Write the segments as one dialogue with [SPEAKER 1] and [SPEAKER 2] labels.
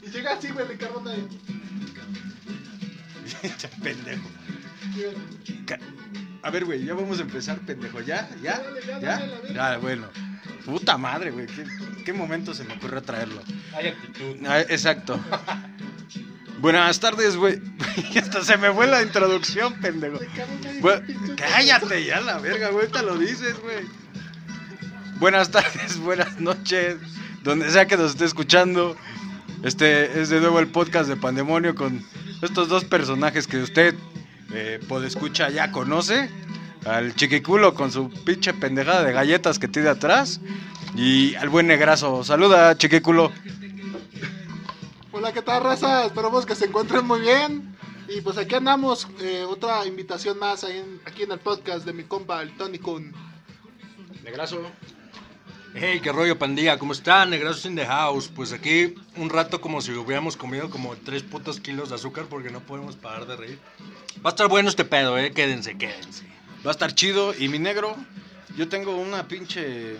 [SPEAKER 1] de Ricardo Anaya.
[SPEAKER 2] Ya, pendejo.
[SPEAKER 1] Bien.
[SPEAKER 2] Ca- A ver, güey, ya vamos a empezar, pendejo. ¿Ya? ¿Ya?
[SPEAKER 1] Dale,
[SPEAKER 2] ¿Ya?
[SPEAKER 1] ya, dale, a ver.
[SPEAKER 2] Ya, bueno. Puta madre, güey. ¿Qué, qué momento se me ocurrió traerlo?
[SPEAKER 3] Hay actitud.
[SPEAKER 2] Ah, exacto. Buenas tardes, güey. Hasta se me fue la introducción, pendejo.
[SPEAKER 1] Ricardo Anaya.
[SPEAKER 2] Bu-
[SPEAKER 1] pinche-
[SPEAKER 2] cállate ya la verga, güey, ahorita lo dices, güey. Buenas tardes, buenas noches, donde sea que nos esté escuchando. Este es de nuevo el podcast de Pandemonio con estos dos personajes que usted, eh, escucha ya conoce. Al chiquiculo con su pinche pendejada de galletas que tiene atrás. Y al buen negrazo. Saluda, chiquiculo.
[SPEAKER 1] Hola, ¿qué tal, raza? Esperamos que se encuentren muy bien. Y pues aquí andamos, eh, otra invitación más ahí en- aquí en el podcast de mi compa, el Tony Kun.
[SPEAKER 2] Negrazo.
[SPEAKER 3] Hey, qué rollo, pandilla. ¿Cómo están? Negrazos in the house. Pues aquí un rato como si hubiéramos comido como tres putos kilos de azúcar porque no podemos parar de reír. Va a estar bueno este pedo, eh. Quédense, quédense.
[SPEAKER 2] Va a estar chido. Y mi negro, yo tengo una pinche.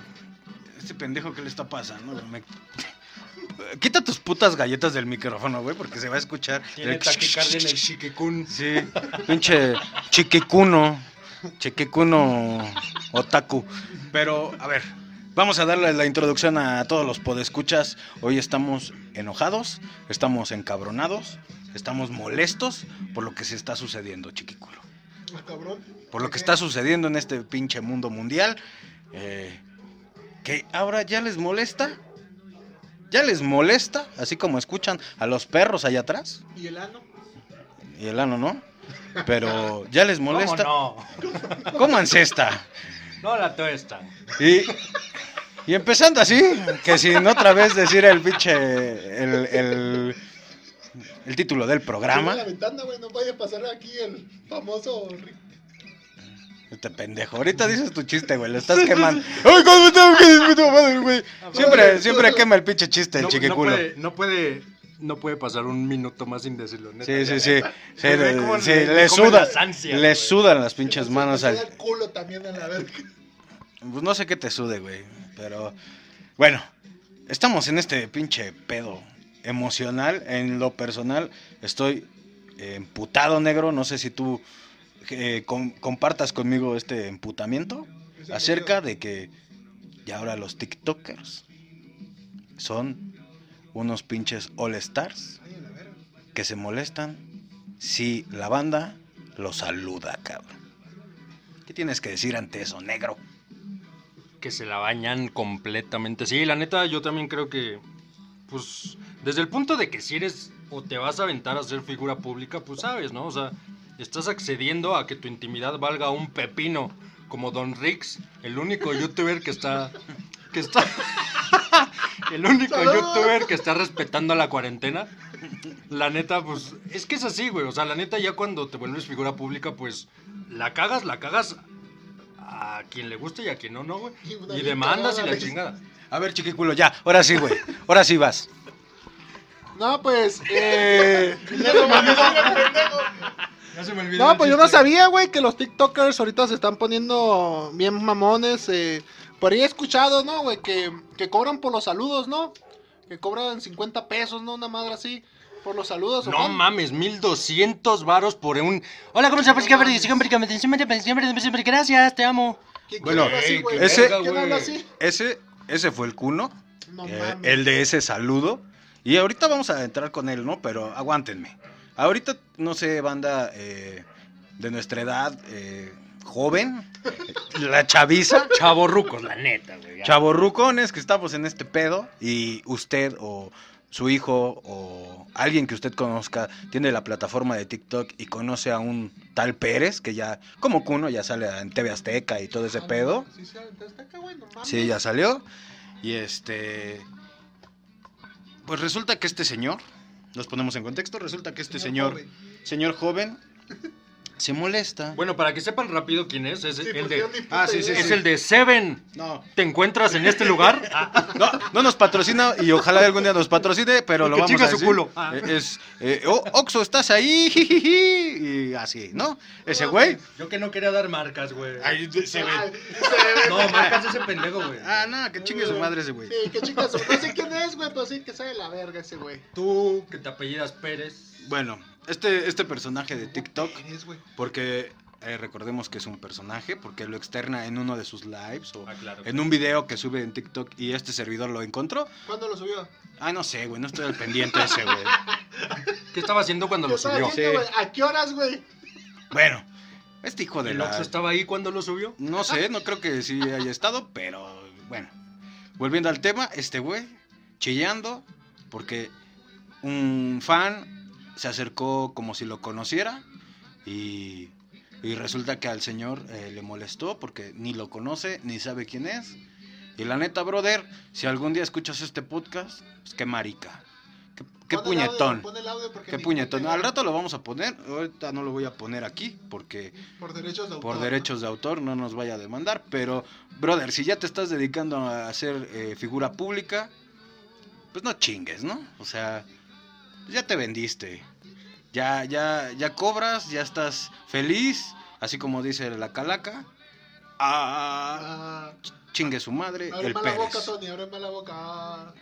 [SPEAKER 2] Este pendejo, ¿qué le está pasando? güey? Me- Quita tus putas galletas del micrófono, güey, porque se va a escuchar.
[SPEAKER 3] Tiene
[SPEAKER 2] El-
[SPEAKER 3] taquicardia en el chiquicún.
[SPEAKER 2] Sí, pinche chiquicuno. Chiquicuno otaku. Pero, a ver, vamos a darle la introducción a todos los podescuchas. Hoy estamos enojados, estamos encabronados, estamos molestos por lo que se está sucediendo, chiquiculo
[SPEAKER 1] Ah, cabrón.
[SPEAKER 2] por lo que está sucediendo en este pinche mundo mundial. eh, que ahora ya les molesta. Ya les molesta, así como escuchan a los perros allá atrás.
[SPEAKER 1] ¿Y el ano?
[SPEAKER 2] Y el ano, ¿no? Pero ya les molesta.
[SPEAKER 3] ¿Cómo
[SPEAKER 2] Cómanse esta.
[SPEAKER 3] no? No la tuesta.
[SPEAKER 2] Y, y empezando así, que sin otra vez decir el pinche. El, el, el título del
[SPEAKER 1] Abre
[SPEAKER 2] programa.
[SPEAKER 1] la ventana, güey, no vaya a pasar aquí el famoso... ri-
[SPEAKER 2] Este pendejo. Ahorita dices tu chiste, güey. Lo estás quemando. Ay, ¿cómo tengo que decir tu madre, güey? Siempre, siempre quema el pinche chiste, el
[SPEAKER 3] no, no
[SPEAKER 2] chiquiculo.
[SPEAKER 3] puede, no puede, no puede pasar un minuto más sin decirlo, neta.
[SPEAKER 2] Sí, sí, sí. Sí,
[SPEAKER 3] Se ve como
[SPEAKER 2] sí, le
[SPEAKER 3] le- le comen
[SPEAKER 2] sudan.
[SPEAKER 3] las ansias,
[SPEAKER 2] Le
[SPEAKER 3] güey.
[SPEAKER 2] sudan las pinches manos
[SPEAKER 1] Se me
[SPEAKER 2] al.
[SPEAKER 1] queda el culo también en la verga.
[SPEAKER 2] Pues no sé qué te sude, güey. Pero. Bueno, estamos en este pinche pedo emocional. En lo personal, estoy eh, emputado, negro. No sé si tú eh, com- compartas conmigo este emputamiento
[SPEAKER 1] Ese
[SPEAKER 2] acerca de que ya ahora los TikTokers son unos pinches All Stars
[SPEAKER 1] Ay, en la verga.
[SPEAKER 2] que se molestan si la banda los saluda, cabrón. ¿Qué tienes que decir ante eso, negro?
[SPEAKER 3] que se la bañan completamente. Sí, la neta, yo también creo que, pues, desde el punto de que si eres o te vas a aventar a ser figura pública, pues sabes, ¿no? O sea, estás accediendo a que tu intimidad valga un pepino, como Don Rix, el único youtuber que está, que está, el único
[SPEAKER 1] Saludos.
[SPEAKER 3] youtuber que está respetando la cuarentena. La neta, pues, es que es así, güey. O sea, la neta, ya cuando te vuelves figura pública, pues, la cagas, la cagas a quien le guste y a quien no, no, güey.
[SPEAKER 1] Y una
[SPEAKER 3] Y demandas y la
[SPEAKER 1] literal,
[SPEAKER 3] chingada.
[SPEAKER 2] A ver, chiquiculo, ya, ahora sí, güey. Ahora sí vas.
[SPEAKER 1] No, pues... Eh...
[SPEAKER 3] Ya se me olvidó.
[SPEAKER 1] No, pues yo no
[SPEAKER 2] Este,
[SPEAKER 1] sabía, güey, que los TikTokers ahorita se están poniendo bien mamones. eh, Por ahí he escuchado, ¿no, güey? Que, que cobran por los saludos, ¿no? Que cobran 50 pesos, ¿no? Una madre así. Por los saludos. ¿o
[SPEAKER 3] No
[SPEAKER 1] cómo?
[SPEAKER 3] mames, 1200 varos por un. Hola, ¿cómo Pues, se
[SPEAKER 1] No
[SPEAKER 3] llama? siempre, gracias, te amo.
[SPEAKER 1] ¿Quién-
[SPEAKER 2] Bueno,
[SPEAKER 1] quién habla así,
[SPEAKER 3] ey,
[SPEAKER 1] güey?
[SPEAKER 2] qué ese- verga,
[SPEAKER 1] ¿Quién habla
[SPEAKER 3] güey.
[SPEAKER 1] así?
[SPEAKER 2] Ese, ese fue el cuno.
[SPEAKER 1] No
[SPEAKER 2] eh,
[SPEAKER 1] mames.
[SPEAKER 2] el de ese saludo. Y ahorita vamos a entrar con él, ¿no? Pero aguántenme. Ahorita, no sé, banda eh, de nuestra edad, eh, joven, la chaviza,
[SPEAKER 3] Chavorrucos, la neta, güey. ya.
[SPEAKER 2] chavorrucones que estamos en este pedo y usted o su hijo o alguien que usted conozca tiene la plataforma de TikTok y conoce a un tal Pérez que ya, como Cuno, ya sale en TV Azteca y todo ese
[SPEAKER 1] Ah,
[SPEAKER 2] pedo.
[SPEAKER 1] Sí, sí, está acá, güey, no mames.
[SPEAKER 2] Sí, ya salió. Y este. Pues resulta que este señor, nos ponemos en contexto, resulta que este señor,
[SPEAKER 1] joven.
[SPEAKER 2] señor joven, se molesta.
[SPEAKER 3] Bueno, para que sepan rápido quién es, es,
[SPEAKER 1] Sí,
[SPEAKER 3] el,
[SPEAKER 1] porque
[SPEAKER 3] de,
[SPEAKER 1] yo ni puta
[SPEAKER 2] ah, sí, sí,
[SPEAKER 1] idea.
[SPEAKER 3] es el de Seven.
[SPEAKER 2] No,
[SPEAKER 3] ¿Te encuentras en este lugar? Ah,
[SPEAKER 2] no, no nos patrocina y ojalá algún día nos patrocine, pero lo
[SPEAKER 3] Que
[SPEAKER 2] vamos
[SPEAKER 3] chinga
[SPEAKER 2] a
[SPEAKER 3] su
[SPEAKER 2] decir.
[SPEAKER 3] culo. Ah.
[SPEAKER 2] Eh, Es, eh, "Oh, Oxo, estás ahí, jijiji", y así, ¿no? Ese güey.
[SPEAKER 3] Yo que no quería dar marcas, güey.
[SPEAKER 2] Ahí se
[SPEAKER 1] Ah,
[SPEAKER 2] ve.
[SPEAKER 1] se ve.
[SPEAKER 3] No, marcas ese pendejo, güey.
[SPEAKER 2] Ah, no, que chingue su madre ese güey.
[SPEAKER 1] Sí, qué chicas. No sé quién es, güey, pero sí que sabe la verga ese güey.
[SPEAKER 3] Tú, que te apellidas Pérez.
[SPEAKER 2] Bueno, este, este personaje de TikTok,
[SPEAKER 1] Eres, güey.
[SPEAKER 2] porque eh, recordemos que es un personaje, porque lo externa en uno de sus lives o
[SPEAKER 3] Ah, claro.
[SPEAKER 2] en un video que sube en TikTok y este servidor lo encontró.
[SPEAKER 1] ¿Cuándo lo subió?
[SPEAKER 2] Ah, no sé, güey, no estoy al pendiente de ese, güey.
[SPEAKER 3] ¿Qué estaba haciendo cuando
[SPEAKER 1] Yo
[SPEAKER 3] lo
[SPEAKER 1] estaba
[SPEAKER 3] subió?
[SPEAKER 2] sí.
[SPEAKER 1] viendo, güey, ¿A qué horas, güey?
[SPEAKER 2] Bueno, este hijo de
[SPEAKER 3] ¿El
[SPEAKER 2] la...
[SPEAKER 3] Oxxo estaba ahí cuando lo subió?
[SPEAKER 2] No sé, no creo que sí haya estado, pero bueno. Volviendo al tema, este güey chillando porque un fan se acercó como si lo conociera y, y resulta que al señor eh, le molestó porque ni lo conoce ni sabe quién es. Y la neta, brother, si algún día escuchas este podcast, pues qué marica. Qué, qué
[SPEAKER 1] Pon el audio,
[SPEAKER 2] puñetón.
[SPEAKER 1] pon el audio porque
[SPEAKER 2] Qué
[SPEAKER 1] ni-
[SPEAKER 2] puñetón. Al rato lo vamos a poner. Ahorita no lo voy a poner aquí porque
[SPEAKER 1] Por derechos de autor.
[SPEAKER 2] por derechos de autor no nos vaya a demandar, pero brother, si ya te estás dedicando a hacer eh, figura pública, pues no chingues, ¿no? O sea, ya te vendiste. Ya ya ya cobras, ya estás feliz, así como dice la calaca. Ah,
[SPEAKER 1] Ah,
[SPEAKER 2] chingue su madre,
[SPEAKER 1] abre
[SPEAKER 2] el
[SPEAKER 1] mala
[SPEAKER 2] Pérez.
[SPEAKER 1] boca, Tony, abre mala boca. Ah.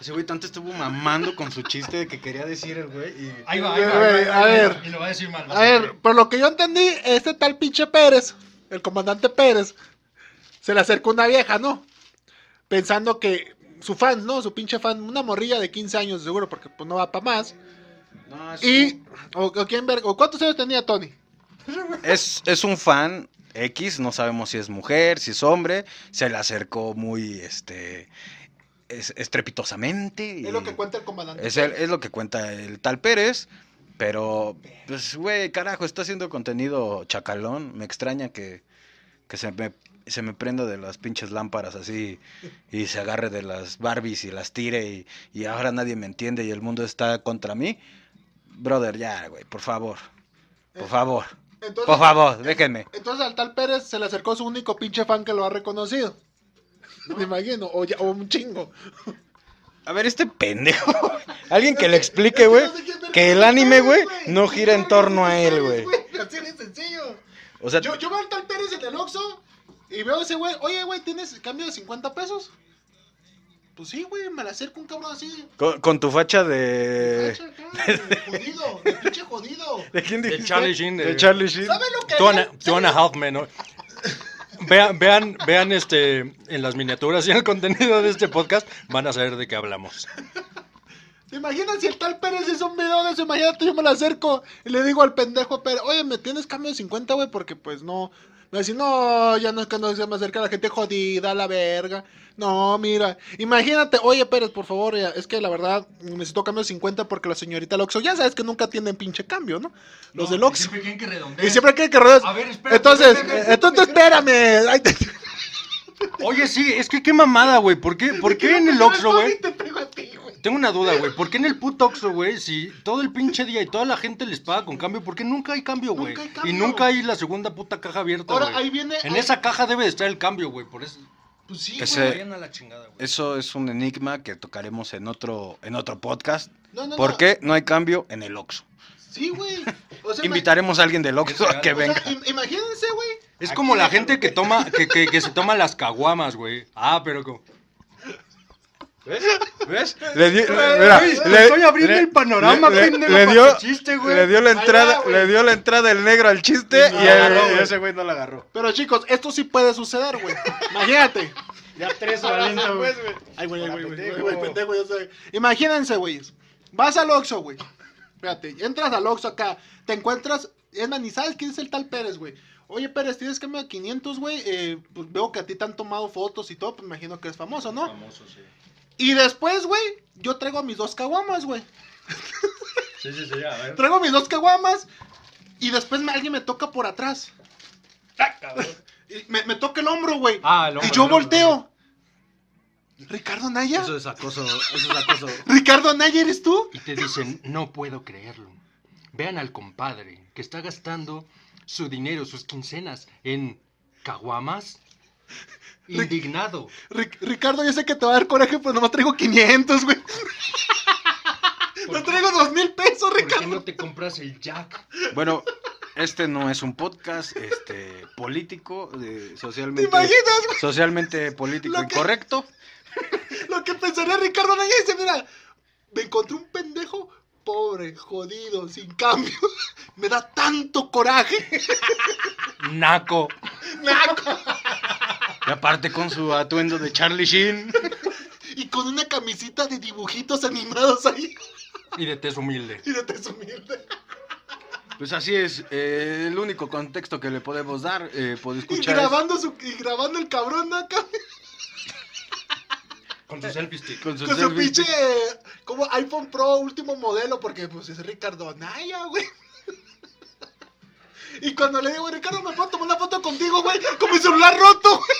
[SPEAKER 2] Ese güey tanto estuvo mamando con su chiste de que quería decir el güey y
[SPEAKER 3] Ahí va,
[SPEAKER 1] Güey,
[SPEAKER 3] ahí va. ahí
[SPEAKER 1] güey,
[SPEAKER 3] va,
[SPEAKER 1] a
[SPEAKER 3] ahí va,
[SPEAKER 1] ver.
[SPEAKER 3] Y lo va a decir mal. vas
[SPEAKER 1] A ver, por lo que yo entendí, este tal pinche Pérez, el comandante Pérez, se le acercó una vieja, ¿no? Pensando que su fan, ¿no? Su pinche fan, una morrilla de 15 años seguro, porque pues no va para más.
[SPEAKER 2] No, es-
[SPEAKER 1] Y, o, o quién ver, o cuántos años tenía Tony.
[SPEAKER 2] Es, es un fan X, no sabemos si es mujer, si es hombre. Se le acercó muy este es- estrepitosamente. y
[SPEAKER 1] Es lo que cuenta el comandante.
[SPEAKER 2] es el- es lo que cuenta el tal Pérez. Pero, pues, güey, carajo, está haciendo contenido chacalón. Me extraña que, que se, me, se me prenda de las pinches lámparas así y se agarre de las Barbies y las tire y, y ahora nadie me entiende y el mundo está contra mí. Brother, ya, güey, por favor.
[SPEAKER 1] Eh,
[SPEAKER 2] Por favor.
[SPEAKER 1] Entonces,
[SPEAKER 2] Por favor, déjenme.
[SPEAKER 1] entonces al tal Pérez se le acercó su único pinche fan que lo ha reconocido. Me imagino, o, ya- o un chingo.
[SPEAKER 2] A ver, este pendejo. Alguien que le
[SPEAKER 1] Es
[SPEAKER 2] explique,
[SPEAKER 1] que
[SPEAKER 2] güey.
[SPEAKER 1] no sé quién verga
[SPEAKER 2] Que el
[SPEAKER 1] es
[SPEAKER 2] anime,
[SPEAKER 1] Pérez,
[SPEAKER 2] güey, no gira en
[SPEAKER 1] Verga,
[SPEAKER 2] torno
[SPEAKER 1] ¿quién
[SPEAKER 2] a
[SPEAKER 1] es
[SPEAKER 2] él,
[SPEAKER 1] Pérez,
[SPEAKER 2] güey.
[SPEAKER 1] Así de sencillo.
[SPEAKER 2] O sea,
[SPEAKER 1] Yo, yo veo al tal Pérez en el Oxxo y veo a ese güey, oye, güey, ¿tienes cambio de 50 pesos? Pues sí, güey, me la acerco un cabrón así.
[SPEAKER 2] con, con tu facha
[SPEAKER 1] De...
[SPEAKER 2] de.
[SPEAKER 1] jodido, de pinche jodido.
[SPEAKER 2] ¿De quién
[SPEAKER 3] De
[SPEAKER 2] dijiste?
[SPEAKER 3] Charlie Sheen,
[SPEAKER 2] De
[SPEAKER 3] de-
[SPEAKER 2] Charlie Sheen.
[SPEAKER 1] ¿Saben lo que
[SPEAKER 3] Two
[SPEAKER 1] es?
[SPEAKER 3] and a- two and a half men, ¿no? Vean, vean, vean este, en las miniaturas y en el contenido de este podcast van a saber de qué hablamos.
[SPEAKER 1] ¿Te imaginas si el tal Pérez hizo un video de eso? Imagínate, yo me la acerco y le digo al pendejo Pérez, oye, ¿me tienes cambio de 50, güey? Porque pues no. Me va a decir, no, ya no es que no se me acerca la gente jodida, la verga. No, mira. Imagínate, oye, Pérez, por favor, ya, es que la verdad necesito cambio de 50 porque la señorita Loxo, ya sabes que nunca tienen pinche cambio, ¿no? Los del Oxxo.
[SPEAKER 3] quieren que redondee.
[SPEAKER 1] Y siempre quieren que rodees.
[SPEAKER 3] A ver, espérate,
[SPEAKER 1] Entonces,
[SPEAKER 3] espérate,
[SPEAKER 1] eh, entonces espérame. Ay, te-
[SPEAKER 3] Oye, sí, es que qué mamada, güey. ¿Por qué, por qué en el Oxxo, güey?
[SPEAKER 1] Te pego a ti, güey.
[SPEAKER 3] Tengo una duda, güey. ¿Por qué en el puto Oxxo, güey, si todo el pinche día y toda la gente les paga con cambio, ¿por qué nunca hay cambio, güey?
[SPEAKER 1] Nunca hay cambio.
[SPEAKER 3] Y nunca hay la segunda puta caja abierta,
[SPEAKER 1] Ahora,
[SPEAKER 3] güey.
[SPEAKER 1] ahí viene-
[SPEAKER 3] En
[SPEAKER 1] ahí-
[SPEAKER 3] esa caja debe de estar el cambio, güey. Por eso.
[SPEAKER 1] Pues sí,
[SPEAKER 2] Ese-
[SPEAKER 1] güey.
[SPEAKER 3] Vayan a la chingada, güey.
[SPEAKER 2] Eso es un enigma que tocaremos en otro, en otro podcast.
[SPEAKER 1] No, no,
[SPEAKER 2] ¿Por
[SPEAKER 1] no.
[SPEAKER 2] qué no hay cambio en el Oxxo?
[SPEAKER 1] Sí, güey. O sea, ima-
[SPEAKER 2] Invitaremos a alguien del Oxxo a que
[SPEAKER 1] O sea,
[SPEAKER 2] venga.
[SPEAKER 1] im- imagínense, güey.
[SPEAKER 3] Es
[SPEAKER 2] Aquí
[SPEAKER 3] como la
[SPEAKER 2] déjalo,
[SPEAKER 3] gente que toma, que, que, que se toma las caguamas, güey. Ah, pero como.
[SPEAKER 2] ¿Ves? ¿Ves? Le dio,
[SPEAKER 1] Güey,
[SPEAKER 2] mira,
[SPEAKER 1] güey,
[SPEAKER 2] le-
[SPEAKER 3] estoy abriendo
[SPEAKER 2] le-
[SPEAKER 3] el panorama,
[SPEAKER 2] le,
[SPEAKER 3] pendejo,
[SPEAKER 2] le
[SPEAKER 3] pa'
[SPEAKER 2] dio,
[SPEAKER 3] tu chiste, güey.
[SPEAKER 2] le dio la
[SPEAKER 1] Ahí va,
[SPEAKER 2] entrada,
[SPEAKER 1] güey.
[SPEAKER 2] le dio la entrada el negro al chiste y,
[SPEAKER 3] no la
[SPEAKER 2] el-
[SPEAKER 3] agarró, güey.
[SPEAKER 2] ese güey no la agarró.
[SPEAKER 1] Pero chicos, esto sí puede suceder, güey. Imagínate.
[SPEAKER 2] Ya tres
[SPEAKER 1] Ay, güey, ay, güey, güey,
[SPEAKER 2] pendejo.
[SPEAKER 1] güey, pendejo, ya sé. Imagínense, güey. Vas al Oxxo, güey. Fíjate, entras al Oxxo acá, te encuentras, es más, ni sabes quién es el tal Pérez, güey. Oye, Pérez, tienes que de 500, güey. Eh, pues veo que a ti te han tomado fotos y todo, pues me imagino que eres famoso, ¿no?
[SPEAKER 3] Famoso, sí.
[SPEAKER 1] Y después, güey, yo traigo mis dos caguamas, güey.
[SPEAKER 3] Sí, sí, sí, a ver.
[SPEAKER 1] Traigo mis dos caguamas y después me- alguien me toca por atrás. Y me, me toca el hombro, güey.
[SPEAKER 3] Ah, el
[SPEAKER 1] y
[SPEAKER 3] hombro,
[SPEAKER 1] yo
[SPEAKER 3] el hombro,
[SPEAKER 1] volteo. ¿Ricardo Naya?
[SPEAKER 3] Eso es acoso, eso es acoso.
[SPEAKER 1] ¿Ricardo Naya eres tú?
[SPEAKER 3] Y te dicen, no puedo creerlo. Vean al compadre que está gastando su dinero, sus quincenas en caguamas. Indignado.
[SPEAKER 1] Ric- Ricardo, yo sé que te va a dar coraje, pero nomás traigo 500, güey. No traigo dos mil pesos,
[SPEAKER 3] ¿Por qué
[SPEAKER 1] Ricardo.
[SPEAKER 3] no te compras el Jack?
[SPEAKER 2] Bueno, este no es un podcast este político, eh,
[SPEAKER 1] ¿Te
[SPEAKER 2] socialmente,
[SPEAKER 1] imaginas,
[SPEAKER 2] socialmente político
[SPEAKER 1] Lo que-
[SPEAKER 2] incorrecto.
[SPEAKER 1] güey? Lo que pensaría Ricardo Anaya dice, mira, me encontré un pendejo pobre, jodido, sin cambio. Me da tanto coraje.
[SPEAKER 3] Naco.
[SPEAKER 2] Y aparte con su atuendo de Charlie Sheen.
[SPEAKER 1] Y con una camisita de dibujitos animados ahí.
[SPEAKER 3] Y de tez humilde.
[SPEAKER 1] Y no te humilde.
[SPEAKER 2] Pues así es, eh, el único contexto que le podemos dar, eh, por
[SPEAKER 1] Y
[SPEAKER 2] escuchar. es-
[SPEAKER 1] grabando, su, y grabando el cabrón ¿no? acá.
[SPEAKER 3] Con
[SPEAKER 1] Eh.
[SPEAKER 3] su selfie stick.
[SPEAKER 2] Con su,
[SPEAKER 1] Con su
[SPEAKER 2] selfie.
[SPEAKER 1] pinche. Como iPhone Pro último modelo, porque pues es Ricardo Anaya, güey. Y cuando le digo, Ricardo, me puedo tomar una foto contigo, güey, con mi celular roto, güey.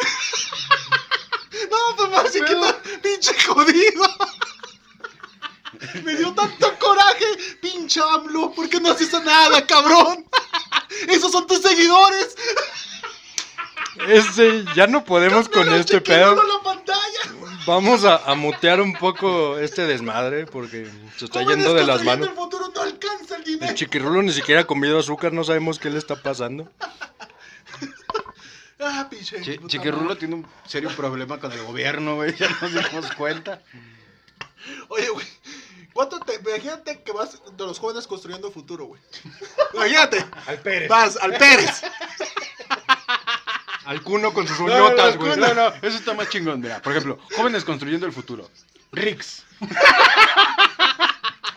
[SPEAKER 1] No, pues más si quita, pinche jodido. Me dio tanto coraje, pinche AMLO, porque no has hecho nada, cabrón. Esos son tus seguidores.
[SPEAKER 3] Este, ya no podemos con
[SPEAKER 1] Mira,
[SPEAKER 3] este
[SPEAKER 1] chequéalo
[SPEAKER 3] pedo.
[SPEAKER 1] en la pantalla.
[SPEAKER 3] Vamos a, a mutear un poco este desmadre porque se está
[SPEAKER 1] ¿Cómo
[SPEAKER 3] yendo de
[SPEAKER 1] eres
[SPEAKER 3] las
[SPEAKER 1] contrayendo
[SPEAKER 3] manos.
[SPEAKER 1] El futuro no alcanza el dinero.
[SPEAKER 3] El chiquirulo ni siquiera ha comido azúcar, no sabemos qué le está pasando.
[SPEAKER 1] Ah, pinche.
[SPEAKER 2] Chi-
[SPEAKER 1] puta
[SPEAKER 2] Chiquirulo
[SPEAKER 1] madre.
[SPEAKER 2] tiene un serio problema con el gobierno, güey, ya nos dimos cuenta.
[SPEAKER 1] Oye, güey. ¿Cuánto te. Imagínate que vas de los jóvenes construyendo futuro, güey. Imagínate.
[SPEAKER 2] Al Pérez.
[SPEAKER 1] Vas al Pérez.
[SPEAKER 3] Al cuno con sus
[SPEAKER 2] No, no,
[SPEAKER 3] uñotas,
[SPEAKER 2] no,
[SPEAKER 3] güey.
[SPEAKER 2] no, no, eso está más chingón, mira. Por ejemplo, jóvenes construyendo el futuro. Rix.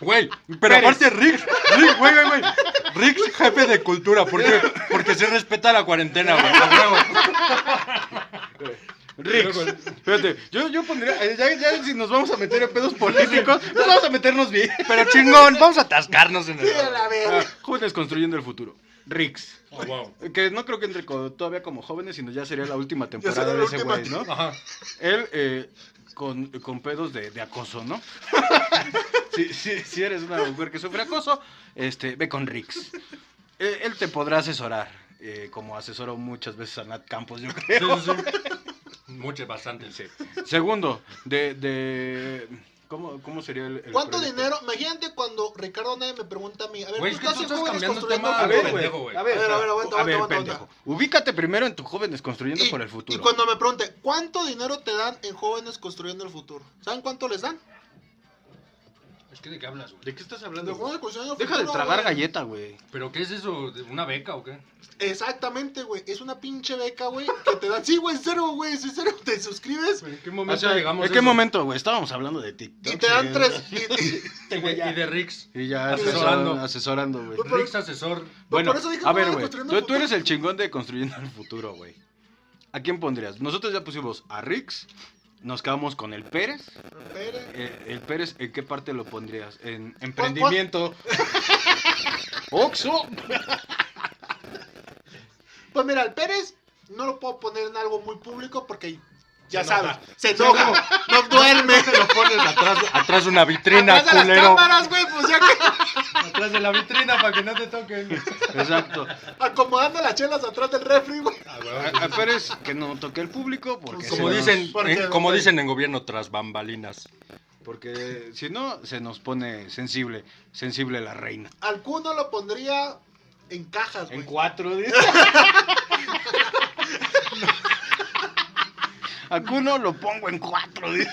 [SPEAKER 3] Güey, pero
[SPEAKER 2] Pérez.
[SPEAKER 3] aparte Rick, Rick, güey, güey, güey. Rick, jefe de cultura, porque, porque se respeta la cuarentena, güey. a huevo.
[SPEAKER 2] Rix. Fíjate, yo, yo pondría, eh, ya, ya si nos vamos a meter en pedos políticos, nos vamos a meternos bien.
[SPEAKER 3] Pero chingón, vamos a atascarnos en el.
[SPEAKER 1] Sí, a la
[SPEAKER 2] Ah,
[SPEAKER 1] verga.
[SPEAKER 2] jóvenes construyendo el futuro. Rix.
[SPEAKER 3] Oh, wow.
[SPEAKER 2] Que no creo que entre co- todavía como jóvenes, sino ya sería la última temporada
[SPEAKER 1] sería la
[SPEAKER 2] de ese
[SPEAKER 1] última.
[SPEAKER 2] güey, ¿no?
[SPEAKER 3] Ajá.
[SPEAKER 2] Él eh, con, con pedos de, de acoso, ¿no? si, si, si eres una mujer que sufre acoso, este, ve con Rix. Eh, él te podrá asesorar, eh, como asesoró muchas veces a Nat Campos, yo creo.
[SPEAKER 3] Muchas, bastantes.
[SPEAKER 2] Segundo, de... de ¿cómo, ¿Cómo sería el, el
[SPEAKER 1] ¿Cuánto
[SPEAKER 2] proyecto?
[SPEAKER 1] dinero? Imagínate cuando Ricardo Anaya me pregunta a mí. A ver,
[SPEAKER 3] Güey,
[SPEAKER 1] ¿tú
[SPEAKER 3] es que
[SPEAKER 1] estás en
[SPEAKER 3] tú estás
[SPEAKER 1] jóvenes
[SPEAKER 3] cambiando
[SPEAKER 1] construyendo
[SPEAKER 3] tema,
[SPEAKER 2] A
[SPEAKER 1] futuro?
[SPEAKER 2] ver,
[SPEAKER 3] Algo
[SPEAKER 2] güey,
[SPEAKER 3] pendejo, güey.
[SPEAKER 2] a ver,
[SPEAKER 1] A ver, a ver, aguanta,
[SPEAKER 2] a
[SPEAKER 1] aguanta,
[SPEAKER 2] ver,
[SPEAKER 1] aguanta,
[SPEAKER 2] pendejo. Ubícate primero en tus jóvenes construyendo
[SPEAKER 1] Y,
[SPEAKER 2] por el futuro.
[SPEAKER 1] y cuando me pregunte, ¿cuánto dinero te dan en jóvenes construyendo el futuro? ¿Saben cuánto les dan?
[SPEAKER 3] Es que de qué hablas, güey.
[SPEAKER 2] ¿De qué estás
[SPEAKER 1] De
[SPEAKER 2] hablando? güey?
[SPEAKER 1] jóvenes construyendo el
[SPEAKER 2] Deja de
[SPEAKER 1] futuro,
[SPEAKER 2] tragar
[SPEAKER 1] güey.
[SPEAKER 2] galleta, güey.
[SPEAKER 3] ¿Pero qué es eso? ¿De ¿Una beca o qué?
[SPEAKER 1] Exactamente, güey. Es una pinche beca, güey, que te dan. Sí, güey, en serio, güey, es en serio. Te suscribes
[SPEAKER 3] ¿En qué
[SPEAKER 2] O
[SPEAKER 3] momento
[SPEAKER 2] sea,
[SPEAKER 3] llegamos
[SPEAKER 2] ¿En
[SPEAKER 3] a
[SPEAKER 2] qué
[SPEAKER 3] eso?
[SPEAKER 2] momento, güey? Estábamos hablando de TikTok.
[SPEAKER 1] y te dan
[SPEAKER 2] sí.
[SPEAKER 1] tres. y- y-
[SPEAKER 3] Y de- y de Rix.
[SPEAKER 2] Y ya
[SPEAKER 3] Asesorando.
[SPEAKER 2] asesorando, asesorando, güey.
[SPEAKER 1] Por- por-
[SPEAKER 3] Rix asesor.
[SPEAKER 2] Bueno,
[SPEAKER 1] por eso dije
[SPEAKER 2] a
[SPEAKER 1] que
[SPEAKER 2] ver,
[SPEAKER 1] van
[SPEAKER 2] güey.
[SPEAKER 1] construyendo
[SPEAKER 2] Tú,
[SPEAKER 1] el
[SPEAKER 2] tú eres
[SPEAKER 1] futuro.
[SPEAKER 2] el chingón de construyendo el futuro, güey. ¿A quién pondrías? Nosotros ya pusimos a Rix. Nos quedamos con el Pérez.
[SPEAKER 1] Espera.
[SPEAKER 2] Eh, ¿El Pérez en qué parte lo pondrías?
[SPEAKER 1] Pues,
[SPEAKER 2] En emprendimiento. Oxo.
[SPEAKER 1] Pues mira, el Pérez no lo puedo poner en algo muy público porque ya
[SPEAKER 3] Se
[SPEAKER 1] sabes,
[SPEAKER 3] enoja.
[SPEAKER 1] se enoja, no duerme.
[SPEAKER 3] Lo pones atrás, atrás de una vitrina,
[SPEAKER 1] Atrás de las
[SPEAKER 3] culero.
[SPEAKER 1] cámaras, güey, pues ya que
[SPEAKER 3] Atrás de la vitrina para que no te toquen.
[SPEAKER 2] Exacto.
[SPEAKER 1] acomodando las chelas atrás del refri, güey.
[SPEAKER 2] A, a Pérez Ah, que no toque el público porque
[SPEAKER 1] Pues
[SPEAKER 3] Como
[SPEAKER 2] se nos-
[SPEAKER 3] dicen,
[SPEAKER 1] Porque-
[SPEAKER 3] en, como dicen en gobierno tras bambalinas.
[SPEAKER 2] porque si no se nos pone sensible, sensible la reina.
[SPEAKER 1] Al cuno lo pondría en cajas, güey.
[SPEAKER 2] cuatro, dice. A Cuno lo pongo en cuatro, dice.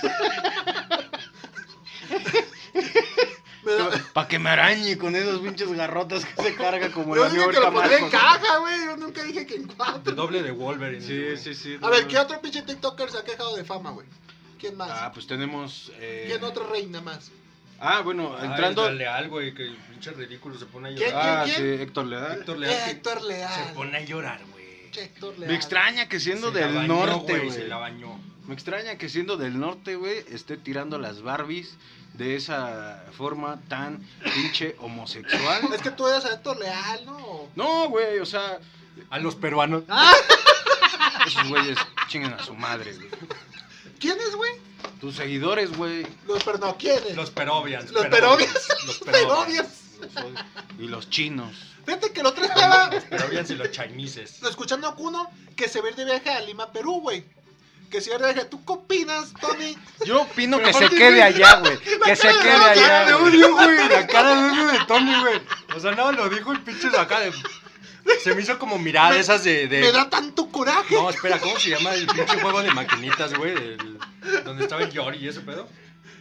[SPEAKER 1] Me da-
[SPEAKER 2] Para que me arañe con esos pinches garrotas que se carga como
[SPEAKER 1] Yo
[SPEAKER 2] la
[SPEAKER 1] dije
[SPEAKER 2] nueva
[SPEAKER 1] que lo pondría en
[SPEAKER 2] Marcos.
[SPEAKER 1] caja, güey. Yo nunca dije que en cuatro.
[SPEAKER 3] El doble Ah, de Wolverine.
[SPEAKER 2] Sí,
[SPEAKER 3] güey.
[SPEAKER 2] sí, sí.
[SPEAKER 1] A
[SPEAKER 2] no,
[SPEAKER 1] ver,
[SPEAKER 2] no.
[SPEAKER 1] ¿qué otro pinche TikToker se ha quejado de fama, güey? ¿Quién
[SPEAKER 2] Ah,
[SPEAKER 1] más?
[SPEAKER 2] pues tenemos. eh,
[SPEAKER 1] ¿Quién otra reina más?
[SPEAKER 2] Ah, bueno,
[SPEAKER 3] Ay,
[SPEAKER 2] entrando.
[SPEAKER 3] el Leal, güey, que el pinche ridículo se pone a
[SPEAKER 1] ¿Quién,
[SPEAKER 3] llorar.
[SPEAKER 2] Ah,
[SPEAKER 1] quién?
[SPEAKER 2] sí, Héctor Leal.
[SPEAKER 3] Héctor Leal que
[SPEAKER 1] Eh, Héctor Leal.
[SPEAKER 3] se pone a llorar, güey.
[SPEAKER 1] Che, Héctor Leal.
[SPEAKER 2] Me extraña que siendo
[SPEAKER 3] Se la
[SPEAKER 2] del
[SPEAKER 3] bañó,
[SPEAKER 2] norte,
[SPEAKER 3] Se
[SPEAKER 2] güey.
[SPEAKER 3] la bañó.
[SPEAKER 2] Me extraña que siendo del norte, güey, esté tirando las Barbies de esa forma tan pinche homosexual.
[SPEAKER 1] Es que tú eres a Héctor Leal, ¿no?
[SPEAKER 2] No, güey, o sea,
[SPEAKER 3] A los peruanos.
[SPEAKER 1] Ah,
[SPEAKER 2] esos güeyes chingan a su madre, güey.
[SPEAKER 1] ¿Quién es, güey?
[SPEAKER 2] Tus seguidores, güey.
[SPEAKER 1] Los pernoquienes.
[SPEAKER 3] Los perovians.
[SPEAKER 1] Los perovians.
[SPEAKER 3] Los
[SPEAKER 1] perovians.
[SPEAKER 2] Los odio. Y los chinos.
[SPEAKER 1] Fíjate que el otro día estaba
[SPEAKER 3] Perovians y los chineses.
[SPEAKER 1] escuchando a Cuno que se va a ir de viaje a Lima, Perú, güey. Que se va a ir de viaje. ¿Tú qué opinas, Tony?
[SPEAKER 2] Yo opino
[SPEAKER 1] Pero
[SPEAKER 2] que se
[SPEAKER 1] aparte,
[SPEAKER 2] quede
[SPEAKER 1] güey,
[SPEAKER 2] allá, güey. Que se
[SPEAKER 1] cara de-
[SPEAKER 2] quede
[SPEAKER 1] la cara
[SPEAKER 2] allá.
[SPEAKER 1] de
[SPEAKER 2] güey.
[SPEAKER 1] odio, güey.
[SPEAKER 3] La cara de odio de Tony, güey. O sea, no, lo dijo el pinche acá de... Se me hizo como mirada de esas de... de-
[SPEAKER 1] Me da tanto coraje.
[SPEAKER 3] No, espera, ¿cómo se llama el pinche juego de maquinitas, güey? El- Donde estaba el Yori y ese pedo.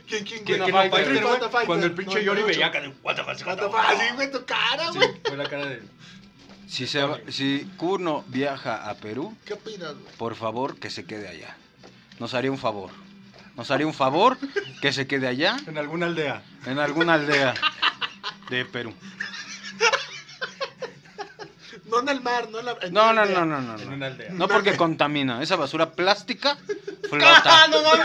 [SPEAKER 1] ¿Quién, quién,
[SPEAKER 3] Que
[SPEAKER 1] güey?
[SPEAKER 3] no
[SPEAKER 2] of
[SPEAKER 1] ¿Quién
[SPEAKER 2] Fighter,
[SPEAKER 1] Street
[SPEAKER 3] güey,
[SPEAKER 1] Fighter,
[SPEAKER 3] Cuando el pinche Yori
[SPEAKER 1] 98.
[SPEAKER 3] veía acá de... What the fuck,
[SPEAKER 1] What
[SPEAKER 3] what
[SPEAKER 1] the
[SPEAKER 3] the
[SPEAKER 1] fuck, Así, Ah, güey, tu cara,
[SPEAKER 3] Sí,
[SPEAKER 1] güey.
[SPEAKER 3] fue la cara de...
[SPEAKER 2] Si, se va- si Cuno viaja a Perú,
[SPEAKER 1] ¿Qué opinas, güey?
[SPEAKER 2] por favor que se quede allá. Nos haría un favor. Nos haría un favor que se quede allá
[SPEAKER 3] En alguna aldea.
[SPEAKER 2] en alguna aldea de Perú.
[SPEAKER 1] No en el mar, no en la. en
[SPEAKER 2] No,
[SPEAKER 1] la
[SPEAKER 2] no,
[SPEAKER 1] aldea.
[SPEAKER 2] no, no, no.
[SPEAKER 3] En una
[SPEAKER 2] No,
[SPEAKER 3] aldea.
[SPEAKER 2] No, porque contamina. Esa basura plástica
[SPEAKER 1] Ah,
[SPEAKER 2] flota.
[SPEAKER 1] no mames.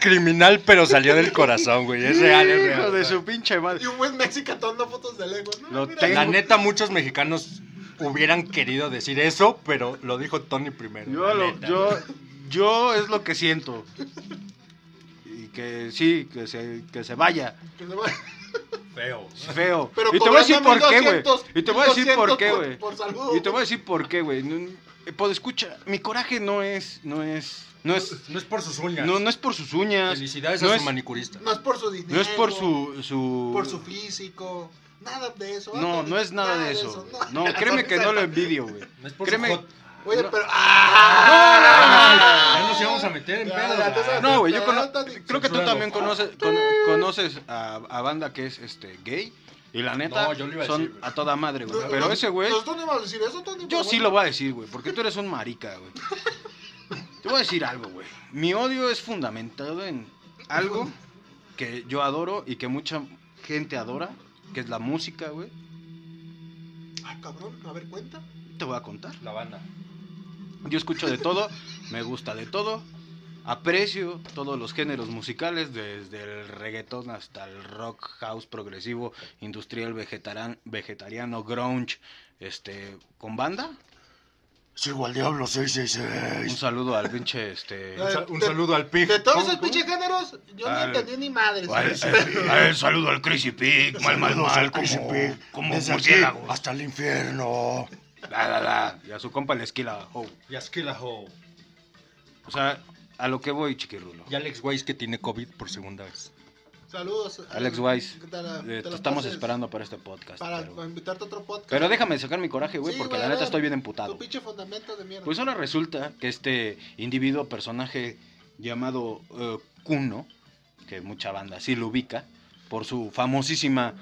[SPEAKER 3] Criminal, pero salió del corazón, güey. Es real, es real.
[SPEAKER 2] Hijo de su pinche madre.
[SPEAKER 1] Y un buen México tomando fotos de lejos, ¿no?
[SPEAKER 2] Lo
[SPEAKER 1] Mira,
[SPEAKER 2] tengo.
[SPEAKER 3] La neta, muchos mexicanos hubieran querido decir eso, pero lo dijo Tony primero.
[SPEAKER 2] Yo,
[SPEAKER 3] la
[SPEAKER 2] lo-
[SPEAKER 3] neta.
[SPEAKER 2] yo, yo es lo que siento. Y que sí, que se, que se vaya.
[SPEAKER 1] que se va-
[SPEAKER 3] Feo.
[SPEAKER 2] Feo.
[SPEAKER 1] Pero
[SPEAKER 2] y te voy a decir
[SPEAKER 1] cobrando
[SPEAKER 2] por qué, güey.
[SPEAKER 1] 1200,
[SPEAKER 2] Y te voy a decir por
[SPEAKER 1] 1200
[SPEAKER 2] qué,
[SPEAKER 1] por-
[SPEAKER 2] güey.
[SPEAKER 1] por saludo.
[SPEAKER 2] Y te voy a decir por qué, güey. No- eh, Pues escucha, mi coraje no es, no es, no es,
[SPEAKER 3] No es por sus uñas.
[SPEAKER 2] no, no es por sus uñas.
[SPEAKER 3] Felicidades
[SPEAKER 2] no
[SPEAKER 3] a
[SPEAKER 2] es-
[SPEAKER 3] su manicurista.
[SPEAKER 1] No es por su dinero.
[SPEAKER 2] No es por su, su...
[SPEAKER 1] Por su Ah, físico. Nada de eso.
[SPEAKER 2] No, no es nada de eso. güey. No, créeme que no lo envidio, güey.
[SPEAKER 3] No es por su
[SPEAKER 2] Créeme.
[SPEAKER 3] hot-
[SPEAKER 1] Oye,
[SPEAKER 2] no.
[SPEAKER 1] pero.
[SPEAKER 3] Ya
[SPEAKER 1] ¡Ah!
[SPEAKER 3] nos íbamos a meter en
[SPEAKER 1] Ya,
[SPEAKER 3] pedos,
[SPEAKER 1] ya,
[SPEAKER 3] ah.
[SPEAKER 1] entonces-
[SPEAKER 2] No, güey, yo
[SPEAKER 1] Ya,
[SPEAKER 2] cono-
[SPEAKER 1] Tony.
[SPEAKER 2] creo que tú
[SPEAKER 3] Censúralo.
[SPEAKER 2] también conoces, cono- conoces a, a banda que es este gay y la neta
[SPEAKER 3] No, yo lo iba a
[SPEAKER 2] son
[SPEAKER 3] decir, güey.
[SPEAKER 2] a toda madre, güey.
[SPEAKER 1] No,
[SPEAKER 2] Pero
[SPEAKER 1] no,
[SPEAKER 2] ese güey,
[SPEAKER 1] Nosotros no íbamos a decir eso, Tony.
[SPEAKER 2] yo sí lo voy a decir, güey, porque tú eres un marica, güey. Te voy a decir algo, güey. Mi odio es fundamentado en algo que yo adoro y que mucha gente adora, que es la música, güey.
[SPEAKER 1] Ah, cabrón, a ver, cuenta.
[SPEAKER 2] Te voy a contar.
[SPEAKER 3] La banda.
[SPEAKER 2] Yo escucho de todo, me gusta de todo, aprecio todos los géneros musicales, desde el reggaetón hasta el rock, house progresivo, industrial, vegetarán- vegetariano, grunge, este, con banda.
[SPEAKER 3] Sigo al diablo
[SPEAKER 2] Un
[SPEAKER 3] 666.
[SPEAKER 2] saludo al pinche, este...
[SPEAKER 1] Ay,
[SPEAKER 3] Un
[SPEAKER 1] De-
[SPEAKER 3] saludo al pig.
[SPEAKER 1] De todos esos
[SPEAKER 3] ¿Cómo?
[SPEAKER 1] pinches géneros, yo no
[SPEAKER 2] Al-
[SPEAKER 1] entendí ni madres.
[SPEAKER 2] al- al- al saludo al Crazy Pig, mal, mal, mal, como, como murciélago.
[SPEAKER 4] hasta el infierno.
[SPEAKER 2] La, la, la, Y a su compa el esquila. oh.
[SPEAKER 3] Y a Skillahoe.
[SPEAKER 2] O sea, a lo que voy, chiquirulo.
[SPEAKER 3] Y Alex Weiss que tiene COVID por segunda vez.
[SPEAKER 1] Saludos.
[SPEAKER 2] Alex Weiss,
[SPEAKER 1] ¿Qué tal,
[SPEAKER 2] eh,
[SPEAKER 1] ah?
[SPEAKER 2] te
[SPEAKER 1] la
[SPEAKER 2] estamos
[SPEAKER 1] pases
[SPEAKER 2] esperando para este podcast.
[SPEAKER 1] Para
[SPEAKER 2] pero-
[SPEAKER 1] para invitarte a otro podcast.
[SPEAKER 2] Pero déjame sacar mi coraje, güey,
[SPEAKER 1] Sí,
[SPEAKER 2] porque
[SPEAKER 1] güey,
[SPEAKER 2] la
[SPEAKER 1] a
[SPEAKER 2] neta
[SPEAKER 1] ver,
[SPEAKER 2] estoy bien
[SPEAKER 1] Tu
[SPEAKER 2] emputado.
[SPEAKER 1] pinche fundamento de mierda.
[SPEAKER 2] Pues ahora resulta que este individuo, personaje llamado eh, Kuno, que mucha banda sí lo ubica, por su famosísima.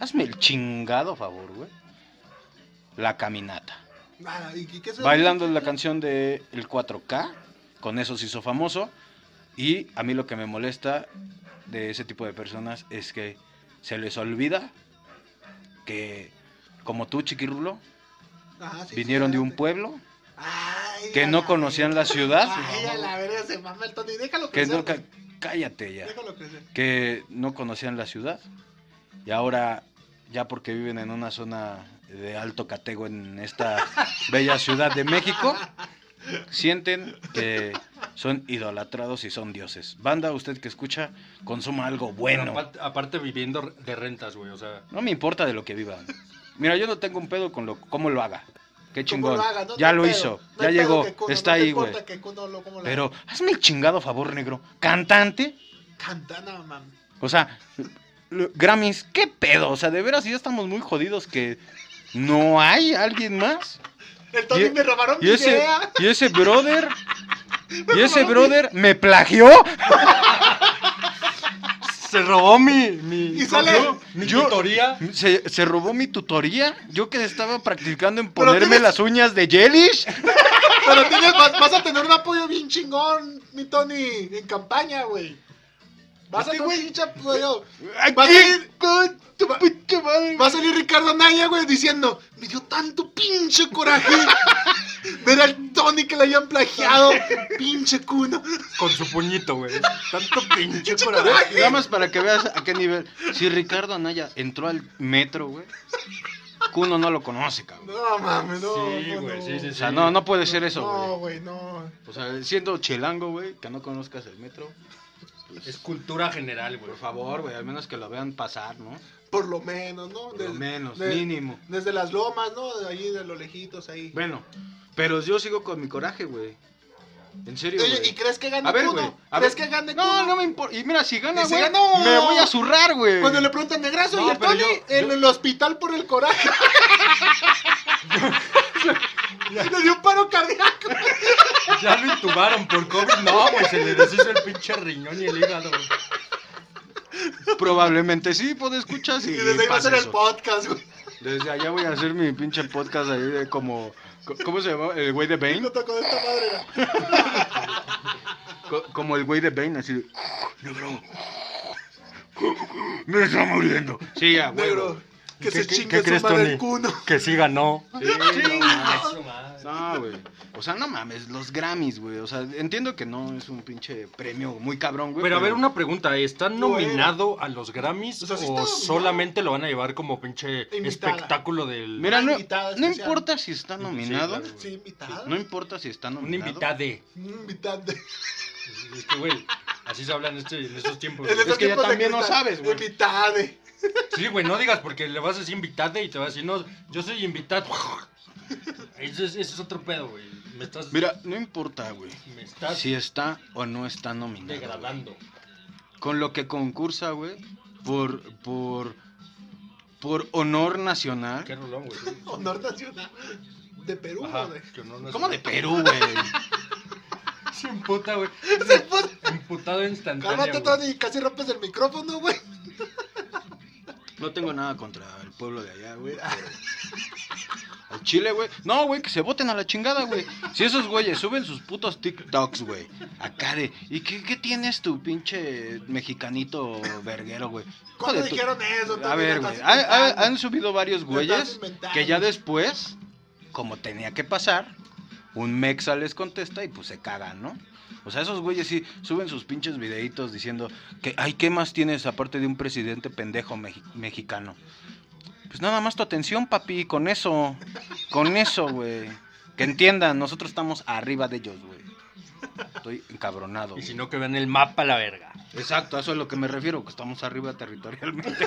[SPEAKER 2] Hazme el chingado favor, güey. La caminata.
[SPEAKER 1] Ah, ¿y qué- qué es eso?
[SPEAKER 2] Bailando la canción de El 4K, con eso se hizo famoso. Y a mí lo que me molesta de ese tipo de personas es que se les olvida que, como tú, chiquirulo,
[SPEAKER 1] Ajá, Ah, sí, sí,
[SPEAKER 2] vinieron de un
[SPEAKER 1] espérate.
[SPEAKER 2] pueblo
[SPEAKER 1] Ay,
[SPEAKER 2] que
[SPEAKER 1] a
[SPEAKER 2] no
[SPEAKER 1] la
[SPEAKER 2] conocían
[SPEAKER 1] verga.
[SPEAKER 2] la ciudad,
[SPEAKER 1] Ay, a la verga se mama el Tony. Déjalo
[SPEAKER 2] que
[SPEAKER 1] crecer.
[SPEAKER 2] no ca- cállate ya,
[SPEAKER 1] Déjalo crecer.
[SPEAKER 2] que no conocían la ciudad y ahora ya porque viven en una zona de alto catego en esta bella ciudad de México, sienten que son idolatrados y son dioses. Banda, usted que escucha, consuma algo
[SPEAKER 3] Pero
[SPEAKER 2] bueno.
[SPEAKER 3] aparte, aparte viviendo de rentas, güey. O sea,
[SPEAKER 2] No me importa de lo que vivan. Mira, yo no tengo un pedo con lo cómo lo haga. Qué
[SPEAKER 1] Como
[SPEAKER 2] chingón.
[SPEAKER 1] lo haga, no
[SPEAKER 2] ya
[SPEAKER 1] te
[SPEAKER 2] lo
[SPEAKER 1] pedo.
[SPEAKER 2] hizo,
[SPEAKER 1] No
[SPEAKER 2] ya
[SPEAKER 1] hay pedo
[SPEAKER 2] llegó,
[SPEAKER 1] que Kuno,
[SPEAKER 2] está
[SPEAKER 1] no te
[SPEAKER 2] ahí, güey.
[SPEAKER 1] importa que Kuno lo- cómo lo
[SPEAKER 2] Pero hazme el chingado favor, negro. Cantante.
[SPEAKER 1] haga. Cantana, mam.
[SPEAKER 2] O sea, lo- Grammys, ¿qué pedo? O sea, de veras ya estamos muy jodidos que no hay alguien más.
[SPEAKER 1] El Tony
[SPEAKER 2] Y-
[SPEAKER 1] me robaron mi
[SPEAKER 2] Y ese,
[SPEAKER 1] idea.
[SPEAKER 2] y ese brother. Y ese brother me plagió.
[SPEAKER 3] se robó mi. mi
[SPEAKER 1] Y sale-
[SPEAKER 3] ¿cómo se llama? Mi
[SPEAKER 2] yo-
[SPEAKER 3] tutoría.
[SPEAKER 2] Se, se robó mi tutoría. Yo que estaba practicando en
[SPEAKER 1] Pero
[SPEAKER 2] ponerme
[SPEAKER 1] tienes-
[SPEAKER 2] las uñas de Jellish.
[SPEAKER 1] Pero tienes, vas, vas a tener un apoyo bien chingón, mi Tony, en campaña, güey. Vas a
[SPEAKER 2] Este
[SPEAKER 1] tener
[SPEAKER 2] güey-
[SPEAKER 1] un pinche apoyo.
[SPEAKER 2] Aquí,
[SPEAKER 1] Vas a ir-
[SPEAKER 2] con tu
[SPEAKER 1] va-
[SPEAKER 2] puta madre.
[SPEAKER 1] Va a salir Ricardo Anaya, güey, diciendo, me dio tanto pinche coraje ver al Tony que le hayan plagiado, pinche cuno.
[SPEAKER 3] Con su puñito, güey. Tanto pinche
[SPEAKER 1] Pinche
[SPEAKER 3] coraje.
[SPEAKER 1] coraje.
[SPEAKER 2] Nada más para que veas a qué nivel. Si Ricardo Anaya entró al metro, güey. Cuno no lo conoce, cabrón.
[SPEAKER 1] No mames, no.
[SPEAKER 3] Sí,
[SPEAKER 1] no,
[SPEAKER 3] güey,
[SPEAKER 1] no.
[SPEAKER 3] sí, sí,
[SPEAKER 2] O
[SPEAKER 3] sí.
[SPEAKER 2] sea, no, no puede ser eso,
[SPEAKER 1] No,
[SPEAKER 2] güey.
[SPEAKER 1] güey, no.
[SPEAKER 2] O sea, siendo chilango, güey, que no conozcas el metro. pues,
[SPEAKER 3] Es cultura general, güey.
[SPEAKER 2] por favor, güey, al menos que lo vean pasar, ¿no?
[SPEAKER 1] Por lo menos, ¿no?
[SPEAKER 2] Por lo
[SPEAKER 1] Des-
[SPEAKER 2] menos,
[SPEAKER 1] des-
[SPEAKER 2] mínimo.
[SPEAKER 1] Desde las lomas, ¿no? De ahí, de los lejitos, ahí.
[SPEAKER 2] Bueno, pero yo sigo con mi coraje, güey. En serio,
[SPEAKER 1] Oye,
[SPEAKER 2] güey.
[SPEAKER 1] ¿y crees que gane
[SPEAKER 2] A ver,
[SPEAKER 1] Cuno?
[SPEAKER 2] güey. a
[SPEAKER 1] ¿Crees
[SPEAKER 2] ver.
[SPEAKER 1] que gane
[SPEAKER 2] No,
[SPEAKER 1] Cuno?
[SPEAKER 2] no me importa. Y mira, si gana,
[SPEAKER 1] Y si
[SPEAKER 2] güey,
[SPEAKER 1] ganó.
[SPEAKER 2] me voy a zurrar, güey.
[SPEAKER 1] Cuando le preguntan Negrazo
[SPEAKER 2] No,
[SPEAKER 1] y el
[SPEAKER 2] pero
[SPEAKER 1] Tony
[SPEAKER 2] yo-
[SPEAKER 1] en
[SPEAKER 2] yo-
[SPEAKER 1] el hospital por el coraje. le dio un paro cardíaco.
[SPEAKER 3] Ya lo intubaron por COVID. No, güey, se le deshizo el pinche riñón y el hígado, güey.
[SPEAKER 2] Probablemente sí, puedo escuchar.
[SPEAKER 1] Y desde ahí va a
[SPEAKER 2] pasa
[SPEAKER 1] ser el
[SPEAKER 2] eso.
[SPEAKER 1] podcast, güey.
[SPEAKER 2] Desde allá voy a hacer mi pinche podcast ahí de como. co- ¿Cómo se llama? El güey de Bane.
[SPEAKER 1] No tocó de
[SPEAKER 2] Ah,
[SPEAKER 1] esta madre. era.
[SPEAKER 2] Co- como el güey de Bane, así. de, Negro. Me está muriendo. Sí, a huevo.
[SPEAKER 1] Negro. Que se
[SPEAKER 3] ¿Qué- qué-
[SPEAKER 1] chingue
[SPEAKER 3] qué
[SPEAKER 1] su
[SPEAKER 3] crees,
[SPEAKER 1] madre el
[SPEAKER 3] Tony?
[SPEAKER 1] cuno.
[SPEAKER 3] Que sí ganó.
[SPEAKER 2] Sí, no mames.
[SPEAKER 3] Su madre.
[SPEAKER 2] No, güey. O sea, no mames, los Grammys, güey. O sea, entiendo que no es un pinche premio muy cabrón, güey.
[SPEAKER 3] Pero a ver, una pregunta. ¿Está
[SPEAKER 1] No era.
[SPEAKER 3] nominado a los Grammys
[SPEAKER 1] O sea, sí está
[SPEAKER 3] o
[SPEAKER 1] nominado.
[SPEAKER 3] solamente lo van a llevar como pinche
[SPEAKER 1] Invitada.
[SPEAKER 3] espectáculo del...
[SPEAKER 2] Mira, no,
[SPEAKER 1] invitada
[SPEAKER 2] no
[SPEAKER 1] especial.
[SPEAKER 2] importa si está nominado.
[SPEAKER 3] claro.
[SPEAKER 1] Sí, invitado.
[SPEAKER 2] No importa si está
[SPEAKER 3] Un
[SPEAKER 2] nominado.
[SPEAKER 3] invitade.
[SPEAKER 1] Un invitante.
[SPEAKER 3] Es que, güey, así se habla en, este- en estos tiempos.
[SPEAKER 1] En
[SPEAKER 3] güey.
[SPEAKER 1] estos
[SPEAKER 2] Pues que ya
[SPEAKER 1] tiempos de
[SPEAKER 2] también no
[SPEAKER 1] invita-
[SPEAKER 2] sabes, güey.
[SPEAKER 1] Invitade.
[SPEAKER 3] Sí, güey, no digas porque le vas a decir invitade y te vas a decir, no, yo soy invitado. Eso es, eso es otro pedo, güey. Me estás,
[SPEAKER 2] Mira, no importa, güey.
[SPEAKER 3] me estás
[SPEAKER 2] Si está o no está nominado. güey.
[SPEAKER 3] degradando.
[SPEAKER 2] Con lo que concursa, güey, por, por, por honor nacional.
[SPEAKER 3] Qué rolón, güey.
[SPEAKER 1] Honor nacional. De Perú,
[SPEAKER 3] Ajá,
[SPEAKER 1] güey.
[SPEAKER 3] que no, no es-
[SPEAKER 2] ¿Cómo de Perú, güey?
[SPEAKER 3] Se emputa, güey. Emputado instantáneo.
[SPEAKER 1] Cálmate,
[SPEAKER 3] güey.
[SPEAKER 1] Tony. Casi rompes el micrófono, güey.
[SPEAKER 2] No tengo nada contra el pueblo de allá, güey. pero- Al Chile, güey. No, güey, que se voten a la chingada, güey. Si esos güeyes suben sus putos TikToks, güey. Acá de. ¿Y qué, qué tienes tu pinche mexicanito verguero, güey? Hijo
[SPEAKER 1] ¿Cuándo
[SPEAKER 2] de tu-
[SPEAKER 1] dijeron eso?
[SPEAKER 2] A ver, güey. ha- ha- Han, subido varios
[SPEAKER 1] Lo estás
[SPEAKER 2] güeyes
[SPEAKER 1] inventando.
[SPEAKER 2] que ya después, como tenía que pasar, un mexa les contesta y pues se cagan, ¿no? O sea, esos güeyes sí suben sus pinches videitos diciendo que, ay, ¿qué más tienes aparte de un presidente pendejo mexi- mexicano? Pues nada más tu atención, papi, con eso, con eso, güey. Que entiendan, nosotros estamos arriba de ellos, güey. Estoy encabronado.
[SPEAKER 3] Y
[SPEAKER 2] güey.
[SPEAKER 3] si no, que vean el mapa a la verga.
[SPEAKER 2] Exacto, a eso es lo que me refiero, que estamos arriba territorialmente.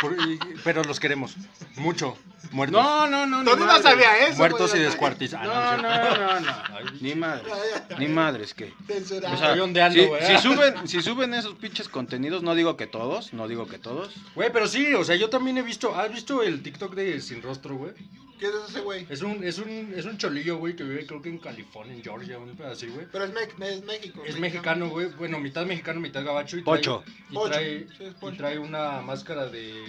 [SPEAKER 3] Por- y- pero los queremos. Mucho. Muertos.
[SPEAKER 2] No, no, no.
[SPEAKER 1] Tony
[SPEAKER 2] ni
[SPEAKER 1] no
[SPEAKER 2] madre.
[SPEAKER 1] sabía eso.
[SPEAKER 3] Muertos y
[SPEAKER 1] güey.
[SPEAKER 3] descuartizados. Ah,
[SPEAKER 2] No,
[SPEAKER 3] no,
[SPEAKER 2] no,
[SPEAKER 3] es
[SPEAKER 2] no, no.
[SPEAKER 3] Ay,
[SPEAKER 2] Ni madres. Ni madres que.
[SPEAKER 1] Censurado.
[SPEAKER 2] O sea,
[SPEAKER 3] Estoy ondeando,
[SPEAKER 2] si,
[SPEAKER 3] güey.
[SPEAKER 2] si suben, si suben esos pinches contenidos, no digo que todos, no digo que todos.
[SPEAKER 3] cierto. Güey, pero sí, o sea, yo también he visto. ¿Has visto el TikTok de Sin Rostro, güey?
[SPEAKER 1] ¿Quién es ese güey?
[SPEAKER 3] Es un, es un, es un cholillo, güey, que vive creo que en California, en Georgia, un pedo así, güey.
[SPEAKER 1] Pero es, me- es México.
[SPEAKER 3] Es mexicano, güey. Bueno, mitad mexicano, mitad gabacho. Y
[SPEAKER 2] Pocho.
[SPEAKER 3] Trae, y,
[SPEAKER 1] Pocho,
[SPEAKER 3] Trae,
[SPEAKER 1] sí, es
[SPEAKER 3] y
[SPEAKER 1] pocho.
[SPEAKER 3] trae una máscara de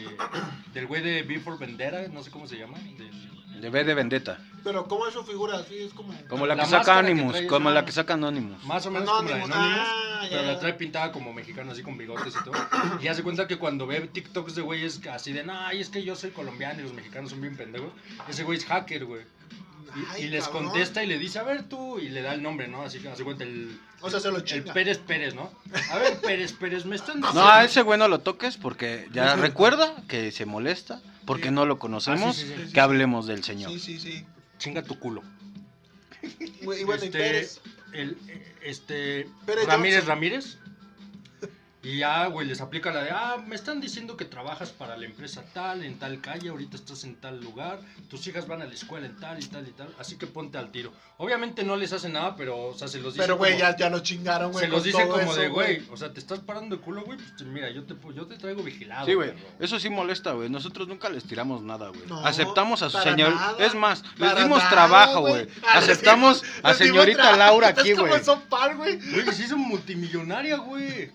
[SPEAKER 3] del güey de Before Vendera, no sé cómo se llama. del-
[SPEAKER 2] De B de Vendetta.
[SPEAKER 1] Pero ¿cómo es su figura? Sí, es como...
[SPEAKER 2] Como la,
[SPEAKER 3] La
[SPEAKER 2] que saca
[SPEAKER 3] máscara que
[SPEAKER 2] Animus.
[SPEAKER 3] trae es
[SPEAKER 2] como
[SPEAKER 3] una-
[SPEAKER 2] la que saca Anonymous.
[SPEAKER 3] Más o menos como
[SPEAKER 1] Anonymous,
[SPEAKER 3] la de Anonymous,
[SPEAKER 1] ah, ya,
[SPEAKER 3] pero
[SPEAKER 1] ya.
[SPEAKER 3] la trae pintada como mexicano, así con bigotes y todo. Y hace cuenta que cuando ve TikToks de güeyes así de, ay, es que yo soy colombiano y los mexicanos son bien pendejos, ese güey es hacker, güey. Y,
[SPEAKER 1] Ay,
[SPEAKER 3] y les
[SPEAKER 1] cabrón.
[SPEAKER 3] contesta y le dice, a ver tú, y le da el nombre, ¿no? Así que hace cuenta el,
[SPEAKER 1] O sea, se lo
[SPEAKER 3] el
[SPEAKER 1] chinga.
[SPEAKER 3] Pérez Pérez, ¿no? A ver, Pérez Pérez, me están
[SPEAKER 2] No, a ese güey no lo toques porque ya recuerda que se molesta porque no lo conocemos.
[SPEAKER 3] Ah, sí, sí, sí,
[SPEAKER 1] sí.
[SPEAKER 2] Que hablemos del señor.
[SPEAKER 1] Sí, sí, sí.
[SPEAKER 3] Chinga tu culo.
[SPEAKER 1] Güey, y bueno, y
[SPEAKER 3] este,
[SPEAKER 1] Pérez.
[SPEAKER 3] el, eh, este,
[SPEAKER 1] Pérez
[SPEAKER 3] Ramírez
[SPEAKER 1] Johnson.
[SPEAKER 3] Ramírez. Y ya, güey, les aplica la de, ah, me están diciendo que trabajas para la empresa tal, en tal calle, ahorita estás en tal lugar, tus hijas van a la escuela en tal y tal y tal, así que ponte al tiro. Obviamente no les hace nada, pero, o sea, se los dice
[SPEAKER 1] Pero, güey,
[SPEAKER 3] como-
[SPEAKER 1] ya, ya lo chingaron, güey.
[SPEAKER 3] se los
[SPEAKER 1] con
[SPEAKER 3] dice
[SPEAKER 1] todo
[SPEAKER 3] como
[SPEAKER 1] eso,
[SPEAKER 3] de, güey, o sea, te estás parando de culo, güey, pues mira, yo te, pu- yo te traigo vigilado.
[SPEAKER 2] Sí, güey.
[SPEAKER 3] perro.
[SPEAKER 2] Eso sí molesta, güey. Nosotros nunca les tiramos nada, güey.
[SPEAKER 1] No,
[SPEAKER 2] Aceptamos a su
[SPEAKER 1] para
[SPEAKER 2] señor.
[SPEAKER 1] nada,
[SPEAKER 2] es más, les
[SPEAKER 1] para
[SPEAKER 2] dimos
[SPEAKER 1] nada,
[SPEAKER 2] trabajo, güey.
[SPEAKER 1] Ah,
[SPEAKER 2] Aceptamos
[SPEAKER 1] les
[SPEAKER 2] a
[SPEAKER 1] dimos
[SPEAKER 2] señorita
[SPEAKER 1] trabajo.
[SPEAKER 2] Laura
[SPEAKER 1] Es
[SPEAKER 2] aquí,
[SPEAKER 1] como
[SPEAKER 2] güey.
[SPEAKER 1] en South Park, güey.
[SPEAKER 3] Güey, se hizo multimillonaria, güey.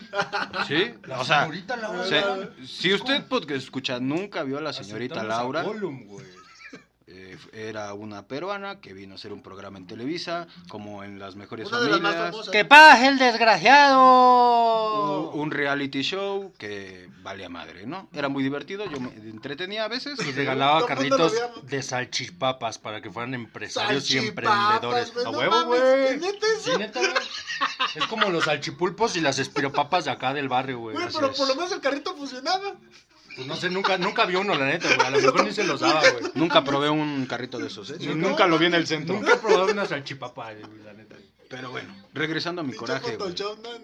[SPEAKER 2] Sí,
[SPEAKER 3] La
[SPEAKER 2] o sea,
[SPEAKER 3] señorita Laura.
[SPEAKER 2] se-
[SPEAKER 1] Laura.
[SPEAKER 2] si usted porque escucha nunca vio a la señorita
[SPEAKER 3] Aceptamos a
[SPEAKER 2] Laura,
[SPEAKER 3] Gollum, güey.
[SPEAKER 2] eh, era una peruana que vino a hacer un programa en Televisa, como en las mejores
[SPEAKER 1] Una de las más
[SPEAKER 2] familias,
[SPEAKER 1] famosas.
[SPEAKER 4] pase el desgraciado!
[SPEAKER 2] un, un reality show que vale a madre, ¿no? Era muy divertido, yo me entretenía a veces.
[SPEAKER 5] Pues
[SPEAKER 3] Y regalaba a
[SPEAKER 1] Todo mundo lo
[SPEAKER 3] carritos
[SPEAKER 1] veamos.
[SPEAKER 3] de salchipapas para que fueran empresarios y
[SPEAKER 1] Salchipapas,
[SPEAKER 3] emprendedores.
[SPEAKER 1] güey,
[SPEAKER 3] a
[SPEAKER 1] no
[SPEAKER 3] huevo,
[SPEAKER 1] mames,
[SPEAKER 3] güey.
[SPEAKER 1] ¿neta eso?
[SPEAKER 3] Sí, neta, güey. Es como los salchipulpos y las espiropapas de acá del barrio, güey.
[SPEAKER 1] Güey,
[SPEAKER 3] Así
[SPEAKER 1] pero
[SPEAKER 3] es.
[SPEAKER 1] por lo menos el carrito funcionaba.
[SPEAKER 3] Pues no sé, nunca, nunca vi uno, la neta, güey. A lo mejor ni se los daba, güey.
[SPEAKER 2] Nunca probé un carrito de esos, ¿eh?
[SPEAKER 3] Sí,
[SPEAKER 5] nunca lo vi en el centro.
[SPEAKER 3] Nunca he probado una salchipapa, güey, la neta.
[SPEAKER 2] Pero bueno, regresando a mi coraje, güey.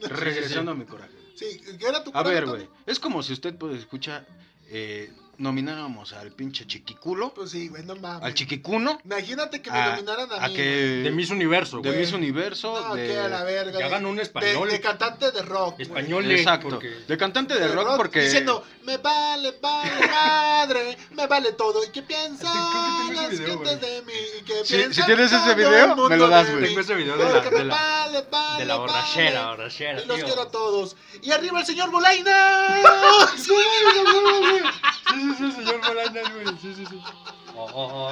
[SPEAKER 2] Regresando a mi coraje.
[SPEAKER 1] Sí, ¿qué era tu
[SPEAKER 2] A
[SPEAKER 1] coraje,
[SPEAKER 2] ver,
[SPEAKER 1] Tony?
[SPEAKER 2] güey. Es como si usted, pues, escucha, eh, nomináramos al pinche chiquiculo,
[SPEAKER 1] Pues sí, güey, no mames.
[SPEAKER 2] al chiquicuno,
[SPEAKER 1] Imagínate que me
[SPEAKER 3] Ah,
[SPEAKER 2] a,
[SPEAKER 1] nominaran a,
[SPEAKER 2] a
[SPEAKER 1] mí.
[SPEAKER 2] que...
[SPEAKER 3] De Miss Universo,
[SPEAKER 2] de
[SPEAKER 3] güey.
[SPEAKER 1] güey.
[SPEAKER 2] Miss Universo,
[SPEAKER 1] No,
[SPEAKER 2] de...
[SPEAKER 1] que a la verga.
[SPEAKER 3] que
[SPEAKER 1] güey.
[SPEAKER 3] hagan un
[SPEAKER 1] De-
[SPEAKER 3] español.
[SPEAKER 1] De, cantante de rock. güey.
[SPEAKER 3] Español,
[SPEAKER 2] Exacto.
[SPEAKER 3] porque-
[SPEAKER 2] De cantante de rock, porque...
[SPEAKER 1] Diciendo, me vale, vale, madre, me vale todo. ¿Y qué piensan
[SPEAKER 3] Creo que tengo ese
[SPEAKER 1] las
[SPEAKER 3] video,
[SPEAKER 1] gentes
[SPEAKER 3] güey.
[SPEAKER 1] de mí? ¿Y qué
[SPEAKER 2] Si-
[SPEAKER 1] piensan
[SPEAKER 2] si tienes ese
[SPEAKER 1] todo
[SPEAKER 2] video,
[SPEAKER 1] el mundo
[SPEAKER 2] me lo das,
[SPEAKER 1] de
[SPEAKER 2] güey.
[SPEAKER 1] mí?
[SPEAKER 3] Tengo ese video de la,
[SPEAKER 1] Porque
[SPEAKER 3] de
[SPEAKER 1] me
[SPEAKER 3] la,
[SPEAKER 1] vale, vale,
[SPEAKER 3] de la borrachera,
[SPEAKER 1] vale.
[SPEAKER 3] borrachera.
[SPEAKER 1] Y los
[SPEAKER 3] tío.
[SPEAKER 1] quiero a todos. Y arriba el señor Bolaina.
[SPEAKER 3] Sí, sí,
[SPEAKER 1] "Ah,
[SPEAKER 3] sí, sí, señor Bolañas, güey. Sí, sí, sí.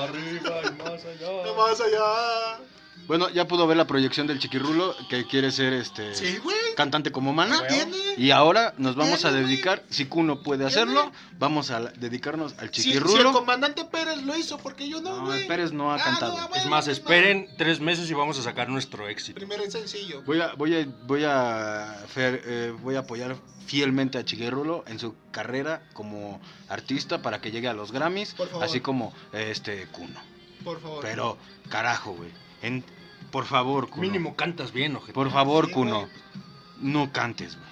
[SPEAKER 3] Arriba y más
[SPEAKER 1] No
[SPEAKER 3] allá.
[SPEAKER 1] más allá.
[SPEAKER 2] Bueno, ya pudo ver la proyección del chiquirulo, que quiere ser, este...
[SPEAKER 1] Sí, güey.
[SPEAKER 2] Cantante como Mana.
[SPEAKER 1] ¿No tiene?
[SPEAKER 2] Y ahora nos vamos a
[SPEAKER 1] Tiene, güey.
[SPEAKER 2] dedicar, si Cuno puede hacerlo, vamos a la- dedicarnos al
[SPEAKER 1] Si, si el
[SPEAKER 2] chiquirulo.
[SPEAKER 1] comandante Pérez lo hizo, porque yo no,
[SPEAKER 2] No,
[SPEAKER 1] güey.
[SPEAKER 2] Pérez no ha
[SPEAKER 1] Ah,
[SPEAKER 2] cantado.
[SPEAKER 1] no,
[SPEAKER 3] Es más, esperen tres meses y vamos a sacar nuestro éxito.
[SPEAKER 1] Primero es sencillo.
[SPEAKER 2] Voy a, voy a, voy a, fer- eh, voy a apoyar fielmente a Chiguerulo en su carrera como artista para que llegue a los Grammys,
[SPEAKER 1] Por favor.
[SPEAKER 2] así como este Cuno.
[SPEAKER 1] Por favor.
[SPEAKER 2] Pero, carajo, güey. En- Por favor, Cuno.
[SPEAKER 3] Mínimo cantas bien, ojete.
[SPEAKER 2] Por favor,
[SPEAKER 1] Sí,
[SPEAKER 2] Cuno.
[SPEAKER 1] güey.
[SPEAKER 2] No cantes, güey.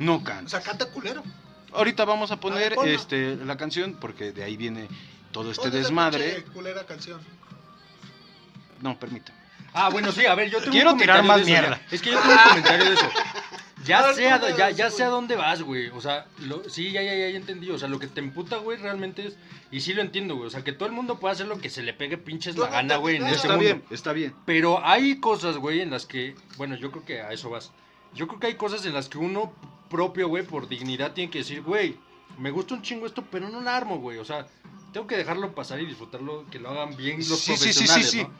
[SPEAKER 2] No
[SPEAKER 1] O
[SPEAKER 2] cantes.
[SPEAKER 1] sea, canta culero.
[SPEAKER 2] Ahorita vamos a
[SPEAKER 1] ver,
[SPEAKER 2] poner
[SPEAKER 1] ponla.
[SPEAKER 2] este, la canción porque de ahí viene todo este
[SPEAKER 1] Ponte esa
[SPEAKER 2] desmadre.
[SPEAKER 1] pinche culera canción.
[SPEAKER 2] No, permítame.
[SPEAKER 3] Ah, bueno, sí, a ver, yo tengo
[SPEAKER 2] Quiero
[SPEAKER 3] un
[SPEAKER 2] tirar
[SPEAKER 3] comentario
[SPEAKER 2] más
[SPEAKER 3] de eso,
[SPEAKER 2] mierda.
[SPEAKER 3] ya. Es que yo tengo un comentario de eso.
[SPEAKER 1] A
[SPEAKER 3] Ya
[SPEAKER 1] ver,
[SPEAKER 3] sé, a,
[SPEAKER 1] tú me
[SPEAKER 3] ya,
[SPEAKER 1] das,
[SPEAKER 3] ya sé a
[SPEAKER 1] güey.
[SPEAKER 3] dónde vas, güey. O sea, lo- sí, ya, ya, ya, ya entendí. O sea, lo que te emputa, güey, realmente es. Y sí lo entiendo, güey. O sea, que todo el mundo puede hacer lo que se le pegue pinches
[SPEAKER 1] Yo
[SPEAKER 3] la
[SPEAKER 1] no
[SPEAKER 3] gana,
[SPEAKER 1] entendí
[SPEAKER 3] güey, en
[SPEAKER 1] nada.
[SPEAKER 3] este
[SPEAKER 2] Está
[SPEAKER 3] mundo.
[SPEAKER 2] bien, está bien.
[SPEAKER 3] Pero hay cosas, güey, en las que. Bueno, yo creo que a eso vas. Yo creo que hay cosas en las que uno propio, güey, por dignidad tiene que decir, güey, me gusta un chingo esto, pero no la armo, güey. O sea, tengo que dejarlo pasar y disfrutarlo, que lo hagan bien los
[SPEAKER 2] Sí, sí, sí, sí,
[SPEAKER 3] profesionales,
[SPEAKER 2] sí.
[SPEAKER 3] ¿no?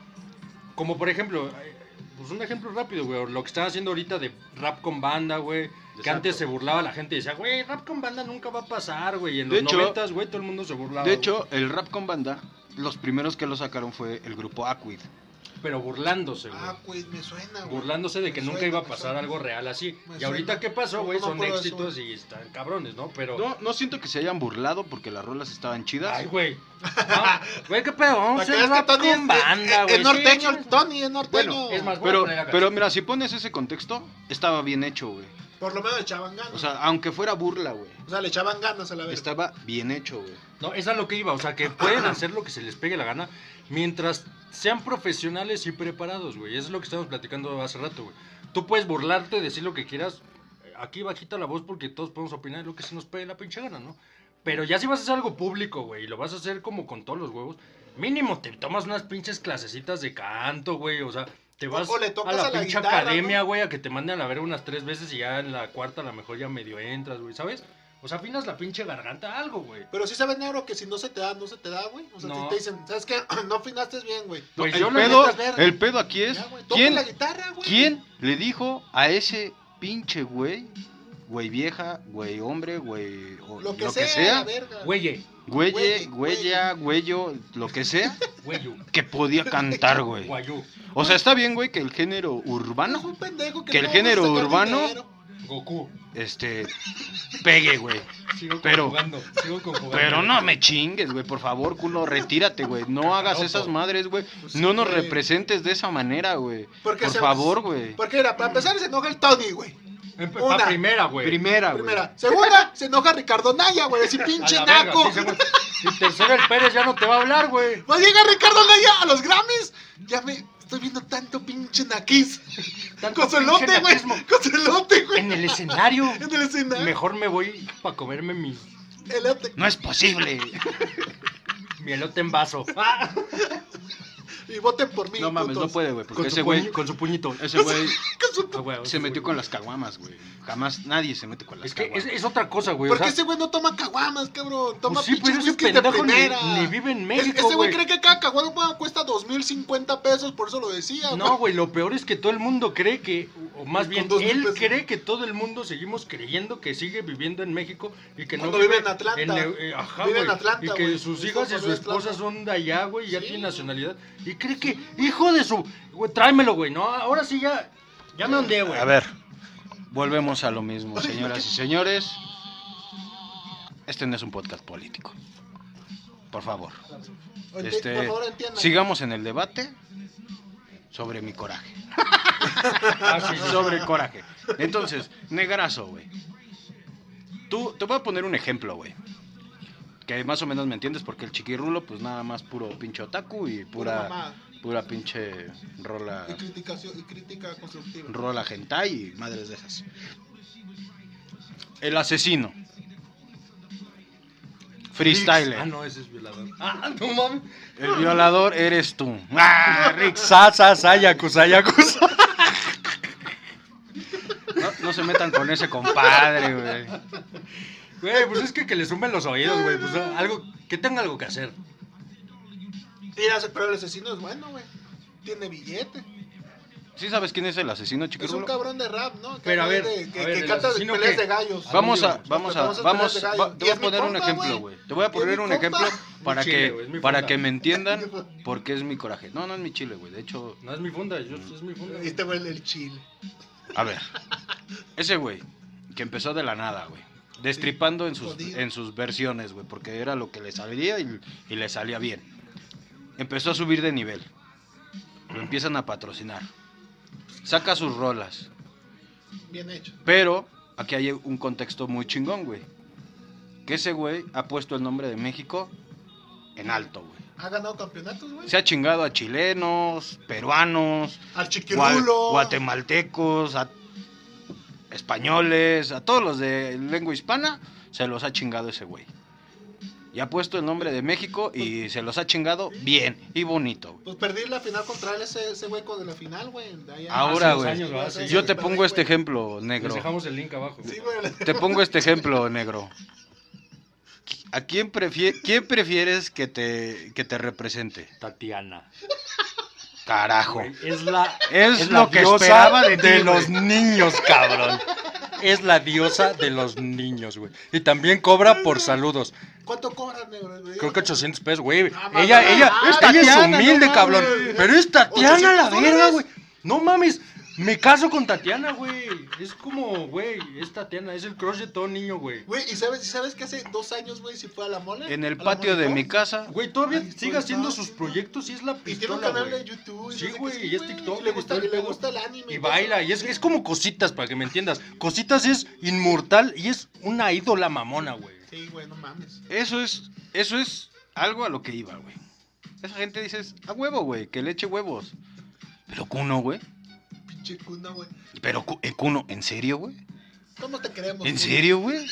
[SPEAKER 3] Como por ejemplo, eh, pues un ejemplo rápido, güey, lo que están haciendo ahorita de rap con banda, güey. Que
[SPEAKER 2] Exacto.
[SPEAKER 3] antes se burlaba la gente y decía, güey, rap con banda nunca va a pasar, güey. Y en
[SPEAKER 2] De
[SPEAKER 3] los
[SPEAKER 2] hecho-
[SPEAKER 3] noventas, güey, todo el mundo se burlaba.
[SPEAKER 2] De
[SPEAKER 3] güey.
[SPEAKER 2] hecho, el rap con banda, los primeros que lo sacaron fue el grupo Aquid.
[SPEAKER 3] Pero burlándose, güey.
[SPEAKER 1] Ah, pues me suena, güey.
[SPEAKER 3] burlándose de que
[SPEAKER 1] Me
[SPEAKER 3] nunca
[SPEAKER 1] suena,
[SPEAKER 3] iba a
[SPEAKER 1] me
[SPEAKER 3] pasar
[SPEAKER 1] suena.
[SPEAKER 3] algo real así.
[SPEAKER 1] Me
[SPEAKER 3] Y ahorita
[SPEAKER 1] suena.
[SPEAKER 3] qué pasó, güey,
[SPEAKER 1] No me
[SPEAKER 3] son
[SPEAKER 1] acuerdo de eso,
[SPEAKER 3] éxitos
[SPEAKER 1] güey.
[SPEAKER 3] y están cabrones, ¿no? Pero
[SPEAKER 2] No, no siento que se hayan burlado porque las rolas estaban chidas.
[SPEAKER 3] ay, güey. Ah, Güey, qué pedo, vamos
[SPEAKER 1] Para
[SPEAKER 3] a
[SPEAKER 1] que
[SPEAKER 3] hacer
[SPEAKER 1] veas que
[SPEAKER 3] rap
[SPEAKER 1] Tony es- eh,
[SPEAKER 3] con banda,
[SPEAKER 1] es,
[SPEAKER 3] güey.
[SPEAKER 1] es norteño,
[SPEAKER 3] Sí,
[SPEAKER 1] el Tony es norteño.
[SPEAKER 2] Bueno,
[SPEAKER 3] es más, voy a
[SPEAKER 2] pero,
[SPEAKER 3] poner acá.
[SPEAKER 2] pero mira, si pones ese contexto, estaba bien hecho, güey.
[SPEAKER 1] Por lo menos le echaban ganas.
[SPEAKER 2] O sea, aunque fuera burla, güey.
[SPEAKER 1] le echaban ganas a la vez.
[SPEAKER 2] Estaba bien hecho, güey.
[SPEAKER 3] No, es a lo que iba, o sea, que pueden hacer lo que se les pegue la gana mientras sean profesionales y preparados, güey. Eso es lo que estábamos platicando hace rato, güey. Tú puedes burlarte, decir lo que quieras. Aquí bajita la voz porque todos podemos opinar lo que se nos pegue la pinche gana, ¿no? Pero ya si vas a hacer algo público, güey, y lo vas a hacer como con todos los huevos, mínimo te tomas unas pinches clasecitas de canto, güey, o sea, te vas
[SPEAKER 1] o le tocas
[SPEAKER 3] a la
[SPEAKER 1] a la
[SPEAKER 3] pinche
[SPEAKER 1] guitarra,
[SPEAKER 3] academia,
[SPEAKER 1] ¿no?
[SPEAKER 3] güey, a que te manden a la ver unas tres veces y ya en la cuarta a lo mejor ya medio entras, güey, ¿sabes? O sea, afinas la pinche garganta, algo, güey.
[SPEAKER 1] Pero sí sabes, negro, que si no se te da, no se te da, güey. O sea,
[SPEAKER 3] No.
[SPEAKER 1] si te dicen, ¿sabes qué? no afinaste bien, güey.
[SPEAKER 2] No,
[SPEAKER 3] Pues
[SPEAKER 2] el,
[SPEAKER 3] yo la
[SPEAKER 2] pedo,
[SPEAKER 1] neta es verga.
[SPEAKER 2] el pedo aquí es,
[SPEAKER 1] Ya, güey, toca
[SPEAKER 2] ¿quién,
[SPEAKER 1] la guitarra, güey.
[SPEAKER 2] ¿quién le dijo a ese pinche güey, güey vieja, güey hombre, güey o-
[SPEAKER 1] Lo que sea, que sea. la verga.
[SPEAKER 3] Güeye,
[SPEAKER 2] güeye,
[SPEAKER 1] Güey,
[SPEAKER 2] güeya, güello, lo que sea,
[SPEAKER 3] güeyu,
[SPEAKER 2] que podía cantar, güey?
[SPEAKER 3] guayú,
[SPEAKER 2] O sea, está bien, güey, que el género
[SPEAKER 3] Ah,
[SPEAKER 1] Es
[SPEAKER 2] urbano,
[SPEAKER 1] un pendejo que,
[SPEAKER 2] que el
[SPEAKER 1] no
[SPEAKER 2] género
[SPEAKER 1] saca
[SPEAKER 2] urbano-
[SPEAKER 1] dinero.
[SPEAKER 3] Goku.
[SPEAKER 2] este, pegue, güey.
[SPEAKER 3] Sigo
[SPEAKER 2] Pero-
[SPEAKER 3] conjugando, sigo conjugando.
[SPEAKER 2] Pero no me chingues, güey, por favor, culo, retírate, güey. No hagas
[SPEAKER 3] Loco.
[SPEAKER 2] esas madres, güey.
[SPEAKER 1] Pues sí,
[SPEAKER 2] No nos
[SPEAKER 1] güey.
[SPEAKER 2] representes de esa manera, güey.
[SPEAKER 1] Porque
[SPEAKER 2] Por
[SPEAKER 1] se-
[SPEAKER 2] favor, güey.
[SPEAKER 1] Porque mira, para empezar se enoja el Tony, güey.
[SPEAKER 3] Em- pa'
[SPEAKER 1] Una.
[SPEAKER 3] primera, güey.
[SPEAKER 2] Primera, güey.
[SPEAKER 1] Primera. Segunda, se enoja Ricardo Naya, güey. Así
[SPEAKER 3] A
[SPEAKER 1] pinche
[SPEAKER 3] la verga,
[SPEAKER 1] naco.
[SPEAKER 3] sí, se- güey. Y tercero, el Pérez ya no te va a hablar, güey.
[SPEAKER 1] Va a llegar Ricardo Naya a los Grammys. Ya me estoy viendo tanto pinche naquis.
[SPEAKER 3] Tanto
[SPEAKER 1] Con su
[SPEAKER 3] pinche
[SPEAKER 1] elote, güey.
[SPEAKER 3] naquismo.
[SPEAKER 1] Con su elote, güey.
[SPEAKER 3] En el escenario.
[SPEAKER 1] En el escenario.
[SPEAKER 3] Mejor me voy para comerme mi,
[SPEAKER 1] Elote.
[SPEAKER 2] No es posible.
[SPEAKER 3] mi elote en vaso. Ah.
[SPEAKER 1] Y voten por mí.
[SPEAKER 2] No mames,
[SPEAKER 1] putos.
[SPEAKER 2] no puede, güey, porque
[SPEAKER 3] Con,
[SPEAKER 2] ese
[SPEAKER 3] su
[SPEAKER 2] güey
[SPEAKER 3] puñi- con su puñito.
[SPEAKER 2] ese güey
[SPEAKER 1] Con su-
[SPEAKER 3] Ah, güey,
[SPEAKER 2] se
[SPEAKER 3] ese
[SPEAKER 2] metió
[SPEAKER 3] güey.
[SPEAKER 2] con las caguamas, güey. Jamás nadie se mete con las
[SPEAKER 3] Es que
[SPEAKER 2] caguamas.
[SPEAKER 3] es, es otra cosa, güey. o
[SPEAKER 1] Porque
[SPEAKER 3] sea,
[SPEAKER 1] ese güey no toma caguamas, cabrón. Toma
[SPEAKER 3] pues sí,
[SPEAKER 1] pinches
[SPEAKER 3] pero ese
[SPEAKER 1] whiskies de
[SPEAKER 3] pendejo ni,
[SPEAKER 1] primera.
[SPEAKER 3] ni vive en
[SPEAKER 1] Es-
[SPEAKER 3] México,
[SPEAKER 1] ese güey cree que cada caguama cuesta 2050 pesos, por eso lo decía.
[SPEAKER 3] No, güey, lo peor es que todo el mundo cree que, o más
[SPEAKER 1] Con
[SPEAKER 3] bien,
[SPEAKER 1] dos mil
[SPEAKER 3] él
[SPEAKER 1] pesos.
[SPEAKER 3] cree que todo el mundo seguimos creyendo que sigue viviendo en México y que no
[SPEAKER 1] Cuando vive en Atlanta.
[SPEAKER 3] en- eh, ajá,
[SPEAKER 1] Vive en
[SPEAKER 3] güey,
[SPEAKER 1] Atlanta,
[SPEAKER 3] Y que
[SPEAKER 1] güey.
[SPEAKER 3] sus
[SPEAKER 1] Sus papás
[SPEAKER 3] hijas y su
[SPEAKER 1] viven en
[SPEAKER 3] esposa
[SPEAKER 1] Atlanta.
[SPEAKER 3] son de allá, güey, ya
[SPEAKER 1] Sí.
[SPEAKER 3] tiene nacionalidad. Y cree que, hijo de su, güey, tráemelo, güey, no, ahora sí ya, ya me hundé, güey.
[SPEAKER 2] A ver, volvemos a lo mismo, señoras y señores. Este no es un podcast político. Por favor.
[SPEAKER 1] Enti-
[SPEAKER 2] Este,
[SPEAKER 1] por favor, entiendan.
[SPEAKER 2] sigamos en el debate sobre mi coraje.
[SPEAKER 3] Ah, sí, sí.
[SPEAKER 2] sobre el coraje. Entonces, negarazo, güey. Tú, te voy a poner un ejemplo, güey. Que más o menos me entiendes porque el chiquirulo, pues nada más puro pinche otaku y
[SPEAKER 1] Pura
[SPEAKER 2] pura,
[SPEAKER 1] mamada.
[SPEAKER 2] pura pinche rola,
[SPEAKER 1] Y, criticación- y crítica constructiva.
[SPEAKER 2] rola hentai y madres de esas. El asesino. Freestyler.
[SPEAKER 3] Ah, no, ese es violador. Ah, no mames.
[SPEAKER 2] El violador eres tú. ¡Ah! Rick, sa, sa, sa, yakuza, yakuza. No, no se metan con ese compadre, güey.
[SPEAKER 3] Güey, pues es que, que le sumen los oídos, güey. Pues ah, algo, que tenga algo que hacer.
[SPEAKER 1] Y hace- pero el asesino es bueno, güey. Tiene billete.
[SPEAKER 2] ¿Sí sabes quién es el asesino,
[SPEAKER 1] Es un
[SPEAKER 2] chiquirulo?
[SPEAKER 1] cabrón de rap, ¿no? Que
[SPEAKER 3] Pero a
[SPEAKER 1] habla
[SPEAKER 3] ver,
[SPEAKER 1] de- que,
[SPEAKER 3] a ver,
[SPEAKER 1] que
[SPEAKER 3] ¿el
[SPEAKER 1] canta de
[SPEAKER 3] asesino
[SPEAKER 1] peleas
[SPEAKER 3] qué?
[SPEAKER 1] de gallos.
[SPEAKER 2] Vamos a,
[SPEAKER 3] Amigos,
[SPEAKER 2] vamos a,
[SPEAKER 1] vamos a
[SPEAKER 2] vamos,
[SPEAKER 1] pelear de
[SPEAKER 2] va-
[SPEAKER 1] gallo.
[SPEAKER 2] te
[SPEAKER 1] Y
[SPEAKER 2] voy a
[SPEAKER 1] es mi
[SPEAKER 2] poner un
[SPEAKER 1] compa,
[SPEAKER 2] ejemplo,
[SPEAKER 1] güey.
[SPEAKER 2] güey. Te voy a
[SPEAKER 1] Y es
[SPEAKER 2] poner
[SPEAKER 1] mi
[SPEAKER 2] un
[SPEAKER 1] compa.
[SPEAKER 2] ejemplo para
[SPEAKER 3] chile,
[SPEAKER 2] que,
[SPEAKER 3] güey, es mi
[SPEAKER 2] para
[SPEAKER 3] funda.
[SPEAKER 2] que me entiendan por qué es mi coraje. No, no es mi chile, güey. De hecho,
[SPEAKER 3] No es mi funda, yo, es mi funda.
[SPEAKER 1] Este güey el chile.
[SPEAKER 2] A ver, ese güey que empezó de la nada, güey. Destripando en sus,
[SPEAKER 1] Jodido.
[SPEAKER 2] en sus versiones, güey, porque era lo que le salía y, y le salía bien. Empezó a subir de nivel. Lo empiezan a patrocinar. Saca sus rolas.
[SPEAKER 1] Bien hecho.
[SPEAKER 2] Pero aquí hay un contexto muy chingón, güey. Que ese güey ha puesto el nombre de México en alto, güey.
[SPEAKER 1] Ha ganado campeonatos, güey.
[SPEAKER 2] Se ha chingado a chilenos, peruanos,
[SPEAKER 1] Al
[SPEAKER 2] Gua-
[SPEAKER 1] chiquirulo.
[SPEAKER 2] guatemaltecos, a españoles, a todos los de lengua hispana, se los ha chingado ese güey. Y ha puesto el nombre de México y se los ha chingado bien y bonito. güey.
[SPEAKER 1] Pues perdí la final contra él, ese, ese hueco de la final, güey. de allá.
[SPEAKER 2] Ahora,
[SPEAKER 3] dos
[SPEAKER 2] güey,
[SPEAKER 3] años, ¿verdad? Sí,
[SPEAKER 2] Yo te
[SPEAKER 1] perdí,
[SPEAKER 2] pongo este
[SPEAKER 1] güey.
[SPEAKER 2] ejemplo,
[SPEAKER 3] Les
[SPEAKER 2] negro.
[SPEAKER 3] dejamos el link abajo.
[SPEAKER 1] Sí, güey.
[SPEAKER 2] Te pongo este ejemplo, negro. ¿A quién, prefie- quién prefieres que te, que te represente?
[SPEAKER 3] Tatiana.
[SPEAKER 2] Carajo.
[SPEAKER 3] Güey, es la.
[SPEAKER 2] Es,
[SPEAKER 3] es la
[SPEAKER 2] lo que
[SPEAKER 3] diosa
[SPEAKER 2] esperaba de, ti,
[SPEAKER 3] los
[SPEAKER 2] güey.
[SPEAKER 3] niños, cabrón. Es la diosa de los niños, güey. Y también cobra por saludos.
[SPEAKER 1] ¿Cuánto cobras, negro?
[SPEAKER 3] Creo que 800 pesos, güey.
[SPEAKER 1] Ah,
[SPEAKER 3] Ella,
[SPEAKER 1] mamá,
[SPEAKER 3] ella,
[SPEAKER 1] ah,
[SPEAKER 3] es, ella es
[SPEAKER 2] Tatiana,
[SPEAKER 3] humilde,
[SPEAKER 2] no
[SPEAKER 3] cabrón.
[SPEAKER 2] mames.
[SPEAKER 3] Pero es Tatiana la
[SPEAKER 1] 800
[SPEAKER 3] verga,
[SPEAKER 1] dólares.
[SPEAKER 3] güey. No mames. Me caso con Tatiana, güey. Es como, güey, es Tatiana, es el crush de todo niño, güey.
[SPEAKER 1] Güey, ¿y sabes, y sabes que hace dos años, güey, si fue a la mole?
[SPEAKER 2] En el
[SPEAKER 1] ¿A la
[SPEAKER 2] patio
[SPEAKER 1] Mole
[SPEAKER 2] de
[SPEAKER 1] Pop?
[SPEAKER 2] mi casa,
[SPEAKER 3] Güey, todavía
[SPEAKER 1] Ay,
[SPEAKER 3] sigue
[SPEAKER 1] pues,
[SPEAKER 3] haciendo
[SPEAKER 1] no,
[SPEAKER 3] sus
[SPEAKER 1] no.
[SPEAKER 3] proyectos y es la
[SPEAKER 1] Y tiene un
[SPEAKER 3] pistola,
[SPEAKER 1] canal de
[SPEAKER 3] güey.
[SPEAKER 1] YouTube.
[SPEAKER 3] Sí,
[SPEAKER 1] no sé qué
[SPEAKER 3] güey,
[SPEAKER 1] sí,
[SPEAKER 3] y es TikTok.
[SPEAKER 1] Y le gusta,
[SPEAKER 3] todo
[SPEAKER 1] y
[SPEAKER 3] el
[SPEAKER 1] le
[SPEAKER 3] pedo.
[SPEAKER 1] gusta el anime.
[SPEAKER 3] Y
[SPEAKER 1] todo
[SPEAKER 3] baila,
[SPEAKER 1] eso.
[SPEAKER 3] y es, es como cositas, para que me entiendas. Cositas es inmortal y es una ídola mamona, güey.
[SPEAKER 1] Sí, güey, no mames.
[SPEAKER 2] Eso es, eso es algo a lo que iba, güey. Esa gente dices, a huevo, güey, que le eche huevos. Pero Cuno, güey.
[SPEAKER 1] Pinche cuna, güey.
[SPEAKER 2] Pero Cu- eh, Cuno, ¿en serio, güey?
[SPEAKER 1] ¿Cómo te queremos?
[SPEAKER 2] ¿En
[SPEAKER 1] güey?
[SPEAKER 2] serio, güey?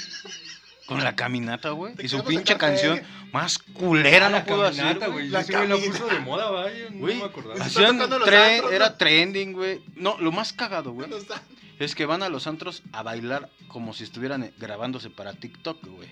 [SPEAKER 2] Con la caminata, güey.
[SPEAKER 1] Pues Te
[SPEAKER 2] Y su
[SPEAKER 1] queremos
[SPEAKER 2] pinche
[SPEAKER 1] sacar
[SPEAKER 2] canción más culera no pudo hacer, güey.
[SPEAKER 1] La
[SPEAKER 3] Ese güey La
[SPEAKER 1] caminata.
[SPEAKER 3] puso de moda, güey. No
[SPEAKER 2] Güey, pues,
[SPEAKER 3] me acordaba.
[SPEAKER 1] así-
[SPEAKER 2] hacían
[SPEAKER 1] tocando los
[SPEAKER 2] tre-
[SPEAKER 1] antros, ¿no?
[SPEAKER 2] era trending, güey. No, lo más cagado, güey,
[SPEAKER 1] Nos da-
[SPEAKER 2] es que van a los antros a bailar como si estuvieran eh, grabándose para TikTok, güey.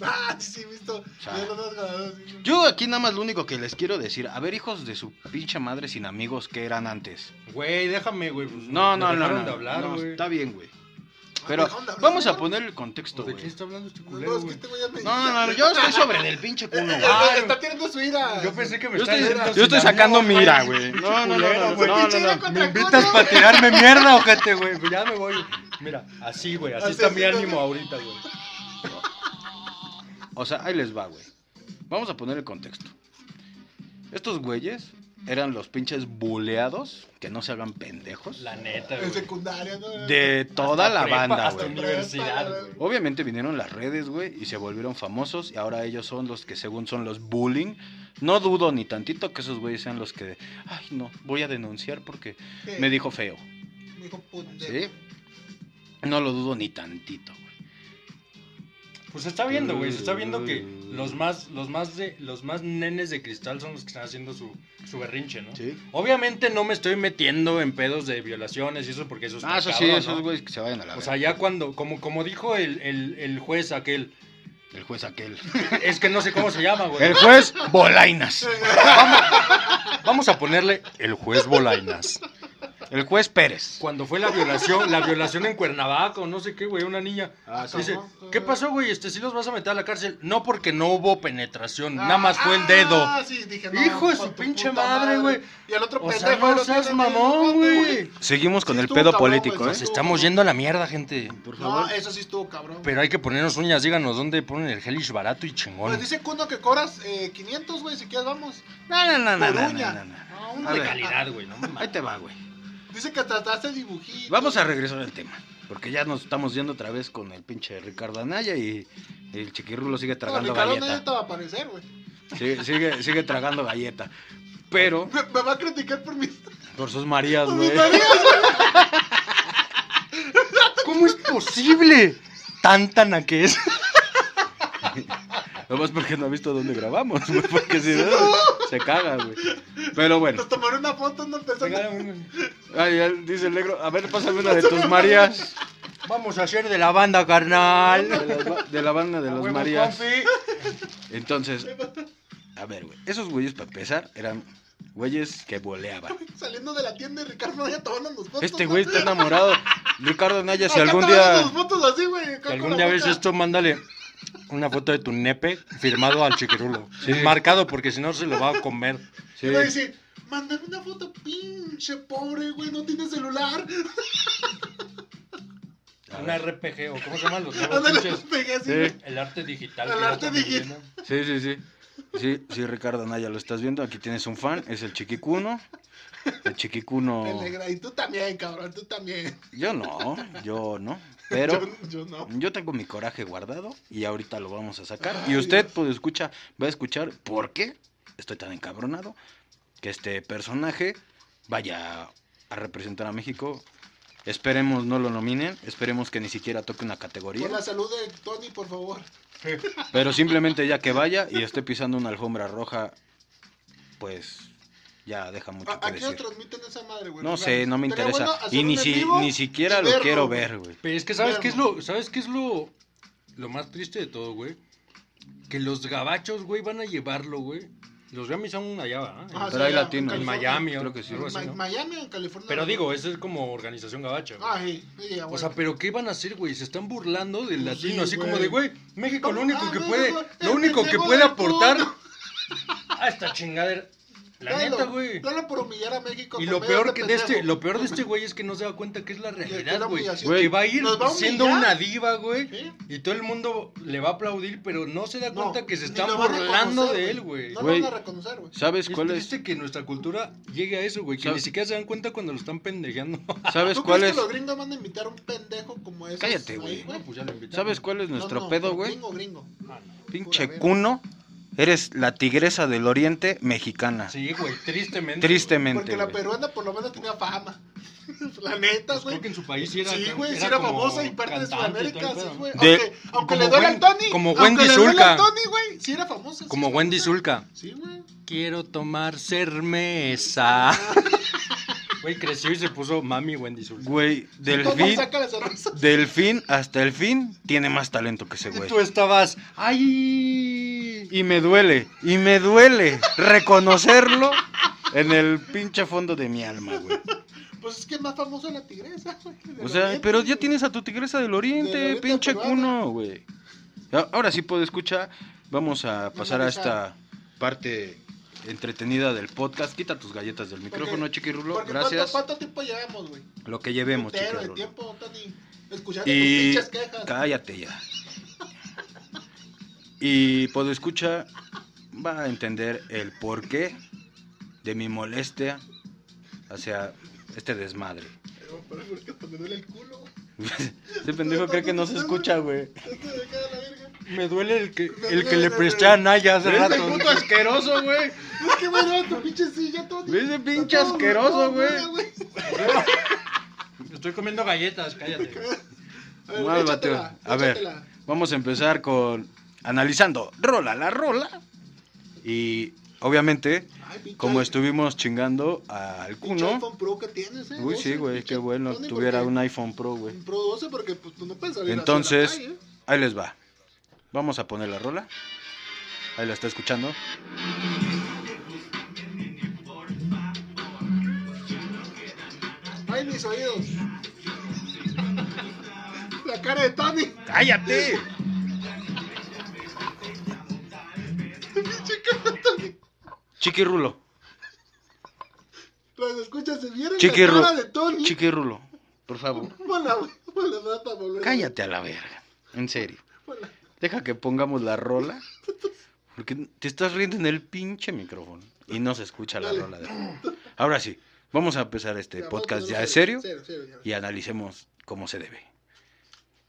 [SPEAKER 1] Ah, sí, visto.
[SPEAKER 2] sea,
[SPEAKER 1] Ya los has ganado, sí, güey.
[SPEAKER 2] Yo aquí nada más lo único que les quiero decir, a ver, hijos de su pinche madre sin amigos que eran antes.
[SPEAKER 3] Güey, déjame, güey. pues,
[SPEAKER 2] No, no,
[SPEAKER 3] me
[SPEAKER 2] no,
[SPEAKER 3] dejaron
[SPEAKER 2] no,
[SPEAKER 3] de hablar,
[SPEAKER 2] no,
[SPEAKER 3] güey.
[SPEAKER 2] está bien, güey.
[SPEAKER 1] Ah,
[SPEAKER 2] Pero
[SPEAKER 1] dejaron de hablar,
[SPEAKER 2] vamos a
[SPEAKER 1] ¿no?
[SPEAKER 2] poner el contexto,
[SPEAKER 3] ¿De qué
[SPEAKER 2] güey.
[SPEAKER 3] está hablando este
[SPEAKER 1] No,
[SPEAKER 3] culero,
[SPEAKER 1] es que
[SPEAKER 3] güey?
[SPEAKER 1] este güey ya me.
[SPEAKER 2] No, no, no, yo estoy sobre del pinche culo, güey.
[SPEAKER 3] Ah,
[SPEAKER 1] Está tirando su ira.
[SPEAKER 3] Yo pensé que me
[SPEAKER 2] Yo
[SPEAKER 3] estaba
[SPEAKER 2] estoy,
[SPEAKER 3] diciendo
[SPEAKER 2] yo estoy
[SPEAKER 3] sin
[SPEAKER 2] sacando
[SPEAKER 3] amigos,
[SPEAKER 2] mira, güey. No, no, no,
[SPEAKER 3] culero,
[SPEAKER 2] no, no,
[SPEAKER 3] güey.
[SPEAKER 2] no,
[SPEAKER 1] Pinche
[SPEAKER 2] no,
[SPEAKER 1] ira
[SPEAKER 2] no.
[SPEAKER 1] contra
[SPEAKER 3] Me invitas
[SPEAKER 1] culo.
[SPEAKER 3] para tirarme mierda, ojete, güey. Pues ya me voy. Mira, así, güey. Así,
[SPEAKER 1] Así,
[SPEAKER 3] está
[SPEAKER 1] así
[SPEAKER 3] mi
[SPEAKER 1] está
[SPEAKER 3] ánimo
[SPEAKER 1] bien.
[SPEAKER 3] ahorita, güey.
[SPEAKER 2] O sea, ahí les va, güey. Vamos a poner el contexto. Estos güeyes eran los pinches buleados, que no se hagan pendejos,
[SPEAKER 3] La neta,
[SPEAKER 1] En
[SPEAKER 3] güey.
[SPEAKER 1] secundaria, ¿no?
[SPEAKER 2] de toda
[SPEAKER 3] Hasta
[SPEAKER 2] la
[SPEAKER 3] prepa,
[SPEAKER 2] banda,
[SPEAKER 3] hasta
[SPEAKER 2] güey.
[SPEAKER 3] universidad, güey.
[SPEAKER 2] Obviamente vinieron las redes, güey, y se volvieron famosos y ahora ellos son los que según son los bullying. No dudo ni tantito que esos güeyes sean los que, ay no, voy a denunciar porque
[SPEAKER 1] Sí,
[SPEAKER 2] me dijo feo,
[SPEAKER 1] Me dijo "Pues, puta.
[SPEAKER 2] ¿sí? No lo dudo ni tantito, güey.
[SPEAKER 3] Pues se está viendo, güey. Se está viendo que
[SPEAKER 2] Mm.
[SPEAKER 3] los más, los más de, los más nenes de cristal son los que están haciendo su, su berrinche, ¿no?
[SPEAKER 2] ¿Sí?
[SPEAKER 3] Obviamente no me estoy metiendo en pedos de violaciones y eso porque eso es
[SPEAKER 2] Ah, eso sí,
[SPEAKER 3] cabrón,
[SPEAKER 2] esos
[SPEAKER 3] ¿no? Pues
[SPEAKER 2] güeyes que se vayan a la
[SPEAKER 3] O
[SPEAKER 2] verga.
[SPEAKER 3] sea, ya cuando, como, como dijo el, el, el juez aquel,
[SPEAKER 2] El juez aquel.
[SPEAKER 3] es que no sé cómo se llama, güey.
[SPEAKER 2] El juez Bolainas.
[SPEAKER 3] Ah, Vamos, vamos a ponerle el juez Bolainas.
[SPEAKER 2] El juez Pérez.
[SPEAKER 3] Cuando fue la violación, la violación en Cuernavaca o no sé qué, güey, una niña.
[SPEAKER 2] Ah, sí.
[SPEAKER 3] Dice, ¿qué pasó, güey? Este, ¿sí los vas a meter a la cárcel? No, porque no hubo penetración, nada más fue el dedo.
[SPEAKER 1] Ah, sí, dije, no,
[SPEAKER 3] Hijo de
[SPEAKER 1] por
[SPEAKER 3] su
[SPEAKER 1] tu
[SPEAKER 3] pinche
[SPEAKER 1] puta
[SPEAKER 3] madre, güey.
[SPEAKER 1] Y el otro
[SPEAKER 3] O sea,
[SPEAKER 1] pendejo.
[SPEAKER 3] no
[SPEAKER 1] lo
[SPEAKER 3] seas
[SPEAKER 1] tiene ahí,
[SPEAKER 3] mamón, güey.
[SPEAKER 2] Seguimos con
[SPEAKER 1] Sí,
[SPEAKER 2] el
[SPEAKER 1] estuvo
[SPEAKER 2] pedo
[SPEAKER 1] cabrón,
[SPEAKER 2] político,
[SPEAKER 1] güey,
[SPEAKER 2] ¿eh?
[SPEAKER 1] sí.
[SPEAKER 3] Estamos yendo a la mierda, gente.
[SPEAKER 2] Por
[SPEAKER 1] No, eso sí estuvo cabrón.
[SPEAKER 3] Pero hay que ponernos uñas, díganos dónde ponen el gelish barato y chingón.
[SPEAKER 1] Pues dice Kuno que cobras eh, 500, güey, si quieres vamos.
[SPEAKER 2] No, no, no, no, no,
[SPEAKER 1] Coruña.
[SPEAKER 2] no, no.
[SPEAKER 3] Ah,
[SPEAKER 1] No, uno
[SPEAKER 2] A
[SPEAKER 1] de
[SPEAKER 2] ver.
[SPEAKER 1] calidad.
[SPEAKER 3] güey, no
[SPEAKER 2] Ahí te va, güey.
[SPEAKER 1] Dice que trataste dibujitos.
[SPEAKER 2] Vamos a regresar al tema. Porque ya nos estamos yendo otra vez con el pinche Ricardo Anaya y el chiquirrulo sigue
[SPEAKER 1] No,
[SPEAKER 2] tragando
[SPEAKER 1] Ricardo nadie te
[SPEAKER 2] galleta.
[SPEAKER 1] va a aparecer, güey.
[SPEAKER 2] Sigue, sigue, sigue tragando galleta. Pero,
[SPEAKER 1] Me, me va a criticar por mis.
[SPEAKER 2] por sus Marías,
[SPEAKER 1] por
[SPEAKER 2] Pues, güey.
[SPEAKER 1] mis tareas, güey.
[SPEAKER 3] ¿Cómo es posible? Tan tan que es.
[SPEAKER 2] Nomás porque no ha visto dónde grabamos, güey. Porque si no, se caga, güey. Pero bueno.
[SPEAKER 1] Nos tomaron una foto, no pensando.
[SPEAKER 2] Ay, ya dice el negro, a ver, pásame una de tus Marías.
[SPEAKER 3] Vamos a hacer de la banda, carnal.
[SPEAKER 2] De, las ba- de la banda de
[SPEAKER 3] A
[SPEAKER 2] los
[SPEAKER 3] huevo,
[SPEAKER 2] Marías.
[SPEAKER 3] compi.
[SPEAKER 2] Entonces, a ver, güey. Esos güeyes, para empezar, eran güeyes que voleaban.
[SPEAKER 1] Saliendo de la tienda y Ricardo ya tomando sus fotos.
[SPEAKER 2] Este
[SPEAKER 1] ¿no?
[SPEAKER 2] güey está enamorado. Ricardo Naya, si
[SPEAKER 1] Acá
[SPEAKER 2] algún
[SPEAKER 1] tomando
[SPEAKER 2] día.
[SPEAKER 1] sus fotos así, güey. acá
[SPEAKER 3] Si
[SPEAKER 1] con
[SPEAKER 3] algún
[SPEAKER 1] la
[SPEAKER 3] día este ves
[SPEAKER 1] boca.
[SPEAKER 3] esto, mándale una foto de tu nepe firmado al chiquirulo. Marcado, porque si no se lo va a comer.
[SPEAKER 2] Sí.
[SPEAKER 1] Y va a decir, mándame una foto, pinche pobre, güey, no tiene celular.
[SPEAKER 2] A
[SPEAKER 3] Una
[SPEAKER 2] ver,
[SPEAKER 3] RPG, o ¿cómo se llaman los nuevos
[SPEAKER 1] Ándale,
[SPEAKER 3] pinches?
[SPEAKER 1] pegué así,
[SPEAKER 2] Sí.
[SPEAKER 1] güey.
[SPEAKER 3] El arte digital.
[SPEAKER 1] El
[SPEAKER 3] que ya
[SPEAKER 1] arte
[SPEAKER 3] estamos
[SPEAKER 1] digital.
[SPEAKER 3] viendo.
[SPEAKER 2] Sí, sí, sí. Sí, sí, Ricardo Naya, lo estás viendo. Aquí tienes un fan, es el Chiquicuno. El Chiquicuno.
[SPEAKER 1] El negra, y tú también, cabrón, tú también.
[SPEAKER 2] Yo no, yo no. Pero
[SPEAKER 1] Yo, yo no.
[SPEAKER 2] yo tengo mi coraje guardado y ahorita lo vamos a sacar. Y usted, pues, escucha, va a escuchar por qué estoy tan encabronado que este personaje vaya a representar a México. Esperemos no lo nominen, esperemos que ni siquiera toque una categoría.
[SPEAKER 1] Por la salud de Tony, por favor.
[SPEAKER 2] Pero simplemente ya que vaya y esté pisando una alfombra roja, pues ya deja mucho
[SPEAKER 1] ¿A,
[SPEAKER 2] que
[SPEAKER 1] a qué hora
[SPEAKER 2] decir.
[SPEAKER 1] transmiten esa madre, güey?
[SPEAKER 2] No
[SPEAKER 1] O sea,
[SPEAKER 2] sé, no me
[SPEAKER 1] estaría
[SPEAKER 2] interesa.
[SPEAKER 1] bueno hacer
[SPEAKER 2] y ni,
[SPEAKER 1] un en
[SPEAKER 2] si-
[SPEAKER 1] vivo
[SPEAKER 2] ni siquiera
[SPEAKER 1] y
[SPEAKER 2] lo
[SPEAKER 1] verlo,
[SPEAKER 2] quiero
[SPEAKER 1] güey.
[SPEAKER 2] ver, güey.
[SPEAKER 3] Pero es que sabes qué es lo, sabes qué es lo, lo más triste de todo, güey. Que los gabachos, güey, van a llevarlo, güey. Los Grammys son allá, ¿verdad?
[SPEAKER 1] Ah,
[SPEAKER 2] Pero hay
[SPEAKER 1] allá,
[SPEAKER 2] latinos.
[SPEAKER 3] en
[SPEAKER 1] California.
[SPEAKER 3] Miami, o
[SPEAKER 2] Creo que sí.
[SPEAKER 3] algo así,
[SPEAKER 1] Ma-
[SPEAKER 3] ¿no?
[SPEAKER 1] Miami o en California.
[SPEAKER 3] Pero digo, eso es como organización gabacha. güey.
[SPEAKER 1] Ah, sí, sí, ya,
[SPEAKER 3] O
[SPEAKER 1] güey.
[SPEAKER 3] sea, pero ¿qué van a hacer, güey? Se están burlando del
[SPEAKER 1] Pues sí,
[SPEAKER 3] latino, así como
[SPEAKER 1] güey.
[SPEAKER 3] de, güey, México lo
[SPEAKER 1] Ah,
[SPEAKER 3] único que
[SPEAKER 1] no,
[SPEAKER 3] puede,
[SPEAKER 1] no, no,
[SPEAKER 3] lo
[SPEAKER 1] el
[SPEAKER 3] único que
[SPEAKER 1] pendejo
[SPEAKER 3] puede
[SPEAKER 1] del
[SPEAKER 3] aportar
[SPEAKER 1] puto.
[SPEAKER 3] a esta chingadera. La
[SPEAKER 1] Dalo,
[SPEAKER 3] neta, güey.
[SPEAKER 1] dalo por humillar a México.
[SPEAKER 3] Y
[SPEAKER 1] por
[SPEAKER 3] lo
[SPEAKER 1] medio
[SPEAKER 3] peor que de este,
[SPEAKER 1] pendejo.
[SPEAKER 3] lo peor de este güey es que no se da cuenta que es la
[SPEAKER 1] que es
[SPEAKER 3] realidad,
[SPEAKER 1] la
[SPEAKER 3] güey.
[SPEAKER 1] humillación.
[SPEAKER 2] Güey,
[SPEAKER 3] Que va a ir
[SPEAKER 1] ¿nos va a
[SPEAKER 3] siendo
[SPEAKER 1] humillar?
[SPEAKER 3] una diva, güey.
[SPEAKER 1] ¿Sí?
[SPEAKER 3] Y todo el mundo le va a aplaudir, pero no se da
[SPEAKER 1] No,
[SPEAKER 3] cuenta que se
[SPEAKER 1] ni
[SPEAKER 3] están
[SPEAKER 1] lo van a
[SPEAKER 3] burlando
[SPEAKER 1] reconocer,
[SPEAKER 3] de él, güey.
[SPEAKER 1] No
[SPEAKER 2] Güey.
[SPEAKER 1] lo van a reconocer, güey.
[SPEAKER 2] ¿Sabes
[SPEAKER 3] Es
[SPEAKER 2] cuál es?
[SPEAKER 1] este,
[SPEAKER 3] triste que nuestra cultura llegue a eso, güey. Que
[SPEAKER 2] ¿Sabes?
[SPEAKER 3] ni siquiera se dan cuenta cuando lo están pendejeando.
[SPEAKER 2] ¿Sabes
[SPEAKER 1] ¿Tú
[SPEAKER 2] cuál
[SPEAKER 1] crees
[SPEAKER 2] es?
[SPEAKER 1] que los gringos van a invitar a un pendejo como ese?
[SPEAKER 2] Cállate, güey.
[SPEAKER 3] Bueno, pues ya lo invitaron.
[SPEAKER 2] ¿Sabes cuál es nuestro pedo, güey?
[SPEAKER 1] Gringo, gringo.
[SPEAKER 3] Ah, no.
[SPEAKER 2] Pinche
[SPEAKER 1] Pura verga.
[SPEAKER 2] cuno, eres la tigresa del oriente mexicana.
[SPEAKER 3] Sí, güey, tristemente.
[SPEAKER 2] Tristemente.
[SPEAKER 1] Porque la
[SPEAKER 2] güey.
[SPEAKER 1] peruana por lo menos tenía fama. la neta,
[SPEAKER 3] Pues
[SPEAKER 1] güey.
[SPEAKER 3] creo que en su país sí era.
[SPEAKER 1] sí, güey, sí
[SPEAKER 3] era
[SPEAKER 1] era
[SPEAKER 3] como
[SPEAKER 1] famosa y parte de
[SPEAKER 3] cantante y todo
[SPEAKER 1] Sudamérica, sí,
[SPEAKER 3] el pedo.
[SPEAKER 1] güey.
[SPEAKER 2] De-
[SPEAKER 1] Aunque, aunque
[SPEAKER 3] como
[SPEAKER 1] le duele
[SPEAKER 3] Wen-
[SPEAKER 1] al Tony.
[SPEAKER 3] como
[SPEAKER 1] aunque
[SPEAKER 3] Wendy
[SPEAKER 1] le duele
[SPEAKER 3] Zulka.
[SPEAKER 1] al Tony, güey, sí era famosa. sí
[SPEAKER 3] Como
[SPEAKER 1] era
[SPEAKER 3] Wendy
[SPEAKER 1] famosa.
[SPEAKER 3] Zulka.
[SPEAKER 1] Sí, güey.
[SPEAKER 3] Quiero tomar cerveza. Güey, creció y se puso mami Wendy Zulka.
[SPEAKER 2] Güey,
[SPEAKER 1] Toma,
[SPEAKER 2] Delfín,
[SPEAKER 1] saca la cerveza.
[SPEAKER 2] Delfín hasta el fin tiene más talento que ese
[SPEAKER 3] Y
[SPEAKER 2] güey.
[SPEAKER 3] tú estabas. ¡Ay!
[SPEAKER 2] Y me duele, y me duele reconocerlo en el pinche fondo de mi alma, güey.
[SPEAKER 1] Pues es que es más famosa la tigresa, güey.
[SPEAKER 2] O sea, pero ya tienes a tu tigresa del oriente,
[SPEAKER 1] Del oriente
[SPEAKER 2] pinche
[SPEAKER 1] peruana.
[SPEAKER 2] cuno, güey. A- Ahora sí puedo escuchar. Vamos a pasar a esta parte entretenida del podcast. Quita tus galletas del micrófono,
[SPEAKER 1] Porque-
[SPEAKER 2] Chiquirulo.
[SPEAKER 1] Porque
[SPEAKER 2] Gracias.
[SPEAKER 1] ¿cuánto, ¿Cuánto tiempo llevamos, güey?
[SPEAKER 2] Lo que llevemos,
[SPEAKER 1] Pero de
[SPEAKER 2] Chiquirulo.
[SPEAKER 1] tiempo, Tony. Escuchando
[SPEAKER 2] Y
[SPEAKER 1] tus pinches quejas.
[SPEAKER 2] cállate ya. Y puedo escuchar va a entender el porqué de mi molestia hacia este desmadre.
[SPEAKER 1] Pero, pero, porque hasta me duele el culo, güey.
[SPEAKER 2] Ese Este pendejo cree que no se escucha, güey.
[SPEAKER 1] Esto de acá de la verga.
[SPEAKER 3] Me duele el que,
[SPEAKER 1] Me
[SPEAKER 3] el que le
[SPEAKER 1] duele,
[SPEAKER 3] presté
[SPEAKER 1] güey.
[SPEAKER 3] a Naya hace
[SPEAKER 2] Este
[SPEAKER 3] rato.
[SPEAKER 2] puto asqueroso, güey.
[SPEAKER 1] Es que, güey, no, tu pinche silla, Tony.
[SPEAKER 2] Ese pinche
[SPEAKER 1] Está todo
[SPEAKER 2] asqueroso,
[SPEAKER 1] gorda, güey.
[SPEAKER 3] Estoy comiendo galletas, cállate.
[SPEAKER 1] A ver,
[SPEAKER 2] Mal
[SPEAKER 1] échatela,
[SPEAKER 2] bateo. A ver,
[SPEAKER 1] échatela.
[SPEAKER 2] vamos a empezar con analizando rola la rola. Y obviamente,
[SPEAKER 1] Ay, pinche-
[SPEAKER 2] como estuvimos chingando al
[SPEAKER 1] Pinche
[SPEAKER 2] cuno.
[SPEAKER 1] iPhone Pro que tienes, eh.
[SPEAKER 2] Uy, sí,
[SPEAKER 1] 12,
[SPEAKER 2] güey,
[SPEAKER 1] pinche
[SPEAKER 2] qué bueno
[SPEAKER 1] Tony,
[SPEAKER 2] tuviera
[SPEAKER 1] porque-
[SPEAKER 2] un iPhone Pro, güey.
[SPEAKER 1] un Pro 12 porque pues tú no puedes salir así a la
[SPEAKER 2] Entonces-
[SPEAKER 1] calle, eh.
[SPEAKER 2] Ahí les va. Vamos a poner la rola. Ahí la está escuchando.
[SPEAKER 1] mis oídos. La cara de Tony.
[SPEAKER 2] ¡Cállate!
[SPEAKER 1] Pinche cara de Tony.
[SPEAKER 2] Chiquirulo.
[SPEAKER 1] Las escuchas, se vieron
[SPEAKER 2] Chiquirru-
[SPEAKER 1] la cara de Tony.
[SPEAKER 2] Chiquirulo. Por favor.
[SPEAKER 1] Mala, mala nata, boludo.
[SPEAKER 2] Cállate a la verga. En serio.
[SPEAKER 1] Mala-
[SPEAKER 2] Deja que pongamos la rola. Porque te estás riendo en el pinche micrófono. Y no se escucha la
[SPEAKER 1] Dale.
[SPEAKER 2] rola. de- Ahora sí. Vamos a empezar este
[SPEAKER 1] Ya,
[SPEAKER 2] podcast
[SPEAKER 1] vamos,
[SPEAKER 2] ya
[SPEAKER 1] no,
[SPEAKER 2] en serio.
[SPEAKER 1] serio, serio, ya.
[SPEAKER 2] Y analicemos cómo se debe.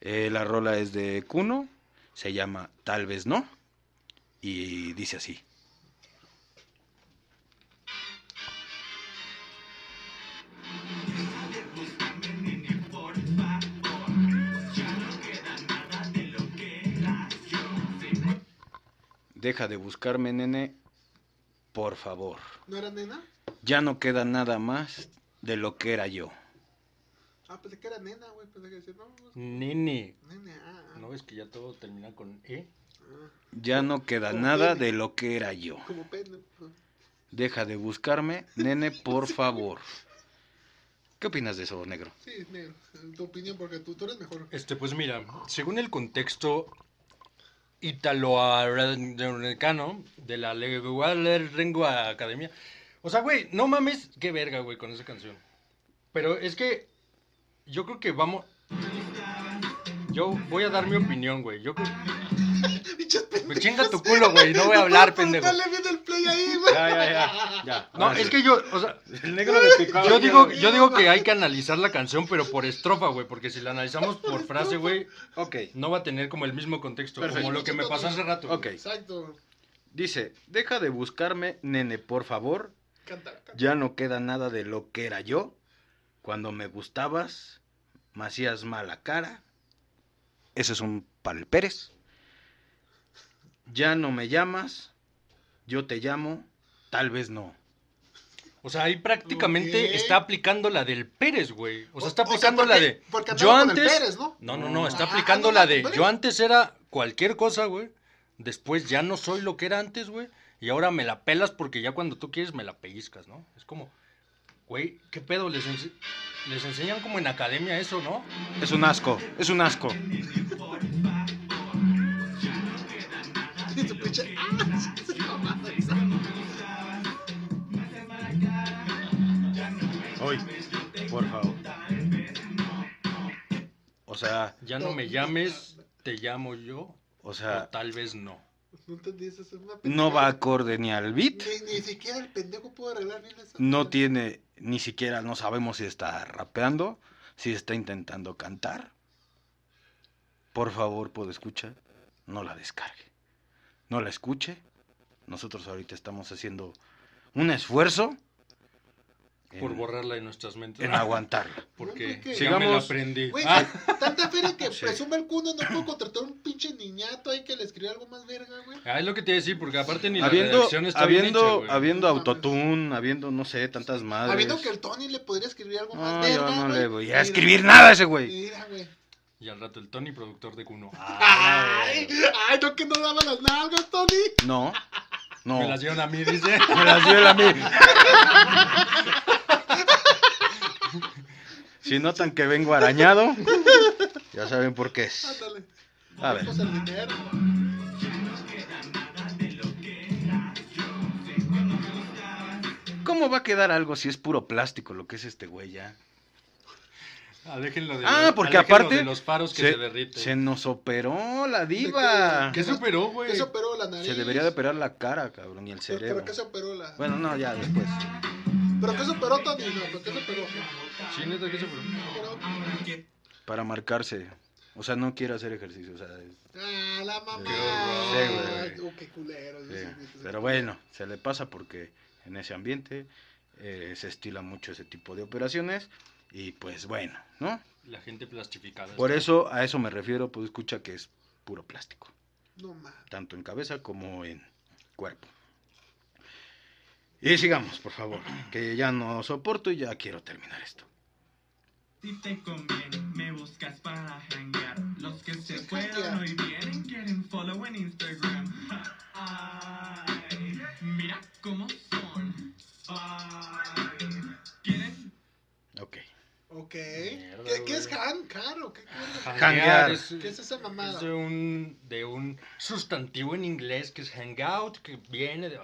[SPEAKER 2] Eh, la rola es de Kuno. Se llama Tal vez no. Y dice así. Deja de buscarme, nene, por favor.
[SPEAKER 1] ¿No era nena?
[SPEAKER 2] Ya no queda nada más de lo que era yo.
[SPEAKER 1] Ah, pensé que era nena, güey. Pensé que decía, no, pues,
[SPEAKER 3] Nene.
[SPEAKER 1] nene, ah, ah,
[SPEAKER 3] ¿No ves que ya todo termina con E?
[SPEAKER 1] ah,
[SPEAKER 2] Ya no queda
[SPEAKER 1] Como
[SPEAKER 2] nada
[SPEAKER 1] pene.
[SPEAKER 2] de lo que era yo.
[SPEAKER 1] como pene. pues,
[SPEAKER 2] Deja de buscarme, nene, por favor. ¿Qué opinas de eso, negro?
[SPEAKER 1] Sí, negro. Tu opinión, porque tú, tú eres mejor.
[SPEAKER 3] Este, pues mira, según el contexto italoamericano de la Lengua Academia. O sea, güey, no mames, qué verga, güey, con esa canción. Pero es que yo creo que vamos. Yo voy a dar mi opinión, güey. Yo creo.
[SPEAKER 1] Pinches pendejos.
[SPEAKER 3] chinga tu culo, güey, no voy a hablar,
[SPEAKER 1] puedes
[SPEAKER 3] pendejo.
[SPEAKER 1] darle bien el play ahí, güey.
[SPEAKER 3] No, es que yo, o sea,
[SPEAKER 2] Ah, El negro le
[SPEAKER 3] yo digo, yo digo que hay que analizar la canción, pero por estrofa, güey, porque si la analizamos por frase, güey,
[SPEAKER 2] Ok,
[SPEAKER 3] no va a tener como el mismo contexto,
[SPEAKER 2] Perfecto.
[SPEAKER 3] como lo que me pasó hace rato. güey.
[SPEAKER 2] ok.
[SPEAKER 1] Exacto.
[SPEAKER 2] Dice, deja de buscarme, nene, por favor.
[SPEAKER 1] Cantar, cantar.
[SPEAKER 2] Ya no queda nada de lo que era yo. Cuando me gustabas, me hacías mala cara. Ese es un pal Pérez. Ya no me llamas, yo te llamo, tal vez no.
[SPEAKER 3] O sea, ahí prácticamente
[SPEAKER 1] Ok.
[SPEAKER 3] está aplicando la del Pérez, güey. O sea, está
[SPEAKER 1] O- o sea,
[SPEAKER 3] aplicando la
[SPEAKER 1] porque-
[SPEAKER 3] de.
[SPEAKER 1] porque
[SPEAKER 3] Yo
[SPEAKER 1] andaba con el
[SPEAKER 3] antes.
[SPEAKER 1] Pérez, ¿no?
[SPEAKER 3] no, no, no, está
[SPEAKER 1] Ah,
[SPEAKER 3] aplicando
[SPEAKER 1] andaba
[SPEAKER 3] la
[SPEAKER 1] con
[SPEAKER 3] de.
[SPEAKER 1] Pérez.
[SPEAKER 3] Yo antes era cualquier cosa, güey. Después ya no soy lo que era antes, güey. Y ahora me la pelas porque ya cuando tú quieres me la pellizcas, ¿no? Es como, güey, ¿qué pedo? Les, ense- les enseñan como en academia eso, ¿no?
[SPEAKER 2] Es un asco, es un asco.
[SPEAKER 1] Y tu pinche- ah, sí, mamada, exacto.
[SPEAKER 2] Hoy, por favor. O sea,
[SPEAKER 3] Ya no me llames, te llamo yo,
[SPEAKER 2] o
[SPEAKER 3] o
[SPEAKER 2] sea,
[SPEAKER 3] tal vez no.
[SPEAKER 1] No entendí, eso es una pendejada.
[SPEAKER 2] no va acorde ni al beat,
[SPEAKER 1] Ni, ni siquiera el pendejo pudo arreglar bien esa.
[SPEAKER 2] no tiene, ni siquiera, no sabemos si está rapeando, si está intentando cantar. Por favor, puedo escuchar, no la descargue, no la escuche. Nosotros ahorita estamos haciendo un esfuerzo
[SPEAKER 3] Por
[SPEAKER 2] en-
[SPEAKER 3] borrarla de nuestras mentes.
[SPEAKER 2] en aguantarla.
[SPEAKER 1] No,
[SPEAKER 3] Porque
[SPEAKER 1] porque-
[SPEAKER 3] ya me la
[SPEAKER 2] Sigamos.
[SPEAKER 3] aprendí.
[SPEAKER 1] Güey,
[SPEAKER 3] Ah.
[SPEAKER 1] tanta feria que
[SPEAKER 2] Sí.
[SPEAKER 1] presume el cuno, no puedo contratar un pinche niñato ahí que le escriba algo más verga, güey.
[SPEAKER 3] Ah, es lo que te iba a decir, porque aparte ni la
[SPEAKER 2] habiendo
[SPEAKER 3] redacción está bien hecha,
[SPEAKER 2] habiendo
[SPEAKER 3] güey.
[SPEAKER 2] habiendo
[SPEAKER 1] No mames.
[SPEAKER 2] autotune habiendo no sé tantas madres
[SPEAKER 1] Habiendo que el Tony le podría escribir algo más
[SPEAKER 2] no
[SPEAKER 1] verga,
[SPEAKER 2] yo no
[SPEAKER 1] güey.
[SPEAKER 2] le voy a
[SPEAKER 1] Mira,
[SPEAKER 2] escribir nada a ese güey
[SPEAKER 1] Mira, güey.
[SPEAKER 3] Y al rato el Tony, productor de Cuno.
[SPEAKER 2] Ah,
[SPEAKER 1] Ay, ay, no que no daba las nalgas, Tony.
[SPEAKER 2] no no
[SPEAKER 3] Me las dieron a mí, dice.
[SPEAKER 2] Me las dio él a mí si notan que vengo arañado ya saben por qué es
[SPEAKER 1] Ándale.
[SPEAKER 2] a ver
[SPEAKER 1] Pues el dinero.
[SPEAKER 2] cómo va a quedar algo si es puro plástico lo que es este güey ya
[SPEAKER 3] Aléjenlo de
[SPEAKER 2] ah
[SPEAKER 3] los-
[SPEAKER 2] porque
[SPEAKER 3] aléjenlo
[SPEAKER 2] aparte
[SPEAKER 3] de los faros que se, derriten.
[SPEAKER 2] se nos operó la diva
[SPEAKER 3] ¿Qué se operó, güey?
[SPEAKER 1] ¿Qué se operó la nariz?
[SPEAKER 2] se debería de operar la cara cabrón y el
[SPEAKER 1] Pero-
[SPEAKER 2] cerebro
[SPEAKER 1] ¿Pero qué se operó la...?
[SPEAKER 2] Bueno, no, ya después.
[SPEAKER 1] ¿Pero qué se operó, Tony? No, ¿pero qué se operó?
[SPEAKER 3] Sí, neta, ¿qué se operó?
[SPEAKER 1] Pero-
[SPEAKER 2] Para marcarse. O sea, no quiere hacer ejercicio. O sea, es-
[SPEAKER 1] Ah, la mamá.
[SPEAKER 2] Qué horror. Sí,
[SPEAKER 1] Oh, qué culero. eso
[SPEAKER 2] eh,
[SPEAKER 1] sí,
[SPEAKER 2] pero bueno, se le pasa porque en ese ambiente eh, se estila mucho ese tipo de operaciones. Y pues bueno, ¿no?
[SPEAKER 3] La gente plastificada.
[SPEAKER 2] Por
[SPEAKER 3] está.
[SPEAKER 2] eso, a eso me refiero, pues escucha que es puro plástico.
[SPEAKER 1] No mames.
[SPEAKER 2] Tanto en cabeza como en cuerpo. Y sigamos, por favor, que ya no soporto y ya quiero terminar esto.
[SPEAKER 5] Si te conviene, me buscas para hangar. Los que se
[SPEAKER 1] Sí,
[SPEAKER 5] fueron
[SPEAKER 1] hanguear.
[SPEAKER 5] hoy vienen, quieren follow en Instagram. Ay, mira cómo son. Ay, quieren
[SPEAKER 2] Ok.
[SPEAKER 1] Ok.
[SPEAKER 2] Hanguear.
[SPEAKER 3] Es,
[SPEAKER 1] ¿Qué es esa mamada?
[SPEAKER 3] es de un, de un sustantivo en inglés que es hangout, que viene de...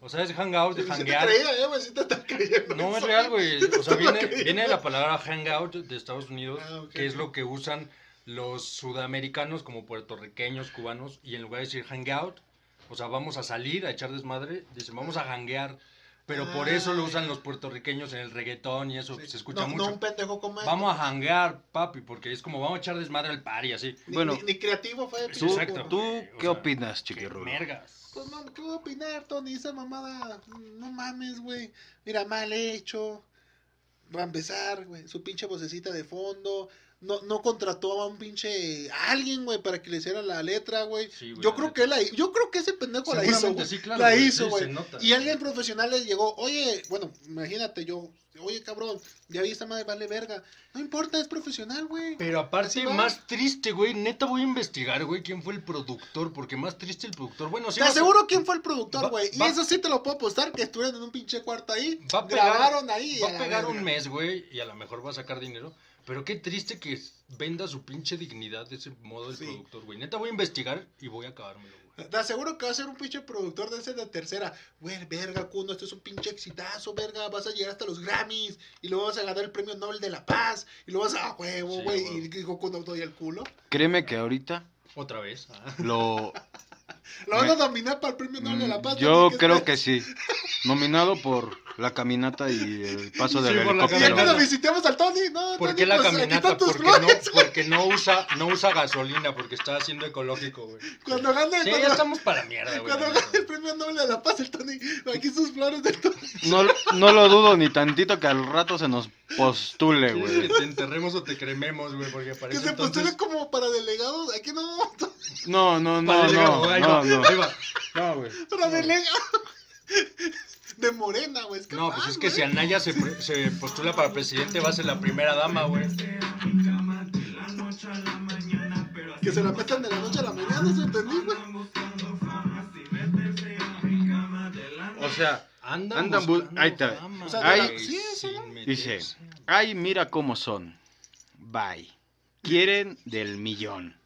[SPEAKER 3] O sea, es hangout, de
[SPEAKER 1] Sí te
[SPEAKER 3] hanguear.
[SPEAKER 1] creía, eh, güey, sí te estás creyendo.
[SPEAKER 3] No, es
[SPEAKER 1] eso.
[SPEAKER 3] real, güey.
[SPEAKER 1] Sí te
[SPEAKER 3] O sea,
[SPEAKER 1] estaba
[SPEAKER 3] viene,
[SPEAKER 1] creyendo.
[SPEAKER 3] viene de la palabra hangout de Estados Unidos,
[SPEAKER 1] Ah, ok.
[SPEAKER 3] que es lo que usan los sudamericanos como puertorriqueños, cubanos, y en lugar de decir hangout, o sea, vamos a salir a echar desmadre, dicen vamos a hanguear. Pero por eso lo
[SPEAKER 1] Ah.
[SPEAKER 3] usan los puertorriqueños en el reggaetón y eso, se escucha
[SPEAKER 1] no,
[SPEAKER 3] mucho.
[SPEAKER 1] No, un pendejo como este. él.
[SPEAKER 3] Vamos a hanguear, papi, porque es como vamos a echar desmadre al par y así.
[SPEAKER 1] Ni,
[SPEAKER 2] Bueno.
[SPEAKER 1] ni, ni creativo fue.
[SPEAKER 3] Tú-
[SPEAKER 1] pinche
[SPEAKER 3] Exacto.
[SPEAKER 1] Cuba.
[SPEAKER 2] ¿Tú
[SPEAKER 3] güey, o
[SPEAKER 2] qué
[SPEAKER 3] sea,
[SPEAKER 2] opinas,
[SPEAKER 3] ¡Qué
[SPEAKER 2] chiquirrulo?
[SPEAKER 3] mergas!
[SPEAKER 1] Pues no, ¿qué voy a opinar, Tony? Esa mamada, no mames, güey. Mira, mal hecho. Va a empezar, güey. Su pinche vocecita de fondo. No, no contrató a un pinche a alguien, güey, para que le hiciera la letra, güey.
[SPEAKER 3] Sí, güey,
[SPEAKER 1] yo
[SPEAKER 3] la
[SPEAKER 1] creo
[SPEAKER 3] neta.
[SPEAKER 1] que él la, yo creo que ese pendejo la hizo,
[SPEAKER 3] Seguramente
[SPEAKER 1] güey.
[SPEAKER 3] sí, claro,
[SPEAKER 1] la
[SPEAKER 3] güey,
[SPEAKER 1] hizo,
[SPEAKER 3] sí, se
[SPEAKER 1] güey.
[SPEAKER 3] nota.
[SPEAKER 1] Y alguien profesional le llegó, oye, bueno, imagínate yo, oye, cabrón, ya vi esta madre vale verga. No importa, es profesional, güey.
[SPEAKER 3] Pero
[SPEAKER 1] Así
[SPEAKER 3] aparte,
[SPEAKER 1] va.
[SPEAKER 3] más triste, güey. Neta voy a investigar, güey, quién fue el productor. Porque más triste el productor. Bueno, sí.
[SPEAKER 1] Te
[SPEAKER 3] vas a-
[SPEAKER 1] aseguro quién fue el
[SPEAKER 3] Va-
[SPEAKER 1] productor, güey. Y
[SPEAKER 3] va-
[SPEAKER 1] eso sí te lo puedo apostar, que estuvieron en un pinche cuarto ahí.
[SPEAKER 3] Va a pegar-
[SPEAKER 1] grabaron ahí. y
[SPEAKER 3] Va
[SPEAKER 1] la
[SPEAKER 3] a pegar
[SPEAKER 1] verga.
[SPEAKER 3] un mes, güey. Y a lo mejor va a sacar dinero. Pero qué triste que venda su pinche dignidad de ese modo el
[SPEAKER 1] Sí.
[SPEAKER 3] productor, güey. Neta voy a investigar y voy a acabármelo, güey.
[SPEAKER 1] Te aseguro que va a ser un pinche productor de ese de tercera. Güey, verga, Cuno, esto es un pinche exitazo, verga. Vas a llegar hasta los Grammys y luego vas a ganar el premio Nobel de la Paz. Y luego vas a, ah, huevo,
[SPEAKER 3] Sí,
[SPEAKER 1] güey.
[SPEAKER 3] a huevo.
[SPEAKER 1] y digo, Cuno, doy el culo.
[SPEAKER 2] Créeme que ahorita
[SPEAKER 3] Otra vez. Ah.
[SPEAKER 2] lo...
[SPEAKER 1] Lo van
[SPEAKER 2] Me-
[SPEAKER 1] a nominar para el premio Nobel de la Paz.
[SPEAKER 2] mm, Yo
[SPEAKER 1] Tony, ¿qué
[SPEAKER 2] creo
[SPEAKER 1] esperas?
[SPEAKER 2] que sí. Nominado por la caminata y el paso
[SPEAKER 3] Sí,
[SPEAKER 2] del
[SPEAKER 3] por la
[SPEAKER 1] Y acá
[SPEAKER 3] caminata.
[SPEAKER 2] helicóptero.
[SPEAKER 1] lo visitamos al Tony, ¿no?
[SPEAKER 3] ¿Por
[SPEAKER 1] Tony,
[SPEAKER 3] qué la
[SPEAKER 1] pues, aquí
[SPEAKER 3] caminata?
[SPEAKER 1] están tus
[SPEAKER 3] Porque no,
[SPEAKER 1] flores, güey.
[SPEAKER 3] porque no usa, no usa gasolina, porque está haciendo ecológico, güey.
[SPEAKER 1] Cuando gane,
[SPEAKER 3] Sí, ya
[SPEAKER 1] cuando-
[SPEAKER 3] estamos para la mierda, güey.
[SPEAKER 1] cuando
[SPEAKER 3] la
[SPEAKER 1] gane
[SPEAKER 3] neta,
[SPEAKER 1] el
[SPEAKER 3] güey.
[SPEAKER 1] premio Nobel de la Paz, el Tony. Aquí sus flores del Tony.
[SPEAKER 2] No, no lo dudo ni tantito que al rato se nos postule,
[SPEAKER 3] ¿Quieres que
[SPEAKER 2] Eh, güey.
[SPEAKER 3] te enterremos o te crememos, güey, porque
[SPEAKER 1] Que
[SPEAKER 3] parece
[SPEAKER 1] se
[SPEAKER 3] entonces...
[SPEAKER 1] postule como para delegados. Aquí no,
[SPEAKER 2] No, no, no,
[SPEAKER 3] Vale,
[SPEAKER 2] no,
[SPEAKER 3] ahí
[SPEAKER 2] no,
[SPEAKER 3] va,
[SPEAKER 2] no.
[SPEAKER 3] ahí va. No, güey.
[SPEAKER 1] para delegado. De morena, güey. Es que
[SPEAKER 3] No, pues
[SPEAKER 1] más,
[SPEAKER 3] es que
[SPEAKER 1] güey.
[SPEAKER 3] si Anaya se, pre- se postula para presidente, va a ser la primera
[SPEAKER 1] Ah,
[SPEAKER 3] dama, güey.
[SPEAKER 1] Que se la metan de la noche a la mañana, ¿se entendí, güey?
[SPEAKER 2] O sea,
[SPEAKER 3] Andan,
[SPEAKER 2] Andan bu-
[SPEAKER 3] buscando
[SPEAKER 2] ahí está.
[SPEAKER 3] fama,
[SPEAKER 1] O sea,
[SPEAKER 3] güey,
[SPEAKER 2] ahí-
[SPEAKER 1] sí, eso,
[SPEAKER 3] sin
[SPEAKER 1] ¿no?
[SPEAKER 3] meterse.
[SPEAKER 2] dice, ay, mira cómo son. Bye. Quieren del millón.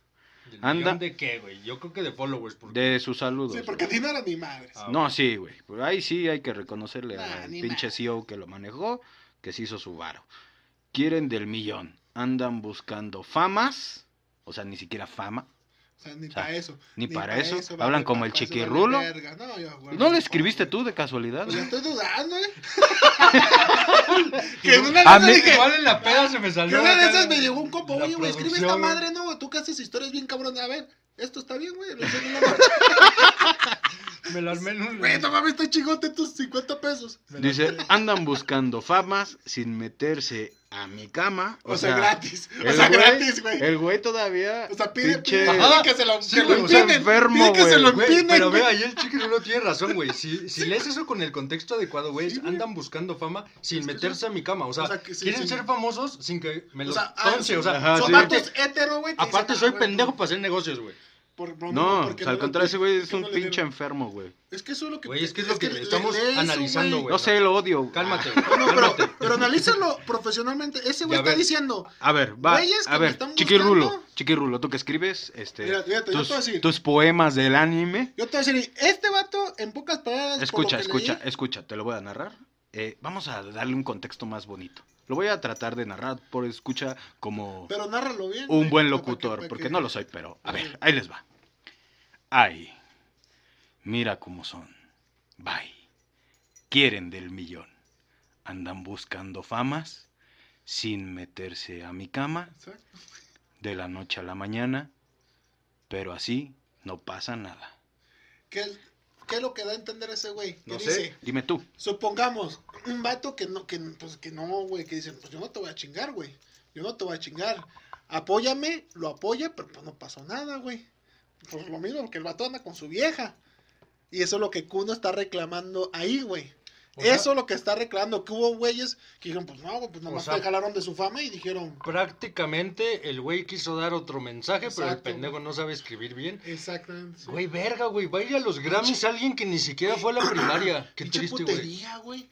[SPEAKER 3] ¿Del
[SPEAKER 2] anda-
[SPEAKER 3] millón de qué, güey? Yo creo que de followers. Porque...
[SPEAKER 2] De sus saludos.
[SPEAKER 1] Sí, porque
[SPEAKER 2] güey.
[SPEAKER 1] ni no era ni madre.
[SPEAKER 3] Ah,
[SPEAKER 2] No, sí, güey. Por ahí sí hay que reconocerle
[SPEAKER 1] Ah,
[SPEAKER 2] al
[SPEAKER 1] ni
[SPEAKER 2] pinche
[SPEAKER 1] madre.
[SPEAKER 2] CEO que lo manejó, que se hizo su varo. Quieren del millón. Andan buscando famas. O sea, ni siquiera fama.
[SPEAKER 1] O sea, ni
[SPEAKER 2] O sea,
[SPEAKER 1] para eso.
[SPEAKER 2] ni para
[SPEAKER 1] pa'
[SPEAKER 2] eso.
[SPEAKER 1] vale,
[SPEAKER 2] Hablan
[SPEAKER 1] pa'
[SPEAKER 2] como el
[SPEAKER 1] eso, vale
[SPEAKER 2] chiquirrulo.
[SPEAKER 1] verga. No, yo, güey,
[SPEAKER 2] ¿No
[SPEAKER 1] no,
[SPEAKER 2] le escribiste tú de casualidad?
[SPEAKER 1] Pues ya
[SPEAKER 2] güey?
[SPEAKER 1] estoy dudando, eh.
[SPEAKER 3] Que
[SPEAKER 1] que
[SPEAKER 3] no-
[SPEAKER 1] en una
[SPEAKER 2] A
[SPEAKER 1] de
[SPEAKER 2] mí-
[SPEAKER 1] esas dije,
[SPEAKER 3] Igual en la peda se me
[SPEAKER 1] que
[SPEAKER 3] salió.
[SPEAKER 1] una de
[SPEAKER 3] acá
[SPEAKER 1] esas me llegó un compo,
[SPEAKER 3] la
[SPEAKER 1] oye, güey, escribe
[SPEAKER 3] producción,
[SPEAKER 1] esta
[SPEAKER 3] güey.
[SPEAKER 1] madre, ¿no, güey? Tú que haces historias bien cabrón. A ver, esto está bien, güey. Lo hice en una
[SPEAKER 3] Me la armé en un...
[SPEAKER 1] Güey, no mames, está chingote tus 50 pesos.
[SPEAKER 3] me la-
[SPEAKER 2] Dice, andan buscando famas sin meterse a mi cama.
[SPEAKER 1] O, sea, gratis. O
[SPEAKER 2] el
[SPEAKER 1] sea,
[SPEAKER 2] güey-
[SPEAKER 1] gratis, güey.
[SPEAKER 2] El güey todavía.
[SPEAKER 1] O sea, pide,
[SPEAKER 2] pinche-
[SPEAKER 1] pide,
[SPEAKER 3] Ajá.
[SPEAKER 1] que se lo,
[SPEAKER 3] Sí,
[SPEAKER 1] que lo
[SPEAKER 3] güey, o sea,
[SPEAKER 1] empinen. pide
[SPEAKER 2] enfermo,
[SPEAKER 1] que se
[SPEAKER 2] güey.
[SPEAKER 1] lo
[SPEAKER 3] Güey,
[SPEAKER 1] empinen.
[SPEAKER 3] pero
[SPEAKER 1] güey.
[SPEAKER 3] ve, ahí el chiquirrulo tiene razón, güey. Si, si lees eso con el contexto adecuado, güey, es, andan buscando fama sin
[SPEAKER 1] Es que
[SPEAKER 3] meterse a mi cama. O sea,
[SPEAKER 1] o sea, que sí,
[SPEAKER 3] quieren
[SPEAKER 1] sí.
[SPEAKER 3] ser famosos sin que me
[SPEAKER 1] O
[SPEAKER 3] los
[SPEAKER 1] sea, ah,
[SPEAKER 3] tonce. O sea,
[SPEAKER 2] ajá,
[SPEAKER 1] Son
[SPEAKER 2] sí.
[SPEAKER 1] vatos hetero, güey. que
[SPEAKER 3] aparte
[SPEAKER 1] dicen,
[SPEAKER 3] soy
[SPEAKER 1] ah, güey,
[SPEAKER 3] pendejo para hacer negocios, güey.
[SPEAKER 1] por- por-
[SPEAKER 2] No,
[SPEAKER 1] porque
[SPEAKER 2] o sea, al
[SPEAKER 1] lo-
[SPEAKER 2] contrario, ese güey es
[SPEAKER 1] porque
[SPEAKER 2] un
[SPEAKER 1] no le
[SPEAKER 2] pinche
[SPEAKER 1] dieron-
[SPEAKER 2] enfermo, güey.
[SPEAKER 1] Es que eso es lo que.
[SPEAKER 3] Güey, es que es lo que
[SPEAKER 1] le-
[SPEAKER 3] estamos
[SPEAKER 1] le- eso,
[SPEAKER 3] analizando, güey.
[SPEAKER 2] No sé, lo odio.
[SPEAKER 3] Cálmate,
[SPEAKER 2] Ah,
[SPEAKER 3] güey.
[SPEAKER 1] No, pero,
[SPEAKER 3] cálmate.
[SPEAKER 1] pero analízalo profesionalmente. Ese güey
[SPEAKER 3] Ya
[SPEAKER 1] está
[SPEAKER 3] ves.
[SPEAKER 1] diciendo.
[SPEAKER 2] A ver, va.
[SPEAKER 1] Güeyes que
[SPEAKER 2] A
[SPEAKER 1] me
[SPEAKER 2] ver,
[SPEAKER 1] están
[SPEAKER 2] chiquirulo,
[SPEAKER 1] buscando.
[SPEAKER 2] chiquirulo, tú que escribes este,
[SPEAKER 1] Mira, fíjate, yo te
[SPEAKER 2] tus,
[SPEAKER 1] voy a decir.
[SPEAKER 2] tus poemas del anime.
[SPEAKER 1] Yo te voy a decir, este vato, en pocas palabras. por lo
[SPEAKER 2] Escucha,
[SPEAKER 1] que
[SPEAKER 2] escucha,
[SPEAKER 1] leí,
[SPEAKER 2] escucha, te lo voy a narrar. Eh, vamos a darle un contexto más bonito. Lo voy a tratar de narrar por escucha como
[SPEAKER 1] Pero nárralo bien.
[SPEAKER 2] un
[SPEAKER 1] güey,
[SPEAKER 2] buen
[SPEAKER 1] para que- para
[SPEAKER 2] locutor,
[SPEAKER 1] que-
[SPEAKER 2] porque no lo soy, pero a ver,
[SPEAKER 1] Ajá.
[SPEAKER 2] ahí les va. Ay, mira cómo son. Bye. Quieren del millón. Andan buscando famas sin meterse a mi cama
[SPEAKER 1] Exacto.
[SPEAKER 2] de la noche a la mañana, pero así no pasa nada.
[SPEAKER 1] ¿Qué, ¿Qué es lo que da a entender ese güey? ¿Qué
[SPEAKER 3] No sé.
[SPEAKER 1] dice?
[SPEAKER 2] Dime tú.
[SPEAKER 1] Supongamos, un vato que no, que, pues, que no, güey, que dicen, pues yo no te voy a chingar, güey. Yo no te voy a chingar. Apóyame, lo apoya, pero pues no pasó nada, güey. Pues lo mismo, porque el vato anda con su vieja. Y eso es lo que Kuno está reclamando ahí, güey.
[SPEAKER 3] O sea,
[SPEAKER 1] eso es lo que está reclamando. Que hubo güeyes que dijeron, pues no, güey, pues nomás
[SPEAKER 3] O sea-
[SPEAKER 1] te jalaron de su fama y dijeron,
[SPEAKER 3] Prácticamente el güey quiso dar otro mensaje, pero el
[SPEAKER 1] Exacto.
[SPEAKER 3] pendejo no sabe escribir bien.
[SPEAKER 1] exactamente. sí.
[SPEAKER 3] Güey, verga, güey. Va a ir a los Grammys alguien que ni siquiera fue a la primaria. Qué
[SPEAKER 1] Pinche
[SPEAKER 3] triste, güey.
[SPEAKER 1] putería, güey.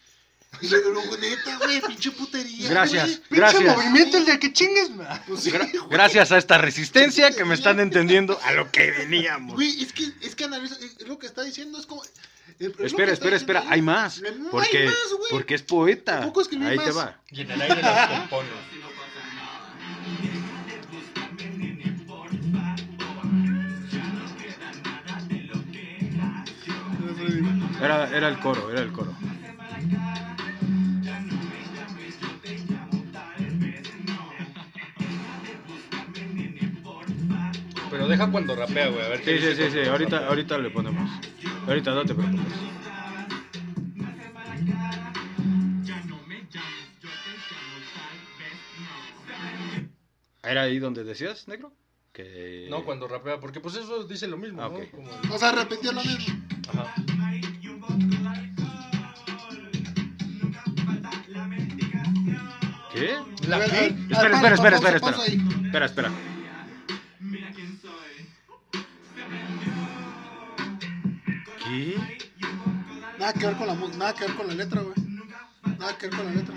[SPEAKER 1] Pero neta, güey, pinche putería.
[SPEAKER 2] Gracias,
[SPEAKER 1] güey.
[SPEAKER 4] Pinche
[SPEAKER 2] gracias.
[SPEAKER 4] movimiento el de que chingues. ma.
[SPEAKER 1] Pues sí, güey.
[SPEAKER 2] Gracias a esta resistencia que me están entendiendo a lo que veníamos.
[SPEAKER 1] Güey, es que, es que analiza, es es lo que está diciendo, es como. es lo que está
[SPEAKER 2] Espera, espera,
[SPEAKER 1] diciendo
[SPEAKER 2] espera,
[SPEAKER 1] ahí.
[SPEAKER 2] hay más.
[SPEAKER 1] No hay
[SPEAKER 2] Porque,
[SPEAKER 1] más, güey.
[SPEAKER 2] porque es poeta.
[SPEAKER 1] Tampoco escribí
[SPEAKER 2] Ahí te
[SPEAKER 1] más.
[SPEAKER 2] va.
[SPEAKER 3] Y en el aire las compono.
[SPEAKER 2] Era, era el coro, era el coro.
[SPEAKER 3] Pero deja cuando rapea, güey. A ver
[SPEAKER 2] Sí, sí, sí, sí,
[SPEAKER 3] cuando
[SPEAKER 2] ahorita,
[SPEAKER 3] rapea.
[SPEAKER 2] ahorita le ponemos. Ahorita no te preocupes.
[SPEAKER 5] Ya no me llames, yo te llamo tal vez no.
[SPEAKER 2] ¿Era ahí donde decías, negro? Que...
[SPEAKER 3] No, cuando rapea, porque pues eso dice lo mismo,
[SPEAKER 2] Ah,
[SPEAKER 3] ¿no?
[SPEAKER 2] ok.
[SPEAKER 3] Como-
[SPEAKER 1] O sea, repitió lo mismo.
[SPEAKER 3] Ajá.
[SPEAKER 5] Y un poco de alcohol. Nunca falta la medicación.
[SPEAKER 2] ¿Qué?
[SPEAKER 1] A ver, a ver,
[SPEAKER 2] Espera,
[SPEAKER 1] a ver,
[SPEAKER 2] espera, espera,
[SPEAKER 1] pausa,
[SPEAKER 2] espera,
[SPEAKER 1] pausa ah,
[SPEAKER 2] espera.
[SPEAKER 1] ahí.
[SPEAKER 2] Espera, espera.
[SPEAKER 5] Mira quién soy.
[SPEAKER 2] ¿Qué?
[SPEAKER 1] Nada que ver con la mu- nada que ver con la letra, güey. Nada que ver con la letra.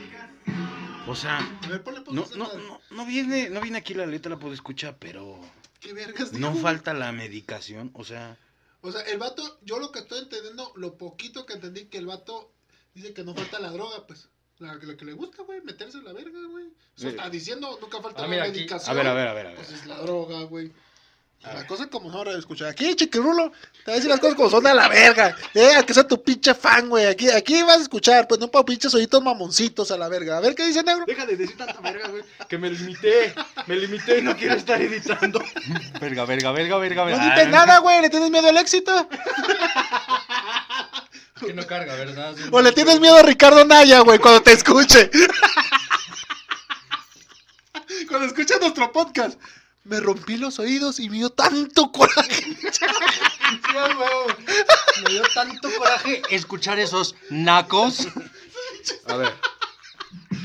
[SPEAKER 2] O sea,
[SPEAKER 1] A ver, ponle pausa.
[SPEAKER 2] no, no,
[SPEAKER 1] esa-
[SPEAKER 2] no, no viene, no viene aquí la letra, la puedo escuchar, pero
[SPEAKER 1] ¿Qué vergas
[SPEAKER 2] no
[SPEAKER 1] Pues dijo?
[SPEAKER 2] falta la medicación. O sea,
[SPEAKER 1] O sea, el vato, yo lo que estoy entendiendo, lo poquito que entendí que el vato dice que no falta la droga, pues. La, la que le gusta, güey, meterse en la verga, güey. O sea,
[SPEAKER 2] Sí.
[SPEAKER 1] está diciendo nunca falta
[SPEAKER 3] Ah,
[SPEAKER 1] la
[SPEAKER 3] mira, aquí-
[SPEAKER 2] a
[SPEAKER 1] medicación.
[SPEAKER 2] ver, a ver, a ver, a ver.
[SPEAKER 1] Pues es la droga, güey. La cosa como no ahora escuchar. Aquí, chiquirulo, te voy a decir las cosas como son a la verga. Eh, al que sea tu pinche fan, güey. Aquí, aquí vas a escuchar, pues no para pinches ojitos mamoncitos a la verga. A ver qué dice negro.
[SPEAKER 2] Deja de decir tanta verga, güey. Que me limité. Me limité y no quiero estar editando.
[SPEAKER 3] Verga, verga, verga, verga,
[SPEAKER 1] No
[SPEAKER 3] verga.
[SPEAKER 1] dices nada, güey. ¿Le tienes miedo al éxito?
[SPEAKER 3] Que no carga, ¿verdad? Sí.
[SPEAKER 1] ¿O le tienes miedo a Ricardo Naya, güey, cuando te escuche? cuando escucha nuestro podcast. Me rompí los oídos y me dio tanto coraje.
[SPEAKER 3] Sí, a huevo. Me dio tanto coraje escuchar esos nacos.
[SPEAKER 2] A ver.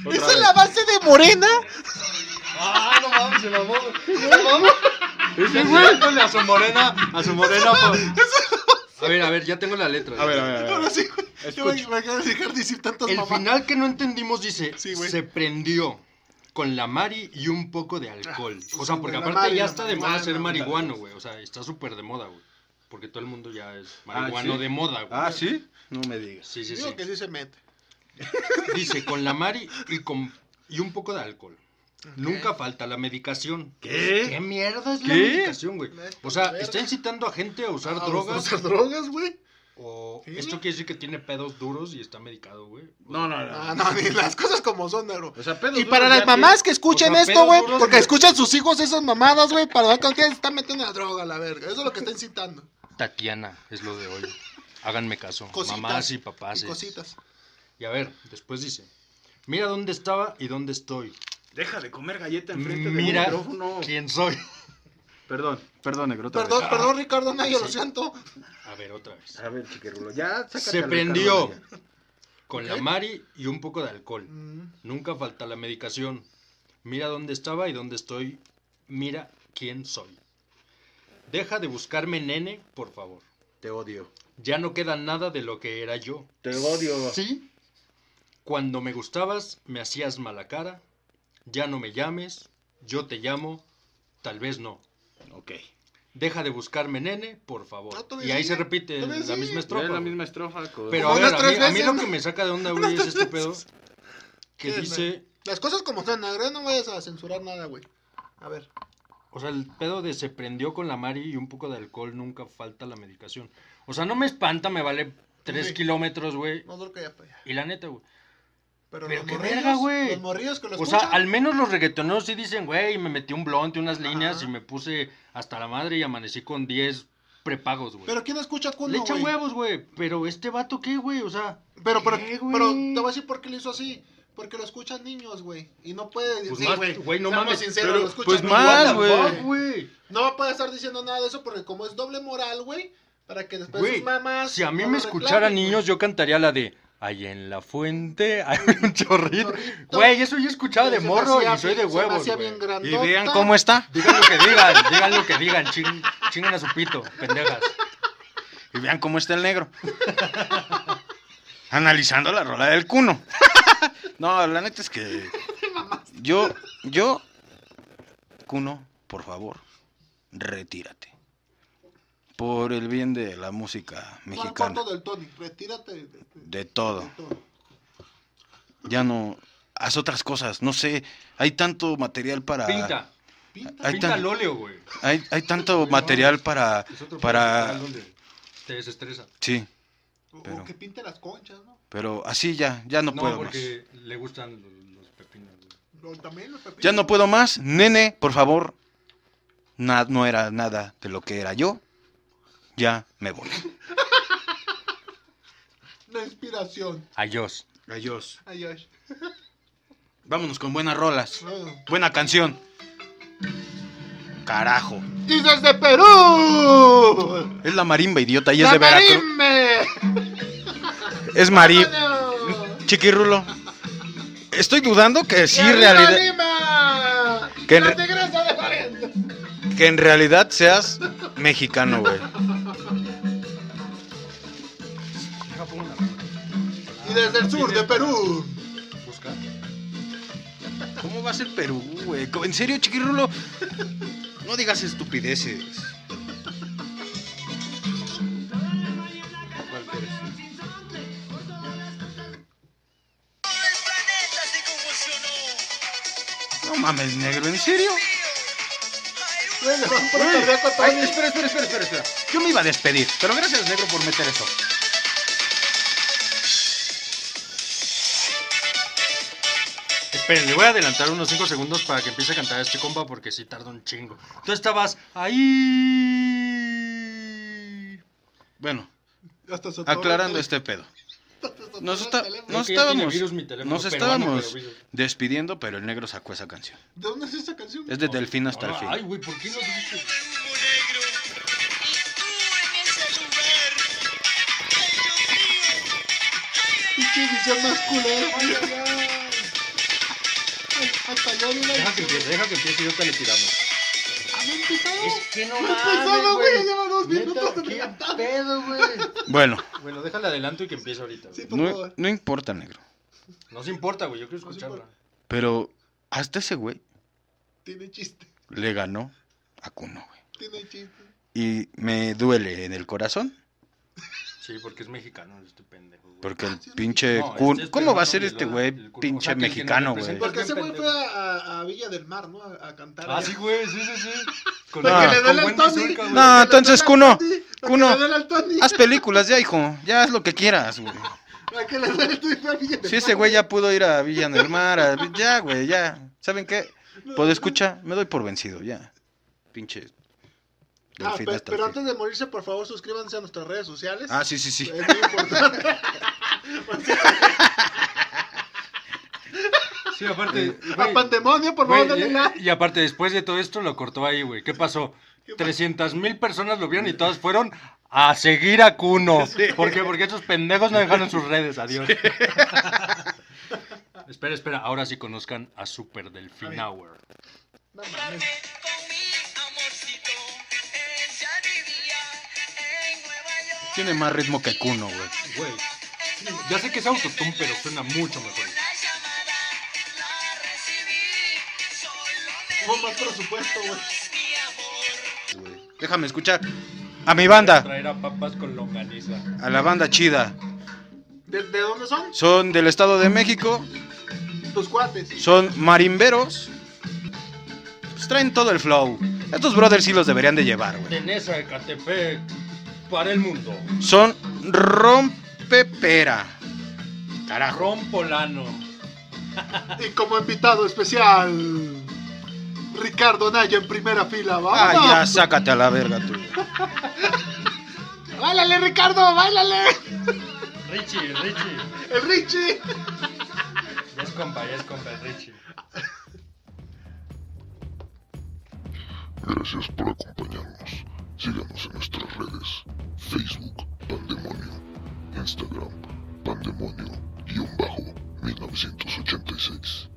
[SPEAKER 2] Otra
[SPEAKER 1] ¿Esa
[SPEAKER 2] vez.
[SPEAKER 1] es la base de Morena?
[SPEAKER 3] Ah, no mames, se mamó. Se mamó. Ese güey a su morena, a su morena. A ver, a ver, ya tengo la letra.
[SPEAKER 2] A ver, a ver, a ver.
[SPEAKER 1] Ahora sí, güey. Yo
[SPEAKER 2] Escucha.
[SPEAKER 1] me me acabo de dejar decir tantas
[SPEAKER 3] El
[SPEAKER 1] mamás.
[SPEAKER 3] final que no entendimos dice,
[SPEAKER 1] Sí, güey.
[SPEAKER 3] se prendió con la mari y un poco de alcohol. O sea, porque
[SPEAKER 1] La
[SPEAKER 3] aparte
[SPEAKER 1] mari,
[SPEAKER 3] ya
[SPEAKER 1] la
[SPEAKER 3] está de moda ser
[SPEAKER 1] marihuana,
[SPEAKER 3] marihuano, güey. O sea, está súper de moda, güey. Porque todo el mundo ya es
[SPEAKER 2] Ah,
[SPEAKER 3] marihuano
[SPEAKER 2] ¿sí?
[SPEAKER 3] de moda, güey.
[SPEAKER 2] Ah, ¿sí? No me digas.
[SPEAKER 3] Sí, sí, sí.
[SPEAKER 1] Digo que sí se mete.
[SPEAKER 3] Dice, con la mari y, con, y un poco de alcohol. Nunca falta la medicación.
[SPEAKER 2] ¿Qué?
[SPEAKER 3] ¿Qué mierda es la
[SPEAKER 2] ¿Qué?
[SPEAKER 3] medicación, güey?
[SPEAKER 1] La-
[SPEAKER 3] O sea,
[SPEAKER 1] la
[SPEAKER 3] está
[SPEAKER 1] verga.
[SPEAKER 3] incitando a gente a usar
[SPEAKER 1] Ah,
[SPEAKER 3] drogas.
[SPEAKER 1] ¿usar drogas, güey?
[SPEAKER 3] O
[SPEAKER 1] ¿Sí?
[SPEAKER 3] esto quiere decir que tiene pedos duros y está medicado, güey.
[SPEAKER 2] No, no,
[SPEAKER 1] No,
[SPEAKER 2] no.
[SPEAKER 1] Ah, no, ni las cosas como son, negro.
[SPEAKER 2] O sea, pedos
[SPEAKER 1] Y
[SPEAKER 2] duros
[SPEAKER 1] para
[SPEAKER 2] ya
[SPEAKER 1] las mamás que escuchen
[SPEAKER 3] o sea,
[SPEAKER 1] esto,
[SPEAKER 3] pedos
[SPEAKER 1] güey,
[SPEAKER 3] duros,
[SPEAKER 1] porque
[SPEAKER 3] güey.
[SPEAKER 1] escuchan sus hijos esas mamadas, güey, para ver con qué se están metiendo la droga, la verga. Eso es lo que está incitando.
[SPEAKER 3] Tatiana es lo de hoy. Háganme caso.
[SPEAKER 1] Cositas.
[SPEAKER 3] Mamás y papás.
[SPEAKER 1] Y cositas.
[SPEAKER 3] Y a ver, después dice. Mira dónde estaba y dónde estoy.
[SPEAKER 2] tienen- Deja de comer galleta enfrente del
[SPEAKER 3] Mira
[SPEAKER 2] micrófono.
[SPEAKER 3] quién soy.
[SPEAKER 2] Perdón, perdón, negro. otra
[SPEAKER 1] Perdón,
[SPEAKER 3] Ah.
[SPEAKER 2] vez.
[SPEAKER 1] perdón, Ricardo, no, yo lo siento.
[SPEAKER 3] A ver, otra vez.
[SPEAKER 2] A ver, chiquirulo, ya sácate
[SPEAKER 3] Se
[SPEAKER 2] al Ricardo
[SPEAKER 3] prendió.
[SPEAKER 2] Anaya.
[SPEAKER 3] Con
[SPEAKER 1] Ok.
[SPEAKER 3] la Mari y un poco de alcohol. Nunca falta la medicación. Mira dónde estaba y dónde estoy. Mira quién soy. Deja de buscarme, nene, por favor.
[SPEAKER 2] Te odio.
[SPEAKER 3] Ya no queda nada de lo que era yo.
[SPEAKER 2] Te odio.
[SPEAKER 3] Sí. Cuando me gustabas, me hacías mala cara. Ya no me llames. Yo te llamo. Tal vez no.
[SPEAKER 2] Ok.
[SPEAKER 3] Deja de buscarme, nene, por favor.
[SPEAKER 1] No, todavía
[SPEAKER 3] y ahí
[SPEAKER 1] sigue,
[SPEAKER 3] se repite
[SPEAKER 1] todavía
[SPEAKER 3] la
[SPEAKER 1] sigue.
[SPEAKER 3] misma
[SPEAKER 2] Es
[SPEAKER 3] estrofa.
[SPEAKER 2] la
[SPEAKER 3] güey.
[SPEAKER 2] misma estrofa. con-
[SPEAKER 3] Pero a
[SPEAKER 1] Como
[SPEAKER 3] ver,
[SPEAKER 1] unas
[SPEAKER 3] a mí,
[SPEAKER 1] tres
[SPEAKER 3] a mí
[SPEAKER 1] veces,
[SPEAKER 3] lo
[SPEAKER 1] ¿no?
[SPEAKER 3] que me saca de onda, güey,
[SPEAKER 1] Unas
[SPEAKER 3] es este
[SPEAKER 1] tres
[SPEAKER 3] pedo
[SPEAKER 1] veces.
[SPEAKER 3] que
[SPEAKER 1] ¿Qué,
[SPEAKER 3] dice,
[SPEAKER 1] Las cosas como son, negro, no vayas a censurar nada, güey. A ver.
[SPEAKER 3] o sea, el pedo de se prendió con la Mari y un poco de alcohol, nunca falta la medicación. O sea, no me espanta, me vale tres
[SPEAKER 1] Sí.
[SPEAKER 3] kilómetros, güey.
[SPEAKER 1] No creo que ya para allá.
[SPEAKER 3] Y la neta, güey.
[SPEAKER 1] Pero,
[SPEAKER 3] Pero
[SPEAKER 1] los
[SPEAKER 3] qué
[SPEAKER 1] morrillos,
[SPEAKER 3] verga, güey.
[SPEAKER 1] Los morrillos que lo
[SPEAKER 3] O sea,
[SPEAKER 1] escuchan,
[SPEAKER 3] al menos los reggaetoneros sí dicen, güey, me metí un blonte, unas líneas
[SPEAKER 1] Ajá.
[SPEAKER 3] y me puse hasta la madre y amanecí con 10 prepagos, güey.
[SPEAKER 1] Pero ¿quién escucha
[SPEAKER 3] Le
[SPEAKER 1] cuno,
[SPEAKER 3] echan
[SPEAKER 1] güey?
[SPEAKER 3] huevos, güey. Pero este vato, ¿qué, güey? O sea,
[SPEAKER 1] Pero, pero,
[SPEAKER 3] ¿Qué, güey?
[SPEAKER 1] pero te voy a decir por qué lo hizo así. Porque lo escuchan niños, güey. Y no puede
[SPEAKER 3] Pues
[SPEAKER 1] Sí,
[SPEAKER 3] más,
[SPEAKER 1] güey.
[SPEAKER 3] güey, no
[SPEAKER 1] Seamos
[SPEAKER 3] mames,
[SPEAKER 1] sinceros,
[SPEAKER 2] pero,
[SPEAKER 1] lo escuchan
[SPEAKER 2] pues
[SPEAKER 1] niños.
[SPEAKER 2] más,
[SPEAKER 3] what the
[SPEAKER 2] güey.
[SPEAKER 3] fuck, güey.
[SPEAKER 1] No puede estar diciendo nada de eso porque como es doble moral, güey, para que después
[SPEAKER 3] Güey,
[SPEAKER 1] sus mamás...
[SPEAKER 3] Si a mí
[SPEAKER 1] no
[SPEAKER 3] me
[SPEAKER 1] lo
[SPEAKER 3] escucharan
[SPEAKER 1] reclamen, güey.
[SPEAKER 3] niños, yo cantaría la de Allá en la fuente hay un chorrito.
[SPEAKER 1] Chorrito.
[SPEAKER 3] Güey, eso yo escuchaba de
[SPEAKER 1] Se me
[SPEAKER 3] morro
[SPEAKER 1] hacía
[SPEAKER 3] y soy de
[SPEAKER 1] bien- se me
[SPEAKER 3] huevos.
[SPEAKER 1] hacía
[SPEAKER 3] güey.
[SPEAKER 1] bien grandota.
[SPEAKER 2] Y vean cómo está.
[SPEAKER 3] Digan lo que digan, digan lo que digan, ching- chingan a su pito, pendejas.
[SPEAKER 2] Y vean cómo está el negro. analizando la rola del cuno. no, la neta es que. Yo, yo. Cuno, por favor, retírate. Por el bien de la música
[SPEAKER 1] Juan
[SPEAKER 2] mexicana.
[SPEAKER 1] Corto del Tony, retírate. de- de-
[SPEAKER 2] De todo.
[SPEAKER 1] de todo.
[SPEAKER 2] Ya no. Haz otras cosas. No sé. Hay tanto material para.
[SPEAKER 3] Pinta.
[SPEAKER 1] Pinta.
[SPEAKER 2] Ahí
[SPEAKER 3] Pinta
[SPEAKER 2] está.
[SPEAKER 3] al óleo, güey.
[SPEAKER 2] Hay, hay tanto material para.
[SPEAKER 3] Es otro
[SPEAKER 2] Para.
[SPEAKER 3] pedo, donde Te desestresa.
[SPEAKER 2] Sí.
[SPEAKER 1] O- o
[SPEAKER 2] Pero-
[SPEAKER 1] que pinte las conchas, ¿no?
[SPEAKER 2] Pero así ya. Ya no,
[SPEAKER 3] No,
[SPEAKER 2] puedo más.
[SPEAKER 3] porque le gustan los, los pepinos, güey.
[SPEAKER 1] O también los pepinos.
[SPEAKER 2] Ya no puedo más. Nene, por favor. na- no era nada de lo que era yo. Ya me voy.
[SPEAKER 1] La inspiración.
[SPEAKER 3] Adiós.
[SPEAKER 2] Adiós.
[SPEAKER 1] Ay, ay.
[SPEAKER 2] Vámonos con buenas rolas.
[SPEAKER 1] Bueno.
[SPEAKER 2] Buena canción. Carajo.
[SPEAKER 1] Y desde Perú.
[SPEAKER 2] Es la marimba, idiota. Y
[SPEAKER 1] la
[SPEAKER 2] es de Veracruz.
[SPEAKER 1] Marimbe.
[SPEAKER 2] Es marimba.
[SPEAKER 1] Coño.
[SPEAKER 2] Chiquirulo. Estoy dudando que sí,
[SPEAKER 1] ¡Y arriba
[SPEAKER 2] realidad.
[SPEAKER 1] Lima!
[SPEAKER 2] Que en
[SPEAKER 1] ¡La
[SPEAKER 2] re-
[SPEAKER 1] tigresa de Valencia!
[SPEAKER 2] Que en realidad seas mexicano, güey.
[SPEAKER 1] Y desde el sur de Perú.
[SPEAKER 3] Busca.
[SPEAKER 2] ¿Cómo va a ser Perú, güey? Co- En serio, chiquirulo. No digas estupideces. No mames, negro, ¿en serio?
[SPEAKER 1] Bueno, vamos por
[SPEAKER 2] Güey,
[SPEAKER 1] el cardíaco,
[SPEAKER 2] ay,
[SPEAKER 1] Tony.
[SPEAKER 2] espera, espera, espera, espera, espera. Yo me iba a despedir, pero gracias, negro, por meter eso.
[SPEAKER 3] Esperen, le voy a adelantar unos 5 segundos para que empiece a cantar este compa porque sí tarda un chingo. Tú estabas ahí.
[SPEAKER 2] Bueno,
[SPEAKER 1] Hasta se atoró
[SPEAKER 2] aclarando
[SPEAKER 1] el
[SPEAKER 2] este pedo.
[SPEAKER 1] teléfono.
[SPEAKER 2] Nos,
[SPEAKER 1] Hasta se
[SPEAKER 2] está-
[SPEAKER 1] atoró el teléfono.
[SPEAKER 2] nos
[SPEAKER 3] Creo que ya tiene
[SPEAKER 2] estábamos,
[SPEAKER 3] virus mi teléfono,
[SPEAKER 2] nos
[SPEAKER 3] peruano,
[SPEAKER 2] estábamos
[SPEAKER 3] pero virus.
[SPEAKER 2] despidiendo, pero el negro sacó esa canción.
[SPEAKER 1] ¿De dónde es esta canción?
[SPEAKER 2] Es de Delfín hasta el
[SPEAKER 3] Ah,
[SPEAKER 2] fin.
[SPEAKER 3] Ay, güey, ¿por qué no dijiste?
[SPEAKER 1] Pinche visión más culera. Ay, Hasta yo no la
[SPEAKER 3] Deja que empiece, deja que empiece y ahorita le tiramos.
[SPEAKER 1] ¿Había empezado?
[SPEAKER 4] Es que no
[SPEAKER 1] No
[SPEAKER 4] mames,
[SPEAKER 1] empezaba, güey, ya
[SPEAKER 4] güey.
[SPEAKER 1] lleva dos minutos
[SPEAKER 4] Neta,
[SPEAKER 1] de
[SPEAKER 4] qué
[SPEAKER 1] cantar.
[SPEAKER 4] pedo, güey.
[SPEAKER 2] Bueno,
[SPEAKER 3] Bueno, déjale adelanto y que empiece ahorita. güey.
[SPEAKER 1] Sí, por
[SPEAKER 2] no,
[SPEAKER 1] favor.
[SPEAKER 2] no importa, negro.
[SPEAKER 3] No se importa, güey, yo quiero
[SPEAKER 1] No se
[SPEAKER 3] escucharla.
[SPEAKER 1] importa.
[SPEAKER 2] Pero hasta ese güey
[SPEAKER 1] Tiene chiste,
[SPEAKER 2] le ganó a Kuno, güey.
[SPEAKER 1] tiene chiste.
[SPEAKER 2] Y me duele en el corazón
[SPEAKER 3] Sí, porque es mexicano este pendejo, güey.
[SPEAKER 2] porque el
[SPEAKER 1] Sí, no,
[SPEAKER 2] pinche
[SPEAKER 3] No,
[SPEAKER 2] Kun-
[SPEAKER 3] este es
[SPEAKER 2] ¿Cómo va a
[SPEAKER 3] peruano,
[SPEAKER 2] ser
[SPEAKER 3] mi
[SPEAKER 2] este
[SPEAKER 3] lola,
[SPEAKER 2] güey
[SPEAKER 3] el Kun- o
[SPEAKER 2] pinche
[SPEAKER 3] sea, que el que nos
[SPEAKER 2] mexicano, güey?
[SPEAKER 3] representa-
[SPEAKER 1] Porque ese güey fue
[SPEAKER 3] pendejo.
[SPEAKER 1] a, a- a Villa del Mar, ¿no? A, a cantar.
[SPEAKER 3] Ah,
[SPEAKER 1] allá.
[SPEAKER 3] sí, güey, sí, sí, sí. Con
[SPEAKER 1] Lo
[SPEAKER 2] No.
[SPEAKER 1] que
[SPEAKER 3] con
[SPEAKER 1] le duele al
[SPEAKER 3] Wendy
[SPEAKER 1] Tony.
[SPEAKER 3] Zulka, güey.
[SPEAKER 2] No. entonces, Cuno, Cuno,
[SPEAKER 1] Cuno. Lo que le duele al
[SPEAKER 2] Haz películas ya, hijo. Ya haz lo que quieras, güey.
[SPEAKER 1] Tony. Lo que le duele al Tony fue a Villa del
[SPEAKER 2] Si ese
[SPEAKER 1] Mar.
[SPEAKER 2] güey ya pudo ir a Villa del Mar, a- ya, güey, ya. ¿Saben qué? Puedo escucha, me doy por vencido, ya. Pinche.
[SPEAKER 1] Ah,
[SPEAKER 2] Delfín
[SPEAKER 1] pe-
[SPEAKER 2] hasta el
[SPEAKER 1] pero
[SPEAKER 2] fin.
[SPEAKER 1] antes de morirse, por favor, suscríbanse a nuestras redes sociales.
[SPEAKER 2] Ah, sí, sí, sí.
[SPEAKER 1] Es muy importante.
[SPEAKER 3] Sí, aparte.
[SPEAKER 1] a
[SPEAKER 3] güey,
[SPEAKER 1] Pandemonio, por favor,
[SPEAKER 3] Güey,
[SPEAKER 1] denle
[SPEAKER 2] eh.
[SPEAKER 1] like.
[SPEAKER 3] y, y aparte, después de todo esto, lo cortó ahí, güey. ¿Qué pasó?
[SPEAKER 1] ¿Qué pasó?
[SPEAKER 3] 300 mil personas lo vieron y todas fueron a seguir a Cuno. ¿Por qué? Porque esos pendejos no dejaron sus redes. Adiós. espera, espera. Ahora sí conozcan a Super Delfin
[SPEAKER 1] A
[SPEAKER 3] Hour.
[SPEAKER 1] No mames.
[SPEAKER 2] Tiene más ritmo que Kuno, güey.
[SPEAKER 3] Güey, ya sé que es autotune, pero suena mucho mejor.
[SPEAKER 1] Hubo más presupuesto, güey.
[SPEAKER 2] Este, Déjame escuchar a mi banda,
[SPEAKER 3] Traer a papas con longaniza.
[SPEAKER 2] a la banda chida.
[SPEAKER 1] ¿De, de dónde son?
[SPEAKER 2] Son del Estado de México,
[SPEAKER 1] Tus cuates.
[SPEAKER 2] son marimberos. Pues traen todo el flow. Estos brothers sí los deberían de llevar, güey.
[SPEAKER 3] Tenesa de Catepec para el mundo.
[SPEAKER 2] Son rompepera. Carajo.
[SPEAKER 3] Rompolano.
[SPEAKER 1] Y como invitado especial, Ricardo Naya en primera fila.
[SPEAKER 2] Ah, ya,
[SPEAKER 1] ¡Vámonos!
[SPEAKER 2] sácate a la verga tú.
[SPEAKER 1] ¡Báilale, Ricardo! ¡Báilale!
[SPEAKER 3] Richie, Richie.
[SPEAKER 1] ¡El Richie!
[SPEAKER 3] Ya es compa, ya es compa, el Richie.
[SPEAKER 6] Gracias por acompañarnos. Síganos en nuestras redes. Facebook, Pandemonio. Instagram, Pandemonio-1986.